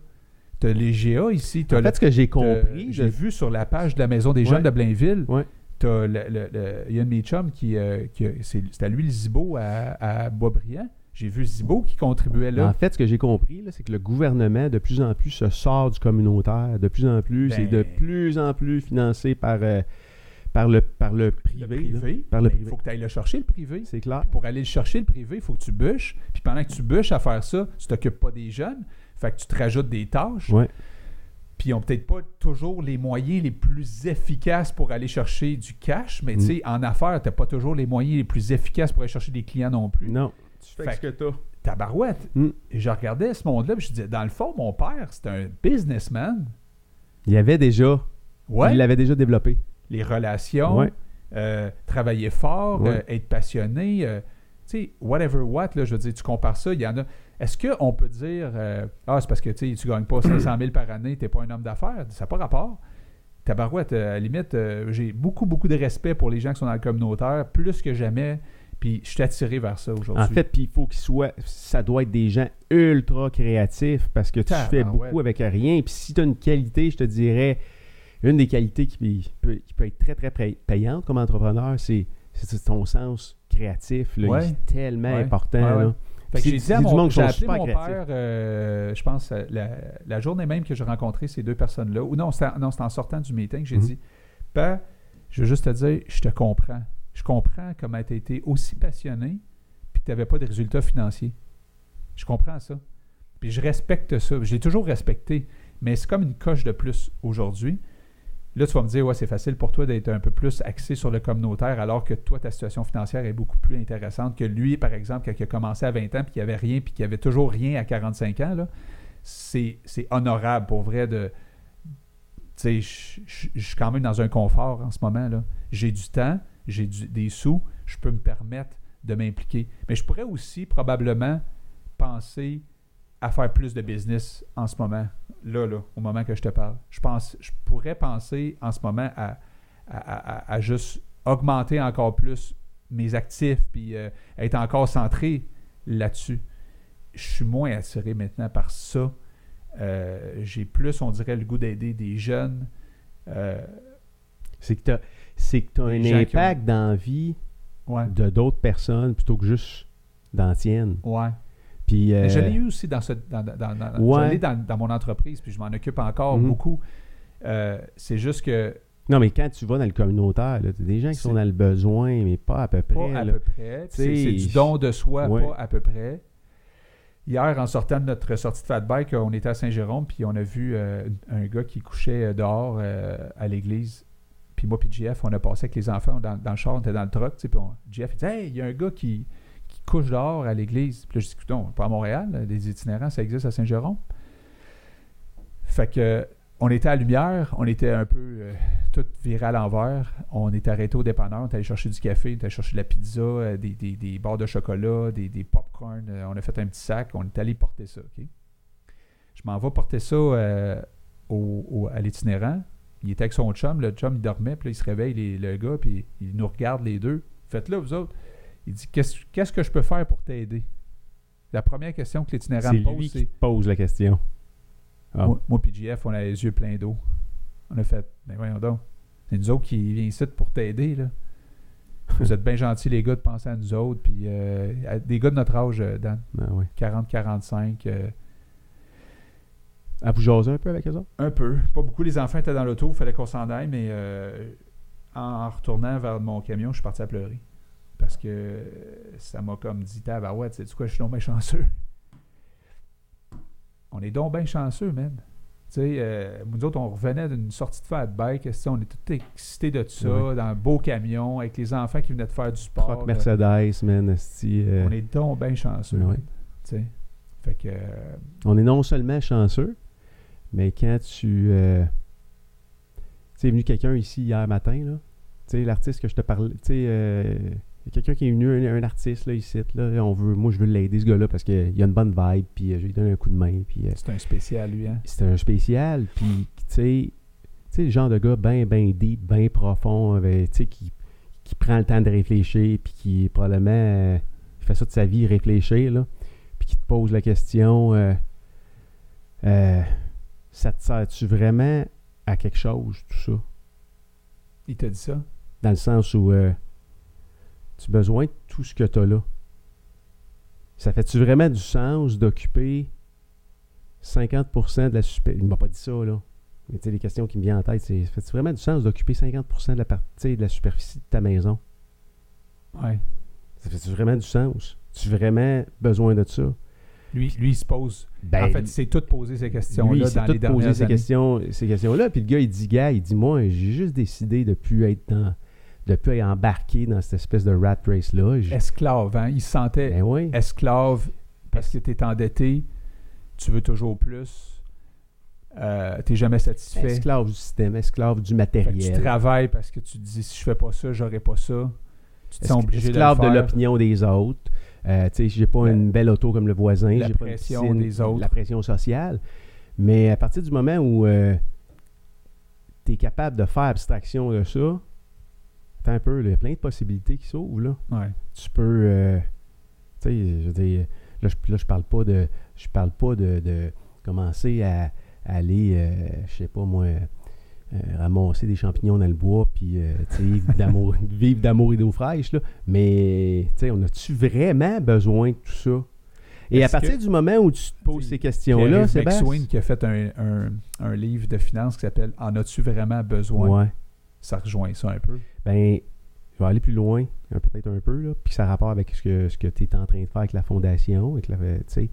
Tu as les GA ici. t'as En le- fait, ce que Euh, j'ai t'as- compris, J'ai je- vu sur la page de la Maison des jeunes Ouais. de Blainville. Ouais. t'as le- le- le- Il y a un de mes chums qui. euh, qui a- c'est c'est à lui le Zibo à, à Boisbriand. J'ai vu Zibo qui contribuait là. en fait, ce que j'ai compris, là, c'est que le gouvernement, de plus en plus, se sort du communautaire. De plus en plus, Ben- c'est de plus en plus financé par, euh, par, le, par le Le privé. là. privé. Par le Mais Il privé. faut que tu ailles le chercher, le privé. C'est clair. Pour aller le chercher, le privé, il faut que tu bûches. Puis pendant que tu bûches à faire ça, tu t'occupes pas des jeunes. Fait que tu te rajoutes des tâches. Ouais. Puis ils ont peut-être pas toujours les moyens les plus efficaces pour aller chercher du cash. Mais Mm. tu sais, en affaires, tu pas toujours les moyens les plus efficaces pour aller chercher des clients non plus. Non. Tu fais ce que t'as. Tabarouette. Mm. Et je regardais ce monde-là, puis je disais, dans le fond, mon père, c'est un businessman. Il y avait déjà. Ouais. Il l'avait déjà développé. les relations, Ouais. euh, travailler fort, Ouais. euh, être passionné, euh, tu sais, whatever what, là, je veux dire, tu compares ça, il y en a. Est-ce qu'on peut dire, euh, ah, c'est parce que tu sais, tu gagnes pas 500 000 par année, t'es pas un homme d'affaires, ça n'a pas rapport. Tabarouette, euh, à la limite, euh, j'ai beaucoup, beaucoup de respect pour les gens qui sont dans le communautaire, plus que jamais, puis je suis attiré vers ça aujourd'hui. En fait, puis il faut qu'il soit, ça doit être des gens ultra créatifs parce que tu Tabarouette. fais beaucoup avec rien. Puis si tu as une qualité, je te dirais, une des qualités qui peut, qui peut être très, très pay- payante comme entrepreneur, c'est c'est ton sens créatif. là. Ouais. Il est tellement Ouais. important. Ouais, ouais. là. Fait que C'est- j'ai dit c'est à du mon, monde qui j'ai sont appelé super mon créatifs. père, euh, je pense, euh, la, la journée même que j'ai rencontré ces deux personnes-là, ou non, c'était non, c'était en sortant du meeting, j'ai Mhm. dit, Ben, je veux juste te dire, je te comprends. Je comprends comment tu as été aussi passionné, puis que tu n'avais pas de résultats financiers. Je comprends ça. Puis je respecte ça. Je l'ai toujours respecté, mais c'est comme une coche de plus aujourd'hui. Là, tu vas me dire, ouais, c'est facile pour toi d'être un peu plus axé sur le communautaire, alors que toi, ta situation financière est beaucoup plus intéressante que lui, par exemple, quand il a commencé à 20 ans, puis qu'il avait rien, puis qu'il avait toujours rien à 45 ans. Là. c'est c'est honorable pour vrai de. Tu sais, je- je je suis quand même dans un confort en ce moment. là. J'ai du temps, j'ai du- des sous, je peux me permettre de m'impliquer. Mais je pourrais aussi probablement penser à faire plus de business en ce moment, là, là, au moment que je te parle. Je, pense, je pourrais penser en ce moment à, à- à- à- à juste augmenter encore plus mes actifs, puis euh, être encore centré là-dessus. Je suis moins attiré maintenant par ça. Euh, J'ai plus, on dirait, le goût d'aider des jeunes. Euh, C'est que t'as- c'est que tu as un Les gens qui impact dans la vie ouais, de d'autres personnes plutôt que juste dans la tienne. ouais. Puis, Mais je euh, l'ai eu aussi dans, ce, dans, dans- dans- dans- Ouais. je l'ai dans- dans mon entreprise, puis je m'en occupe encore Mhm. beaucoup. Euh, c'est juste que Non, mais quand tu vas dans le communautaire, là, t'as des gens qui C'est- sont dans le besoin, mais pas à peu près. pas à là. peu près. Tu C'est sais, c'est du je- don de soi, Ouais. pas à peu près. Hier, en sortant de notre sortie de Fat Bike, on était à Saint-Jérôme, puis on a vu euh, un gars qui couchait dehors euh, à l'église. Puis moi, puis JF, on a passé avec les enfants dans, dans le char, on était dans le truck. tu sais, Puis on- JF, il dit Hey, il y a un gars qui, qui couche dehors à l'église. Puis là, je dis Coudonc, pas à Montréal, là, des itinérants, ça existe à Saint-Jérôme. Fait que on était à Lumière, on était un peu euh, tout viré à l'envers. On est arrêté au dépanneur, on est allé chercher du café, on est allé chercher de la pizza, euh, des, des, des barres de chocolat, des, des popcorn. euh, on a fait un petit sac, on est allé porter ça. ok? Je m'en vais porter ça euh, au, au- à l'itinérant. Il était avec son chum, le chum il dormait, puis là, il se réveille, les- le gars, puis il nous regarde les deux. Faites-le, vous autres. Il dit Qu'est-ce qu'est-ce que je peux faire pour t'aider La première question que l'itinérant C'est me pose, lui c'est qui te pose la question. Ah. moi, moi puis JF, on a les yeux pleins d'eau. On a fait, mais voyons donc, c'est nous autres qui vient ici pour t'aider, là. Vous êtes bien gentils, les gars, de penser à nous autres. Puis euh, à des gars de notre âge, euh, Dan, Ah, ouais. 40-45, euh, Ah, vous jasez un peu avec eux autres? un peu. Pas beaucoup, les enfants étaient dans l'auto, il fallait qu'on s'en aille, mais euh, en retournant vers mon camion, je suis parti à pleurer. Parce que euh, ça m'a comme dit, bah ouais, tu sais quoi, je suis donc bien chanceux. On est donc bien chanceux, man. Tu sais, euh, nous autres, on revenait d'une sortie de fat bike, tu sais, on est tout excités de tout ça, Ouais. dans un beau camion, avec les enfants qui venaient de faire du sport. Troc Mercedes, man, esti, euh, Bah, euh, on est donc bien chanceux, Ouais. man. Tu sais. Fait que. euh, on est non seulement chanceux, mais quand tu... euh, Tu sais, est venu quelqu'un ici hier matin, là. Tu sais, l'artiste que je te parlais... Tu sais, euh, il y a quelqu'un qui est venu, un, un artiste, là, ici, là. On veut, moi, je veux l'aider, ce gars-là, parce qu'il a une bonne vibe, puis euh, je lui donne un coup de main, puis... euh, c'est un spécial, lui, hein. c'était un spécial. Puis, tu sais, tu sais, le genre de gars bien, bien deep, bien profond, avec- tu sais, qui, qui prend le temps de réfléchir, puis qui probablement euh, il fait ça de sa vie, réfléchir, là, puis qui te pose la question euh, euh, ça te sert-tu vraiment à quelque chose, tout ça Il te dit ça. Dans le sens où euh, tu as besoin de tout ce que tu as là. Ça fait-tu vraiment du sens d'occuper 50% de la super... Il m'a pas dit ça, là. Mais tu sais, les questions qui me viennent en tête, c'est... Ça fait-tu vraiment du sens d'occuper 50% de la partie de la superficie de ta maison? Ouais. Ça fait-tu vraiment du sens? Tu vraiment besoin de ça? Lui, lui, il se pose Ben, en fait, il s'est tout posé ces lui, il questions-là s'est dans tout les dernières posé ces années. questions, ces questions-là. Puis le gars, il dit, gars, il dit, moi, j'ai juste décidé de plus être dans... de plus être embarqué dans cette espèce de rat race-là. J- Esclave, hein? Il se sentait Ben oui. esclave parce que tu es endetté, tu veux toujours plus, euh, tu jamais satisfait. Esclave du système, esclave Fait du que tu matériel. travailles parce que tu te dis si je fais pas ça, j'aurai pas ça. Tu te Escl- sens obligé de le esclave de faire. l'opinion des autres. Euh, tu sais, j'ai pas La- une belle auto comme le voisin. la j'ai pas une pression piscine, des autres. La pression sociale. Mais à partir du moment où tu es capable de faire abstraction de ça, attends un peu, là, il y a plein de possibilités qui s'ouvrent. là. Ouais. Tu peux. euh, tu sais, je veux dire, là, je, là, je parle pas de. Je parle pas de, de commencer à, à aller, euh, je sais pas moi. euh, ramasser des champignons dans le bois, puis euh, tu sais, vivre [laughs] d'amour- vivre d'amour et d'eau fraîche. Là. Mais tu sais, on a-tu vraiment besoin de tout ça? Et à Est-ce partir que- du moment où tu te poses Puis ces questions-là, Pierre-Yves McSween Sébastien. qui a fait un, un- un livre de finances qui s'appelle En as-tu vraiment besoin Ouais. Ça rejoint ça un peu. Ben, je vais aller plus loin, hein, peut-être un peu, là, puis ça a rapport avec ce que, ce que tu es en train de faire avec la fondation, avec la, tu sais.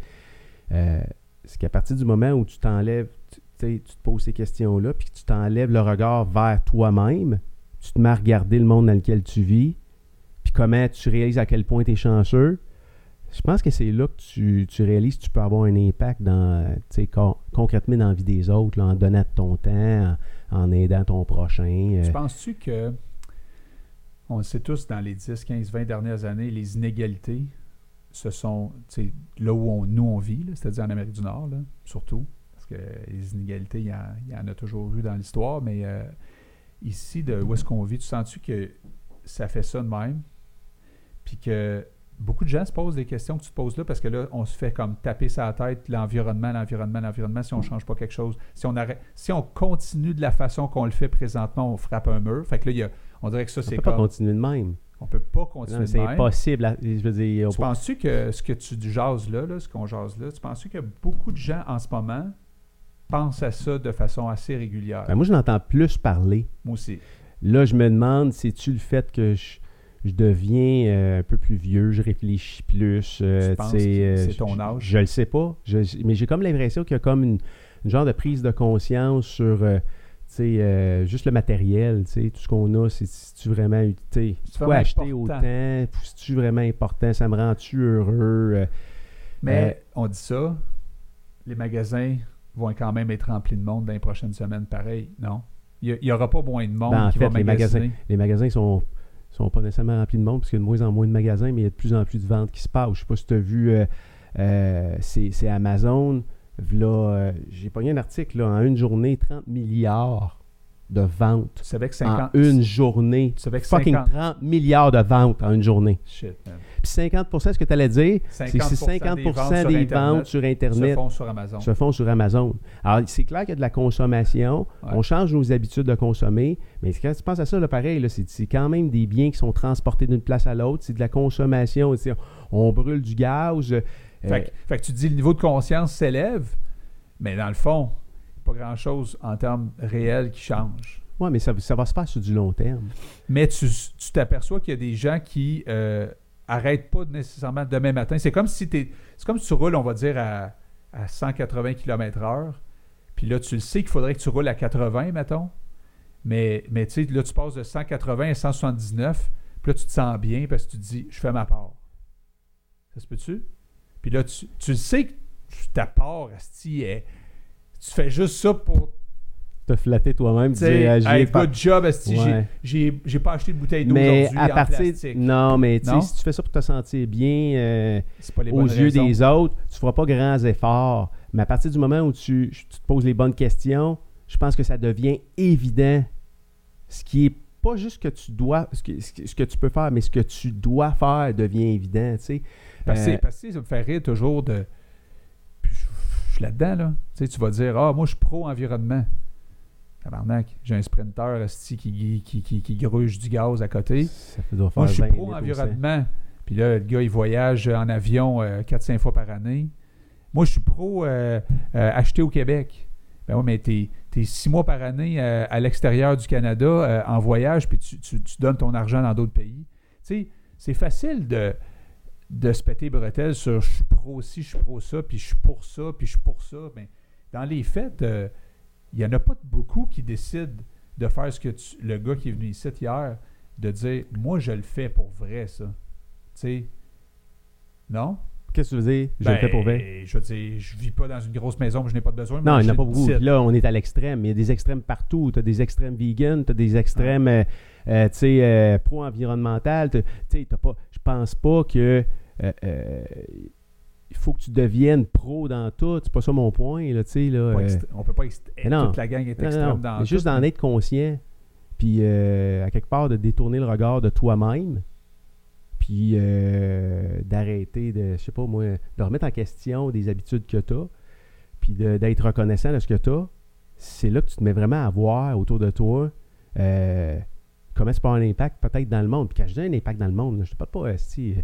Euh, c'est qu'à partir du moment où tu t'enlèves, tu tu sais, tu te poses ces questions-là, puis que tu t'enlèves le regard vers toi-même, tu te mets à regarder le monde dans lequel tu vis, puis comment tu réalises à quel point tu es chanceux, Je pense que c'est là que tu, tu réalises que tu peux avoir un impact dans, euh, tu sais, con- concrètement dans la vie des autres, là, en donnant de ton temps, en, en aidant ton prochain. euh, Tu penses-tu que, on le sait tous, dans les 10, 15, 20 dernières années, les inégalités, ce sont, tu sais, là où on- nous on vit, là, c'est-à-dire en Amérique du Nord, là, surtout, parce que les inégalités, il y, en- il y en a toujours eu dans l'histoire, mais euh, ici, de où est-ce qu'on vit, tu sens-tu que ça fait ça de même? Puis que beaucoup de gens se posent des questions que tu te poses là, parce que là, on se fait comme taper sa tête l'environnement, l'environnement, l'environnement, si on ne change pas quelque chose. Si on, arrête, si on continue de la façon qu'on le fait présentement, on frappe un mur. Fait que là, il y a- on dirait que ça, on ne c'est peut pas comme... continuer de même. On peut pas Non, continuer mais de C'est même. impossible. à- je veux dire, on Tu peut- penses-tu que ce que tu jases là, là, ce qu'on jase là, tu penses-tu que beaucoup de gens en ce moment pensent à ça de façon assez régulière? Ben, moi, je l'entends plus parler. Moi aussi. Là, je me demande, c'est-tu le fait que je, je deviens euh, un peu plus vieux, je réfléchis plus. euh, Tu penses tu sais, que euh, c'est je- ton je- âge? Je, le sais pas. Je- mais j'ai comme l'impression qu'il y a comme une, une genre de prise de conscience sur euh, tu sais, euh, juste le matériel, tu sais, tout ce qu'on a, c'est tu vraiment tu sais, C'est Quoi vraiment acheter important. autant? C'est-tu vraiment important? Ça me rend-tu heureux? Euh, Mais Eh. on dit ça, les magasins vont quand même être remplis de monde dans les prochaines semaines, pareil, non? Il n'y aura pas moins de monde Ben, en qui fait, va les magasiner. les magasins sont sont pas nécessairement remplis de monde parce qu'il y a de moins en moins de magasins, mais il y a de plus en plus de ventes qui se passent. Je sais pas si tu as vu, euh, euh, c'est c'est Amazon. Là, j'ai pogné un article là, en une journée, 30 milliards de ventes Tu savais que en 50... une journée. Tu savais que Fucking 50... 30 milliards de ventes en une journée. Shit, man. Puis 50 ce que tu allais dire, c'est que 50% c'est des 50 ventes des sur Internet ventes sur se Internet font sur Amazon. se font sur Amazon. Alors, c'est clair qu'il y a de la consommation. Ouais. On change nos habitudes de consommer. Mais quand tu penses à ça, là, pareil, là, c'est, c'est quand même des biens qui sont transportés d'une place à l'autre. C'est de la consommation. Tu sais, On, on brûle du gaz. euh, Fait, que- fait que tu dis le niveau de conscience s'élève, mais dans le fond, pas grand-chose en termes réels qui change. ouais, mais ça, ça va se faire sur du long terme. mais tu tu t'aperçois qu'il y a des gens qui euh, arrêtent pas nécessairement demain matin. C'est comme si t'es- c'est comme si tu roules, on va dire, à, à 180 km/h. Puis là, tu le sais qu'il faudrait que tu roules à 80, mettons. Mais, mais tu sais, là, tu passes de 180 à 179. Puis là, tu te sens bien parce que tu te dis, je fais ma part. Ça se peut-tu? Puis là, tu, tu le sais que ta part, asti, est- tu fais juste ça pour Te flatter toi-même. tu tu dis, sais, ah, j'ai hey, pas- good job, asti, j'ai- Ouais. j'ai j'ai pas acheté de bouteille d'eau Mais aujourd'hui à en partir. plastique. Non, mais tu sais, Non? si tu fais ça pour te sentir bien. euh, C'est pas les aux bonnes yeux raisons. des autres, tu feras pas grands efforts. Mais à partir du moment où tu, tu te poses les bonnes questions, je pense que ça devient évident ce qui est pas juste que tu dois, ce que, ce que- ce que tu peux faire, mais ce que tu dois faire devient évident. Tu sais. Parce que Euh, parce que ça me fait rire toujours de. Puis je je suis là-dedans, là. Tu sais, tu vas dire, ah, moi, je suis pro-environnement. Tabarnak, j'ai un sprinter esti, qui, qui, qui, qui gruge du gaz à côté. Ça doit faire Moi, je suis 20 litres au cent. pro-environnement. Puis là, le gars, il voyage en avion euh, 4-5 fois par année. Moi, je suis pro euh, euh, acheter au Québec. Ben oui, mais t'es es 6 mois par année euh, à l'extérieur du Canada euh, en voyage, puis tu, tu- tu donnes ton argent dans d'autres pays. Tu sais, c'est facile de, de se péter les bretelles sur je suis pro ci, je suis pro ça, puis je suis pour ça, puis je suis pour ça. Mais dans les faits, euh, il n'y en a pas beaucoup qui décident de faire ce que tu- le gars qui est venu ici hier, de dire moi je le fais pour vrai ça. Tu sais. Non? Qu'est-ce que tu veux dire? Je le Ben, fais pour vrai. Je veux dire, je vis pas dans une grosse maison où je n'ai pas de besoin. Non, mais il n'y en a je pas le beaucoup. décide. Là, on est à l'extrême. Il y a des extrêmes partout. Tu as des extrêmes vegan, tu as des extrêmes euh, euh, tu sais, euh, pro-environnemental. T'as- tu sais, t'as pas- Je pense pas que. euh, euh, il faut que tu deviennes pro dans tout. C'est pas ça mon point. Là, tu sais, là, Pas euh, ext- On peut pas ext- mais non. toute la gang est non, extrême non, non, dans mais juste tout, d'en mais- être conscient. Puis, euh, à quelque part, de détourner le regard de toi-même. Puis, euh, d'arrêter de, je sais pas moi, de remettre en question des habitudes que tu as. Puis, de- d'être reconnaissant de ce que tu as. C'est là que tu te mets vraiment à voir autour de toi euh, comment ça peut avoir un impact peut-être dans le monde. Puis, quand je dis un impact dans le monde, là, je ne te parle pas, euh, si, euh,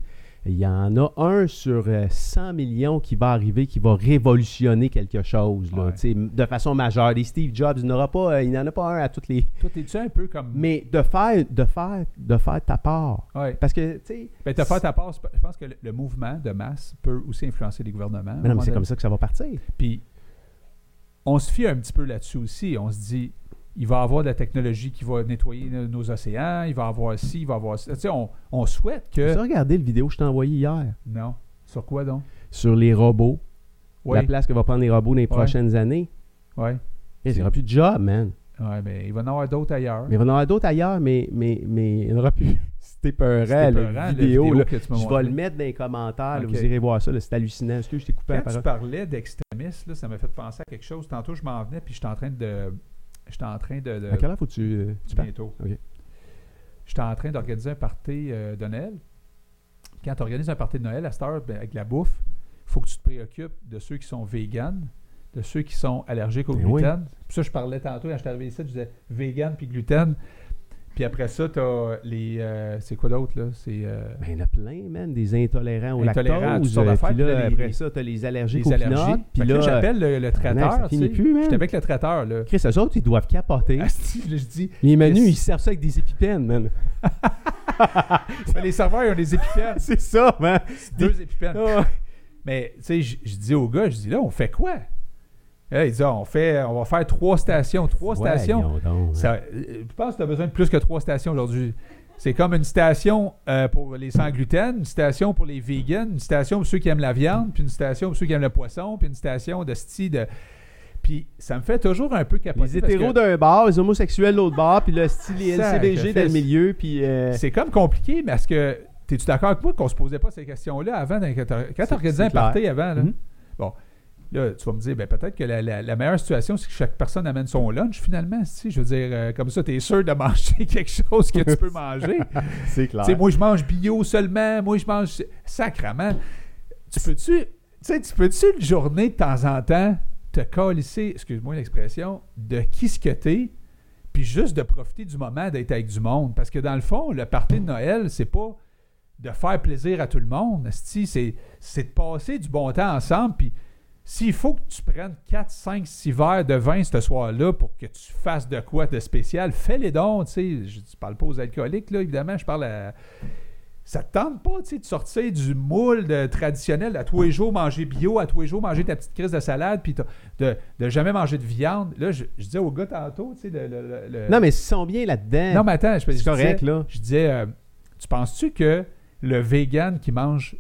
il y en a un sur euh, 100 millions qui va arriver, qui va révolutionner quelque chose, là, Ouais. tu sais, m- de façon majeure. Les Steve Jobs, il n'y en aura pas, euh, il n'y en a pas un à toutes les. Toi, t'es-tu un peu comme. Mais de faire, de faire, de faire ta part. Ouais. Parce que, tu sais. Ben, t'as fait ta part. c'est pas- Je pense que le, le mouvement de masse peut aussi influencer les gouvernements. Mais non, mais c'est À un moment comme ça que ça va partir. Puis, on se fie un petit peu là-dessus aussi. On se dit, il va y avoir de la technologie qui va nettoyer no- nos océans, il va y avoir ci, il va y avoir ça. Tu sais, on, on souhaite Tu que. as regardé le vidéo que je t'ai envoyée hier. Non. Sur quoi donc? sur les robots, Oui. la place que va prendre les robots dans les Ouais. prochaines années. Ouais. Il n'y aura plus de job, man. Ouais, mais il va y en avoir d'autres ailleurs. Mais il va y en avoir d'autres ailleurs, mais, mais, mais il n'y en aura plus. [laughs] C'était épeurant, C'était la épeurant, la vidéo. là. que tu m'as Je vais montrée. le mettre dans les commentaires. là, Ok. vous irez voir ça. là, C'est hallucinant. Est-ce que je t'ai coupé la Quand tu parole? parlais d'extrémistes, là, ça m'a fait penser à quelque chose. Tantôt, je m'en venais, puis j'étais en train de. J'étais en train de. de- À quelle heure faut-tu euh, tu parles? bientôt. Ok. J'étais en train d'organiser un party euh, de Noël. Quand tu organises un party de Noël à cette heure, ben, avec la bouffe, faut que tu te préoccupes de ceux qui sont véganes, de ceux qui sont allergiques au Ben oui. gluten. Puis ça, je parlais tantôt, quand je suis arrivé ici, je disais vegan puis gluten. Puis après ça, tu as les. euh, c'est quoi d'autre, là C'est. euh, Ben, il y en a plein, man, des intolérants au Intolérants à toutes lactose. sortes euh, d'affaires, Puis puis là, là, les- après les- ça, t'as les allergiques les aux allergies. peanuts. Puis Fait que là, là, j'appelle le, le traiteur. ça finit tu sais. plus, man. J'étais avec Ah, le traiteur, [laughs] là. Chris, eux autres, ils doivent capoter. Asti, là, je dis, les menus, Chris. ils servent ça avec des épipènes, man. [laughs] Mais les serveurs, ils ont des épipènes. C'est ça, man. deux épipènes. Ah. Mais, tu sais, je je dis au gars, je dis, là, on fait quoi? Là, il dit, Ah, on, fait, on va faire trois stations. Oh. Trois stations. Voyons donc, man. Ça- euh, je pense que tu as besoin de plus que trois stations aujourd'hui. C'est comme une station euh, pour les sans gluten, une station pour les vegans, une station pour ceux qui aiment la viande, puis une station pour ceux qui aiment le poisson, puis une station de style de... Puis ça me fait toujours un peu capoter. Les parce que- hétéros d'un bar, les homosexuels de l'autre bar, puis le style les LCBG Sacrifice. dans le milieu, puis... euh, C'est comme compliqué, mais est-ce que. T'es-tu d'accord avec moi qu'on se posait pas ces questions-là avant dans- quand C'est- tu organisais c'est un party avant? Là, Mhm. Bon, là, tu vas me dire, ben, peut-être que la, la- la meilleure situation, c'est que chaque personne amène son lunch finalement. Si, je veux dire, euh, comme ça, tu es sûr de [laughs] manger quelque chose que tu peux manger. tu [laughs] C'est clair. sais, moi, je mange bio seulement, moi, je mange sacrement. Tu peux-tu, tu sais, tu peux-tu une journée de temps en temps te colisser, excuse-moi l'expression, de qui ce que t'es, puis juste de profiter du moment d'être avec du monde. Parce que dans le fond, le party de Noël, c'est pas de faire plaisir à tout le monde. esti, C'est, c'est de passer du bon temps ensemble. Puis s'il faut que tu prennes 4, 5, 6 verres de vin ce soir-là pour que tu fasses de quoi de spécial, fais-les donc. tu sais. Je ne parle pas aux alcooliques, là, évidemment. Je parle à. Ça te tente pas tu sais, de sortir du moule de- traditionnel à tous les jours manger bio, à tous les jours manger ta petite crise de salade, puis t'as- de, de jamais manger de viande. Là, je, je disais au gars tantôt, tu sais, le- le- le- le- Non, mais ils sont bien là-dedans. euh, non, mais attends, je, je c'est correct, disais, là. je disais, euh, tu penses-tu que le vegan qui mange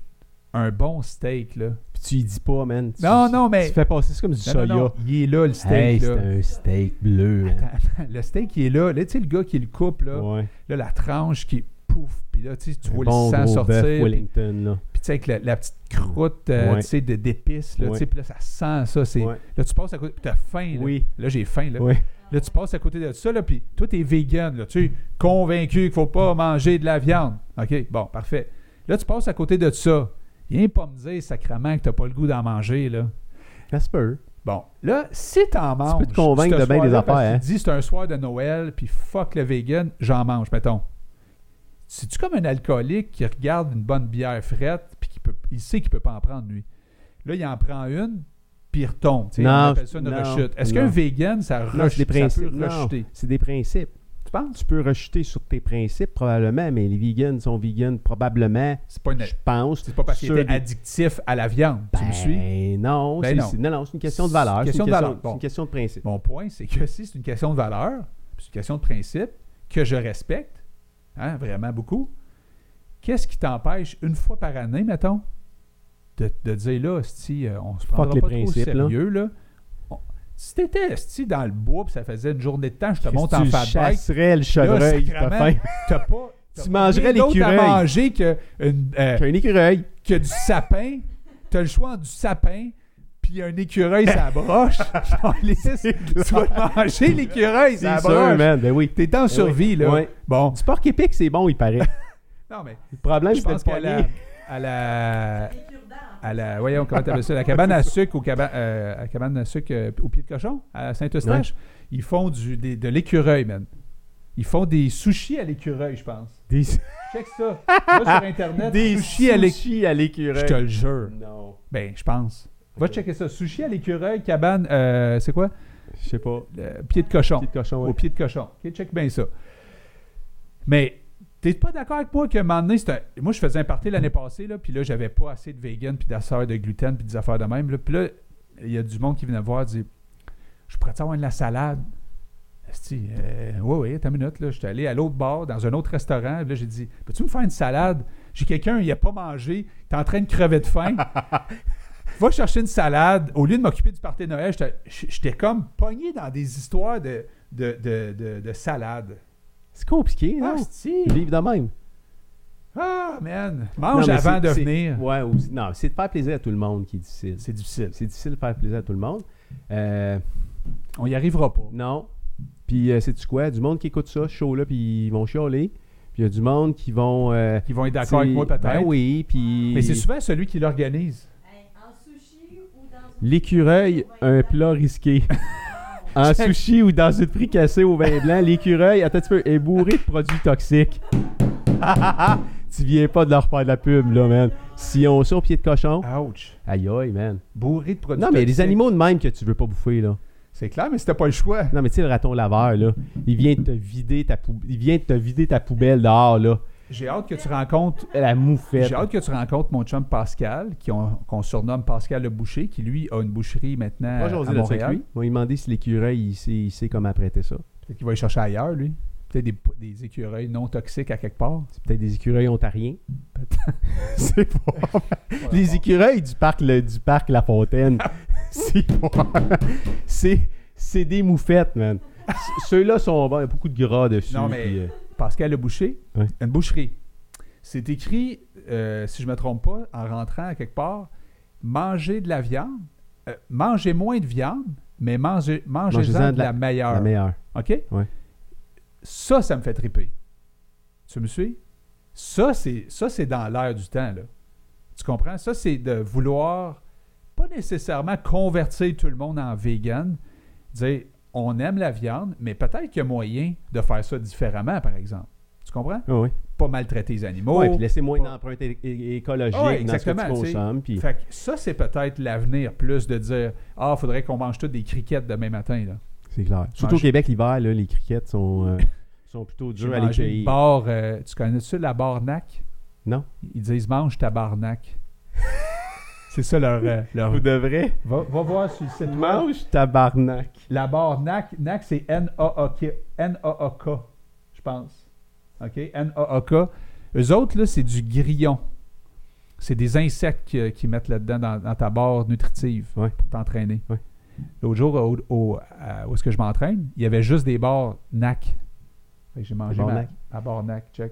un bon steak, là, Puis tu y dis pas, man. Tu- Non, tu- non, mais- Tu fais passer ça comme du non, soya. non, non, il est là, le steak, Hey, là. c'est un steak bleu, man. Attends, [laughs] le steak, il est là. Là, tu sais, le gars qui le coupe, là, Ouais. là, la tranche qui pouf, puis là, tu sais, tu Un vois bon le sang gros sortir, bœuf puis Wellington, là. puis tu sais, avec la, la petite croûte, euh, Ouais. tu sais, de- d'épices, là, Ouais. tu sais, puis là, ça sent ça, c'est... Ouais. Là, tu passes à côté, puis t'as faim, là. Oui. Là, j'ai faim, là. Ouais. Là, tu passes à côté de ça, là, puis toi, t'es vegan, là, tu es convaincu qu'il faut pas manger de la viande. OK, bon, parfait. Là, tu passes à côté de ça. Viens pas me dire, sacrement, que t'as pas le goût d'en manger, là. Ça se peut. Bon, là, si t'en manges... peux te convaincre ce de bien des soir-là, parce affaires, que hein. Tu te dis, c'est un soir de Noël, puis fuck le vegan, j'en mange, mettons. C'est-tu comme un alcoolique qui regarde une bonne bière frette, puis qui peut, il sait qu'il peut pas en prendre, lui? Là, il en prend une, puis il retombe. tu sais, Non, on appelle ça une non, rechute. Est-ce non. qu'un vegan, ça, Non, rechute, c'est des ça principes. peut Non, rejeter? c'est des principes. Tu penses? Tu peux rejeter sur tes principes, probablement, mais les vegans sont vegans, probablement, C'est pas, une- je pense. c'est pas parce qu'il sur était des- addictif à la viande. tu me suis? Ben non, Ben c'est- non. c'est- non, non, c'est une question de valeur. C'est C'est une question une, de question- valeur. c'est Bon. une question de principe. Mon point, c'est que si c'est une question de valeur, puis c'est une question de principe, que je respecte, hein, vraiment beaucoup, qu'est-ce qui t'empêche, une fois par année, mettons, de, de dire là, si on se prendra les pas principes, trop là. au sérieux, là. On- si t'étais esti, dans le bois puis ça faisait une journée de temps, je te monte en tu fat bike, chasserais le là, chevreuil, t'as sacrement, faim. t'as pas. t'as Tu pas mangerais rien d'autre à l'écureuil. manger que une, euh, T'as un écureuil. que du sapin, t'as le choix entre du sapin puis un écureuil ça [laughs] broche. Calisse, tu vas le manger l'écureuil ça C'est broche. sûr, man. Ben oui. T'es en survie là. Ouais. Bon. Du sport épique, c'est bon, il [laughs] paraît. Non mais Le problème, je c'était de pense qu'à la pogner. à la Les cure-dents, en à la voyons comment t'appelles ça la cabane à sucre au caba- euh, à la cabane à sucre euh, au pied de cochon à Saint-Eustache, ils font du des- de l'écureuil man. Ils font des sushis à l'écureuil, je pense. Des, Check ça. Va [laughs] sur internet, des sushis à l'écureuil. sushis à Je te l'écureuil. le jure. Non. Ben, je pense. Va Ok. checker ça. Sushi à l'écureuil, cabane, euh, c'est quoi? Je sais pas. Le pied de cochon. Petit cochon. Au ouais. pied de cochon. OK, check bien ça. Mais t'es pas d'accord avec moi que un moment donné, c'est un- moi je faisais un party l'année passée, là, puis là, j'avais pas assez de vegan, puis d'affaires de gluten, puis des affaires de même. Là, puis là, il y a du monde qui venait me voir dit Je pourrais avoir de la salade. Asti, euh, ouais, ouais, attends une minute, là. J'étais allé à l'autre bar, dans un autre restaurant. puis Là, j'ai dit, peux-tu me faire une salade? J'ai quelqu'un, il a pas mangé, t'es en train de crever de faim. Va chercher une salade. Au lieu de m'occuper du party de Noël, j'étais- j'étais comme pogné dans des histoires de, de, de, de, de salade. C'est compliqué, non? Asti! Vivre de même. Ah, man! Non, Mange mais avant c'est- de c'est- venir. Ouais, ou- non, c'est de faire plaisir à tout le monde qui est difficile. C'est difficile. C'est difficile de faire plaisir à tout le monde. Euh, On y arrivera pas. non. Puis, c'est tu quoi? Du monde qui écoute ça, ce show-là, puis ils vont chialer. Puis, il y a du monde qui vont. euh, Ils vont être d'accord avec moi, peut-être. Ben oui, puis. Mais c'est souvent celui qui l'organise. Hey, en sushi ou dans une- L'écureuil, un [laughs] plat risqué. en sushi ou dans une fricassée au vin blanc, l'écureuil, attends un petit peu, est bourré de produits toxiques. [laughs] tu viens pas de leur faire de la pub, là, man. Si on ça au pied de cochon, Ouch! aïe aïe, man. Bourré de produits. Non, mais les toxiques. animaux de même que tu veux pas bouffer, là. C'est clair, mais c'était pas le choix. Non, mais tu sais, le raton laveur, là, il vient te vider ta, pou- il vient te vider ta poubelle dehors, là. J'ai hâte que tu rencontres. La moufette. J'ai hâte que tu rencontres mon chum Pascal, qui on- qu'on surnomme Pascal le Boucher, qui lui a une boucherie maintenant Moi, à j'ose dire ça avec Montréal. lui. Ils m'ont demandé si l'écureuil, il sait, il sait comment prêter ça. Peut-être qu'il va y chercher ailleurs, lui. Peut-être des, des écureuils non toxiques à quelque part. C'est peut-être des écureuils ontariens. [laughs] C'est pas. Les écureuils du parc, le- du parc La Fontaine, Ah. [laughs] c'est pas. C'est, c'est des moufettes, man. C- Ceux-là sont bons. Il y a beaucoup de gras dessus. Non, mais- puis, euh, Pascal le Boucher, Ouais. une boucherie. C'est écrit, euh, si je me trompe pas, en rentrant à quelque part, mangez de la viande, euh, mangez moins de viande, mais mangez, mangez-en de, la, meilleure. la meilleure. OK? Ouais. Ça, ça me fait triper. Tu me suis? Ça, c'est, ça, c'est dans l'air du temps, là. Tu comprends? Ça, c'est de vouloir pas nécessairement convertir tout le monde en vegan. Dire, on aime la viande, mais peut-être qu'il y a moyen de faire ça différemment, par exemple. Tu comprends? Ah oui. Pas maltraiter les animaux. Ouais, puis laisser moins pas- d'empreintes é- é- écologiques Oh. Ouais, dans ce que exactement, tu tu sais. consommes. Puis... Fait que ça, c'est peut-être l'avenir plus de dire Ah, faudrait qu'on mange tous des criquettes demain matin. Là. C'est clair. Surtout au Mange- Québec, l'hiver, là, les criquettes [laughs] sont, euh, sont plutôt dures à les mangé une cueillir. barre, euh, tu connais-tu la barnaque? Non. Ils disent mange ta barnaque. [laughs] c'est ça leur. euh, leur- Vous devrez. Va, va voir sur le site. web. Mange tabarnak. La barnaque, NAC, c'est N-A-A-K, N-A-A-K, je pense. OK? N-A-A-K. Eux autres, là, c'est du grillon. C'est des insectes qui, qui mettent là-dedans dans, dans ta barre nutritive Ouais. pour t'entraîner. Ouais. L'autre jour, au, au- à- où est-ce que je m'entraîne, il y avait juste des barres NAC. Fait que J'ai mangé ma, barnac. ma barre NAC, check.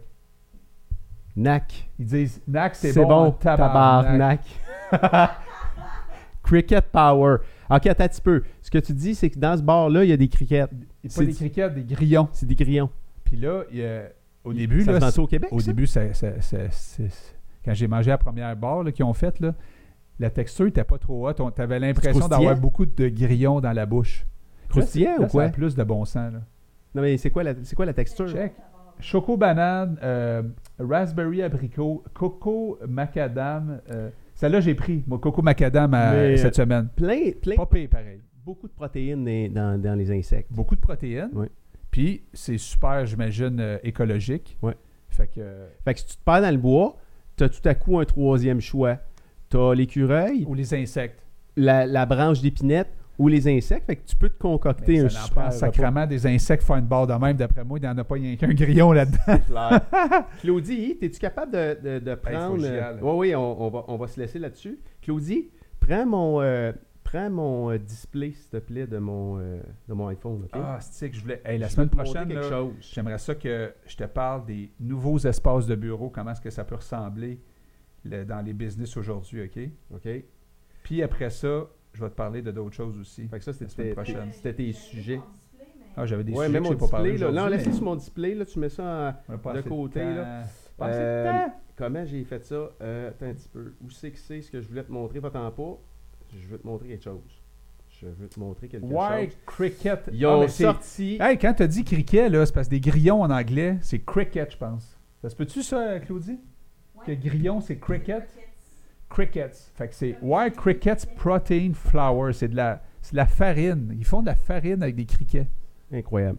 Nac. Ils disent NAC, c'est C'est bon, en tabarnak. tabarnak. [laughs] Cricket power. Ok, attends un petit peu. Ce que tu dis, c'est que dans ce bar-là, il y a des crickets. Pas C'est des criquettes, des grillons. c'est des grillons. Puis là, il y a- au début, ça là, se vend ça au Québec, Au ça? début, ça- ça- ça- c'est- c'est- quand j'ai mangé la première barre là, qu'ils ont faite, là, la texture n'était pas trop haute. Tu avais l'impression croustillant? d'avoir beaucoup de grillons dans la bouche. Croustillant Là, ou là, quoi? Ça a plus de bon sens. là. Non, mais c'est quoi la, c'est quoi la texture? Check. Choco banane, euh, raspberry abricot, coco macadam. euh, Celle-là, j'ai pris, moi, coco macadam à- Mais, euh, cette semaine. Plein, plein, Pas pire, pareil. beaucoup de protéines dans, dans- dans les insectes. Beaucoup de protéines. Oui. Puis, c'est super, j'imagine, euh, écologique. Oui. Fait que. euh, Fait que si tu te perds dans le bois, t'as tout à coup un troisième choix. T'as l'écureuil, ou les insectes. la, la branche d'épinette ou les insectes. Fait que tu peux te concocter Mais un ça en super prend repas. sacrément des insectes faire une barre de même, d'après moi, il n'y en a pas rien qu'un grillon là-dedans. [laughs] Claire. Claudie, es-tu capable de, de- de faut prendre. que j'y euh, aille. oui, oui, on, on va, on va se laisser là-dessus. Claudie, prends mon, euh, prends mon euh, display, s'il te plaît, de mon, euh, de mon iPhone. ok? Ah, c'est que je voulais. Hey, la Je semaine veux te montrer prochaine, quelque là, chose. j'aimerais ça que je te parle des nouveaux espaces de bureau, comment est-ce que ça peut ressembler le- dans les business aujourd'hui, OK? OK? Fait Puis après ça, je vais te parler de d'autres choses aussi. que ça, La semaine c'était prochaine. c'était tes sujets. Ah, j'avais des Oui, sujets même que mon j'ai pas parlé display. Là, non, aujourd'hui, laisse mais sur mon display. Là, tu mets ça en. on a pas de assez côté, temps. là. Pas assez de Euh, temps. Comment j'ai fait ça? Euh, attends un petit peu. Où c'est que c'est ce que je voulais te montrer? Pas pas. Je veux te montrer quelque chose. Je veux te montrer quelque Why chose. cricket? Ils Ah, ont mais c'est- sorti. Hey, quand t'as dit cricket, là, c'est parce que des grillons en anglais, c'est cricket, je pense. Ça se peut-tu, ça, Claudie? Que grillon, c'est cricket? Crickets. Fait que c'est Wild Crickets Protein Flour. C'est de la, c'est de la farine. Ils font de la farine avec des criquets. Incroyable.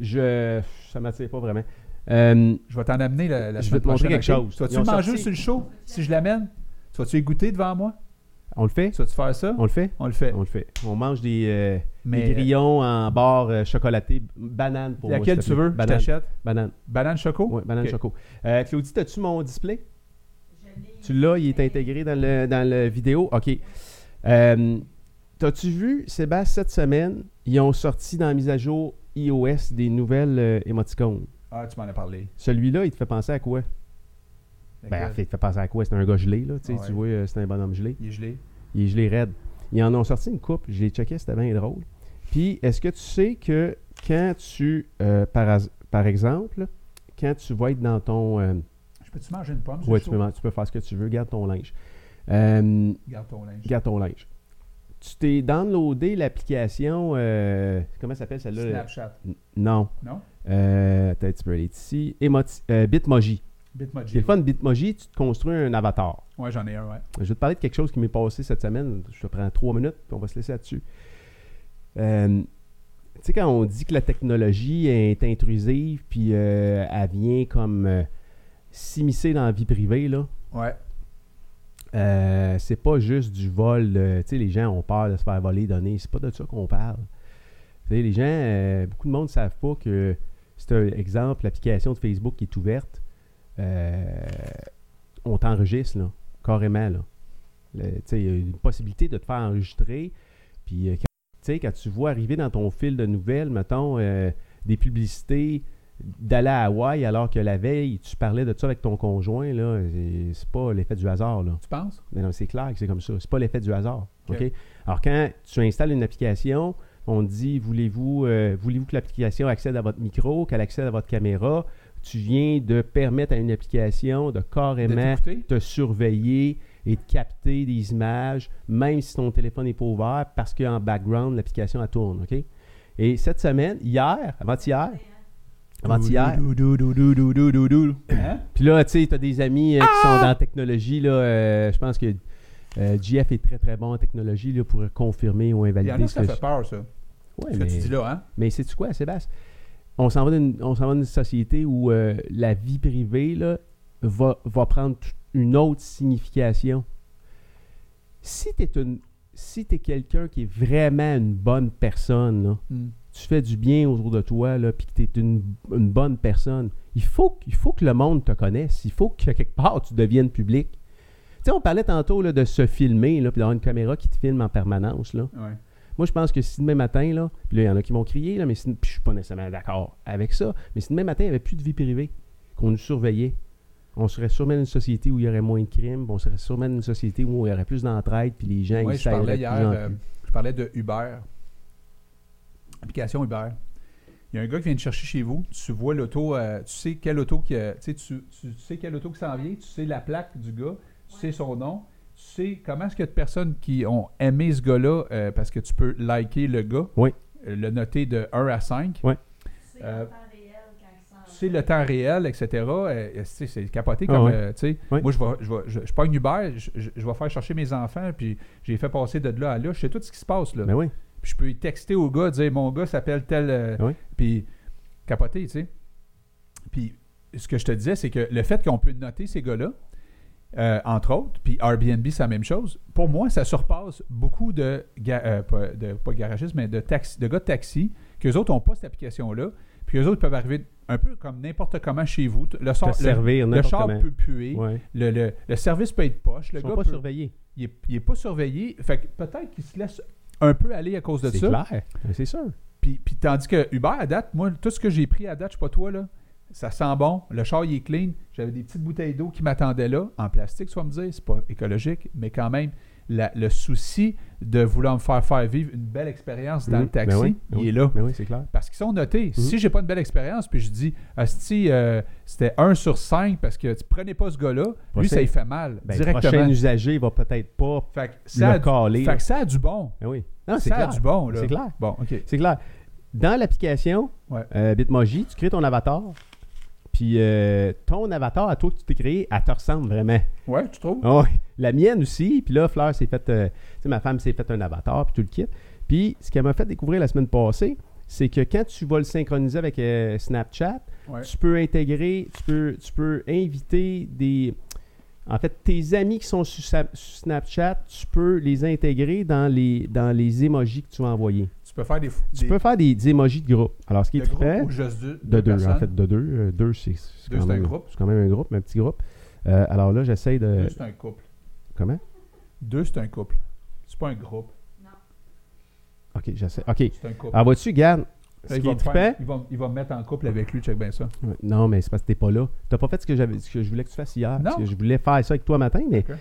Je, ça m'attire pas vraiment. Euh, Je vais t'en amener la, la Je semaine vais te montrer prochaine, quelque ok? chose. Tu vas-tu Ils ont le manger sorti- sur le show? Si je l'amène, tu vas-tu y goûter devant moi? On le fait? Tu vas-tu faire ça? On le fait? On le fait. On le fait. On mange des, euh, Mais des grillons en barre euh, chocolatée. Banane pour euh, laquelle moi. s'il tu te plaît. veux, je Banane. t'achète. Banane. Banane choco? Ouais, banane Ok. choco. Euh, Claudie, as-tu mon display? Tu l'as, il est intégré dans le, dans le vidéo. OK. Euh, T'as-tu vu, Sébastien, cette semaine, ils ont sorti dans la mise à jour iOS des nouvelles euh, émoticônes. Ah, tu m'en as parlé. Celui-là, il te fait penser à quoi? Ben, en fait, il te fait penser à quoi? C'est un gars gelé, là. tu sais, Ouais. Tu vois, euh, c'est un bonhomme gelé. Il est gelé. Il est gelé raide. Ils en ont sorti une coupe. Je l'ai checké, c'était bien drôle. Puis, est-ce que tu sais que quand tu, euh, par, as- par exemple, quand tu vas être dans ton... euh, Je peux-tu manger une pomme? ouais, c'est tu chaud? peux, man- tu peux faire ce que tu veux. Garde ton linge. Euh, Garde ton linge. garde ton linge. Tu t'es downloadé l'application... euh, comment ça s'appelle celle-là? Snapchat. Non. Non? Euh, attends, tu peux aller ici. Emoti- euh, Bitmoji. Bitmoji. C'est le fun, Bitmoji, tu te construis un avatar. Ouais, j'en ai un, ouais. Je vais te parler de quelque chose qui m'est passé cette semaine. Je te prends trois minutes, puis on va se laisser là-dessus. Euh, tu sais, quand on dit que la technologie est intrusive, puis euh, elle vient comme euh, s'immiscer dans la vie privée, là, Ouais. euh, c'est pas juste du vol. euh, tu sais, les gens ont peur de se faire voler des données. C'est pas de ça qu'on parle. Tu sais, les gens, euh, beaucoup de monde ne savent pas que c'est un exemple, l'application de Facebook qui est ouverte. euh, on t'enregistre, là, carrément. Là. Le- tu sais, il y a une possibilité de te faire enregistrer. Puis, euh, quand, tu sais, quand tu vois arriver dans ton fil de nouvelles, mettons, euh, des publicités d'aller à Hawaï alors que la veille, tu parlais de ça avec ton conjoint, là, c'est- c'est pas l'effet du hasard. Là. Tu penses? Mais non, c'est clair que c'est comme ça. C'est pas l'effet du hasard. OK. OK? Alors, quand tu installes une application, on te dit voulez-vous euh, voulez-vous que l'application accède à votre micro, qu'elle accède à votre caméra Tu viens de permettre à une application de carrément De t'écouter? te surveiller et de capter des images, même si ton téléphone n'est pas ouvert, parce qu'en background, l'application, elle tourne. OK? Et cette semaine, hier, avant-hier, avant-hier, Doudou, doudou, doudou, doudou, doudou. Hein? puis là, tu sais, t'as des amis euh, qui Ah! sont dans la technologie, là. euh, je pense que euh, GF est très, très bon en technologie, là, pour confirmer ou Il y en a invalider que ce ça que fait je- peur, ça. Ouais, Ce que mais... tu dis là, hein? mais sais-tu quoi, Sébastien? On s'en va d'une on s'en va d'une société où euh, la vie privée, là, va, va prendre tout- une autre signification. Si t'es une... Si t'es quelqu'un qui est vraiment une bonne personne, là, Hmm. tu fais du bien autour de toi, là, puis que tu es une, une bonne personne, il faut, il faut que le monde te connaisse. Il faut que quelque part tu deviennes public. Tu sais, on parlait tantôt là, de se filmer, là, puis d'avoir une caméra qui te filme en permanence. Là. Ouais. Moi, je pense que si demain matin, là, puis là, il y en a qui vont crier, là, mais si, puis je suis pas nécessairement d'accord avec ça, mais si demain matin, il n'y avait plus de vie privée, qu'on nous surveillait, on serait sûrement une société où il y aurait moins de crimes, puis on serait sûrement une société où il y aurait plus d'entraide, puis les gens, Moi, ils je parlais s'aideraient de hier, plus en euh, plus. je parlais de Uber. Application Uber. Il y a un gars qui vient te chercher chez vous, tu vois l'auto, euh, tu sais quelle auto qui, euh, tu, sais, tu, tu sais quelle auto qui s'en vient, tu sais la plaque du gars, tu sais son nom, tu sais comment est-ce qu'il y a de personnes qui ont aimé ce gars-là euh, parce que tu peux liker le gars, Oui. euh, le noter de 1 à 5, C'est Euh, en temps réel quand ils s'en tu sais le temps réel, etc. Euh, tu sais, c'est capoté Ah comme. ouais. euh, tu sais, Ouais. Moi, je, vais, je, vais, je, je pogne Uber, je, je- je vais faire chercher mes enfants, puis j'ai fait passer de là à là. Je sais tout ce qui se passe. Là. Ben oui. Puis je peux y texter au gars, dire mon gars s'appelle tel. euh, Oui. Puis capoter, tu sais. Puis ce que je te disais, c'est que le fait qu'on peut noter ces gars-là, euh, entre autres, puis Airbnb, c'est la même chose, pour moi, ça surpasse beaucoup de, ga- euh, pas, de pas de garagistes, mais de, taxi, de gars de taxi, qu'eux autres n'ont pas cette application-là, puis eux autres peuvent arriver un peu comme n'importe comment chez vous. T- Le, sort- Te le- servir le n'importe char comment. peut puer, Ouais. le, le- le service peut être poche, le Ils sont gars pas peut- surveillés. il est- il est pas surveillé, fait que peut-être qu'il se laisse un peu aller à cause de ça. clair. Ben, C'est sûr. Puis, puis tandis que Uber, à date, moi, tout ce que j'ai pris à date, je sais pas toi, là, ça sent bon, le char, il est clean. J'avais des petites bouteilles d'eau qui m'attendaient là, en plastique, soit me dire, c'est pas écologique, mais quand même, la- le souci de vouloir me faire faire vivre une belle expérience dans Mhm. le taxi, Ben oui, il ben oui. Mhm. est là. Mais oui, c'est clair. Parce qu'ils sont notés. Si j'ai pas une belle expérience, puis je dis, Asti, euh, c'était 1 sur 5 parce que tu prenais pas ce gars-là, lui, Prochain- ça lui fait mal, Ben, Le directement. prochain usager va peut-être pas. Fait que ça, a le du- caler, fait là. que ça a du bon. Ben oui. Non, c'est ça clair. a du bon, là. C'est clair. Bon, OK. C'est clair. Dans l'application Ouais. euh, Bitmoji, tu crées ton avatar. Puis euh, ton avatar à toi que tu t'es créé, elle te ressemble vraiment. Ouais, tu trouves? Ah oui. La mienne aussi. Puis là, Fleur s'est faite. euh, tu sais, ma femme s'est faite un avatar, puis tout le kit. Puis ce qu'elle m'a fait découvrir la semaine passée, c'est que quand tu vas le synchroniser avec euh, Snapchat, Ouais. tu peux intégrer, tu peux, tu peux inviter des. En fait, tes amis qui sont sur, Sa- sur Snapchat, tu peux les intégrer dans les, dans les emojis que tu vas envoyer. Tu peux faire des, Tu peux faire des, des emojis de groupe. Alors, ce qui est de groupes trippant, ou juste deux, de deux, en personnes? fait, de deux. Euh, deux, c'est c'est Deux, quand c'est un même groupe. C'est quand même un groupe, mais un petit groupe. Euh, alors là, j'essaie de. Deux, c'est un couple. Comment Deux, c'est un couple. C'est pas un groupe. Ok, j'essaie. Ok. C'est un couple. Alors, vois-tu, Garde, Ah, ce il, qui va est me faire- trippant. il, va, il va me mettre en couple avec lui, check bien ça. Ouais, Non, mais c'est parce que t'es pas là. T'as pas fait ce que, j'avais, ce que je voulais que tu fasses hier. Non. Parce que je voulais faire ça avec toi matin, mais Ok.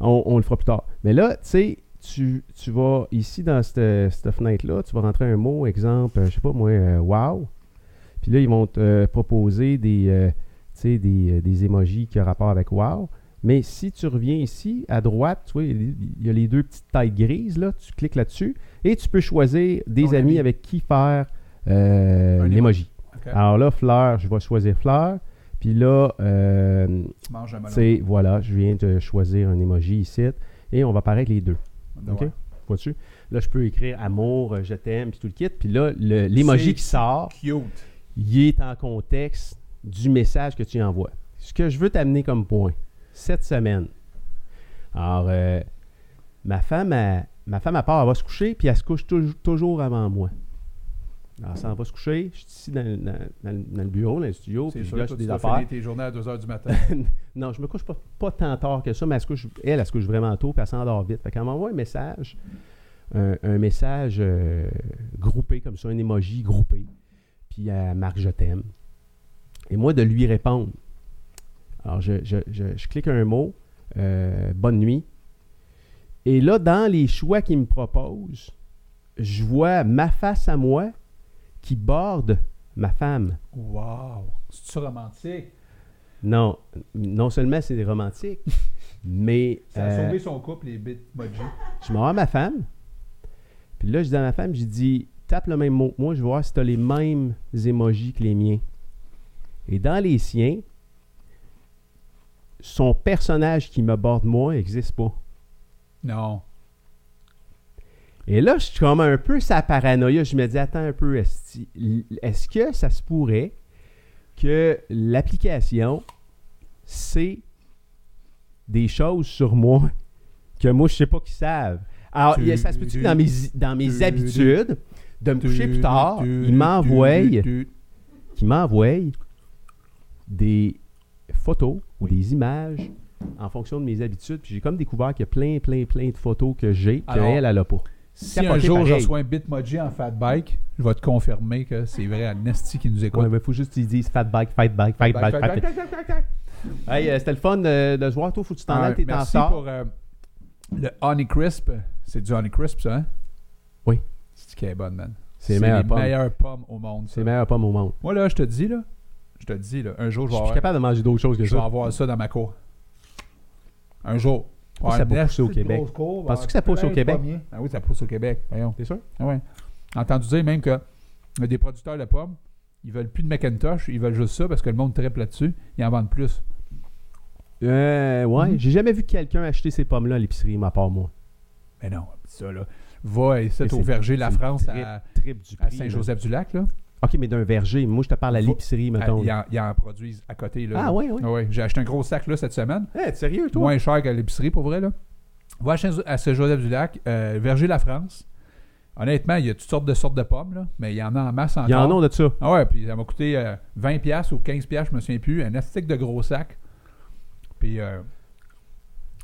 on, on le fera plus tard. Mais là, tu sais, tu, tu vas ici dans cette, cette fenêtre-là, tu vas rentrer un mot, exemple, euh, je sais pas moi, euh, wow. Puis là, ils vont te euh, proposer des, euh, tu sais, des, euh, des emojis qui ont rapport avec wow. Mais si tu reviens ici, à droite, tu vois, il y a les- il y a les deux petites têtes grises, là, tu cliques là-dessus et tu peux choisir des Ton amis ami. avec qui faire euh, Un l'emoji. Ok. Alors là, fleur, je vais choisir fleur. Puis là, euh, Mange un melon. c'est voilà, je viens de choisir un emoji ici et on va apparaître les deux. Ouais. OK? Vois-tu? Là, je peux écrire amour, euh, je t'aime, puis tout le kit. Puis là, le- l'emoji C'est- qui sort, Cute. il est en contexte du message que tu envoies. Ce que je veux t'amener comme point, cette semaine, alors, euh, ma femme, elle- ma femme, à part, elle va se coucher, puis elle se couche tou- toujours avant moi. Alors, ça, elle va se coucher, je suis ici dans, dans- dans- dans le bureau, dans le studio, C'est puis sûr là, que je fais toi, des tu dois affaires. finir tes journées à 2h du [laughs] matin. Non, je me couche pas, pas tant tard que ça, mais elle, se couche, elle, elle se couche vraiment tôt, puis elle s'endort vite. Fait qu'elle m'envoie un message, un, un message euh, groupé, comme ça, un emoji groupé, puis elle marque « je t'aime ». Et moi, de lui répondre. Alors, je, je- je- je clique un mot, euh, bonne nuit », et là, dans les choix qu'il me propose, je vois ma face à moi qui borde ma femme. wow. C'est-tu romantique? Non, non seulement c'est [laughs] romantique, mais Ça a euh, sauvé son couple, les bitmojis. je me rends à ma femme. Puis là, je dis à ma femme, je dis, tape le même mot que moi, je vais voir si tu as les mêmes émojis que les miens. Et dans les siens, son personnage qui me borde moi n'existe pas. Non. Et là, je suis comme un peu sa paranoïa. Je me dis, attends un peu, esti, l- est-ce que ça se pourrait que l'application, c'est des choses sur moi [laughs] que moi, je sais pas qu'ils savent? Alors, il y a- ça se peut-tu que dans mes, dans mes habitudes de me coucher plus tard, il m'envoie qui m'envoie des photos ou des images en fonction de mes habitudes. Puis j'ai comme découvert qu'il y a plein, plein, plein de photos que j'ai qu'elle, Alors, elle, elle a pas. Si Capoté un jour pareil. je reçois un bitmoji en fat bike, je vais te confirmer que c'est vrai à Nasty qui nous écoute. Ouais, mais faut juste qu'ils disent fat bike, fight bike, fight bike, fight bike. Hey, euh, c'était le fun euh, de se voir. Toi, faut que tu t'en ailles, t'es en Ah Merci retard. pour euh, le Honey Crisp. C'est du Honey Crisp, ça, hein? Oui. C'est qui est bonne, man. C'est les meilleures pommes. meilleures pommes au monde. ça. C'est les meilleures pommes au monde. Moi, là, je te dis, là, je te dis, là, un jour, Je je vais suis plus avoir, capable de manger d'autres choses que je vais ça. avoir ça dans ma cour. Un jour. pas si ça pousse au Québec. Penses-tu que ça pousse au Québec? Ah oui, ça pousse au Québec. Voyons. T'es sûr? Ah ouais. Entendu dire même que il y a des producteurs de pommes, ils veulent plus de Macintosh, ils veulent juste ça parce que le monde triple là-dessus, ils en vendent plus. Euh, ouais. Mhm. J'ai jamais vu quelqu'un acheter ces pommes-là à l'épicerie, ma part moi. Mais non, ça là. Va et ça Mais au c'est- verger la c'est France trip- à, Trip du à prix. là. Saint-Joseph-du-Lac, là. Ok, mais d'un verger. Moi, je te parle à Faut- l'épicerie, Ah, mettons. Ils en, ils en produisent à côté, là. Ah, ouais, ouais. Ah ouais. J'ai acheté un gros sac, là, cette semaine. Hey, t'es sérieux, toi? Moins cher qu'à l'épicerie, pour vrai, là. Va chez- à Saint-Joseph-du-Lac, euh, verger la France. Honnêtement, il y a toutes sortes de sortes de pommes, là, mais il y en a en masse encore. Il y en a de ça. Ah ouais, puis ça m'a coûté euh, 20$ ou 15$, je me souviens plus, un astic de gros sac. Puis euh,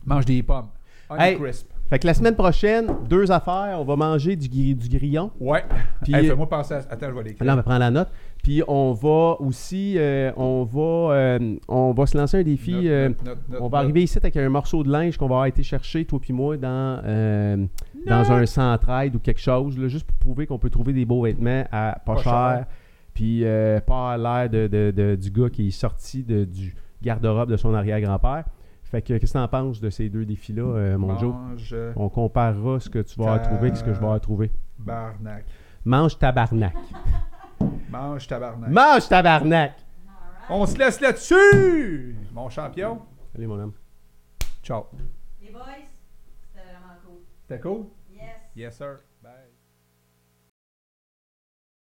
mange des pommes. Honey Hey. crisp. Fait que la semaine prochaine, deux affaires. On va manger du, gui- du grillon. Ouais. Puis- euh, Hey, fais-moi penser à... Attends, je vais l'écrire. Là, on va prendre la note. Puis on va aussi, euh, on, va, euh, on va se lancer un défi. Note, euh, note, note, note, on va note. arriver ici avec un morceau de linge qu'on va avoir été chercher, toi puis moi, dans, euh, dans un centre-aide ou quelque chose, là, juste pour prouver qu'on peut trouver des beaux vêtements à pas, Pas cher, cher. puis euh, pas à l'air de, de- de- du gars qui est sorti de- du garde-robe de son arrière-grand-père. Fait que qu'est-ce que t'en penses de ces deux défis-là, euh, mon Joe? Mange On comparera ce que tu vas avoir trouvé avec ce que je vais avoir trouvé. barnac. Mange tabarnak. Mange tabarnak. Mange tabarnak! On se laisse là-dessus! Mon champion. Allez, mon homme. Ciao. Les boys, c'était vraiment cool. C'était cool? Yes. Yes, sir.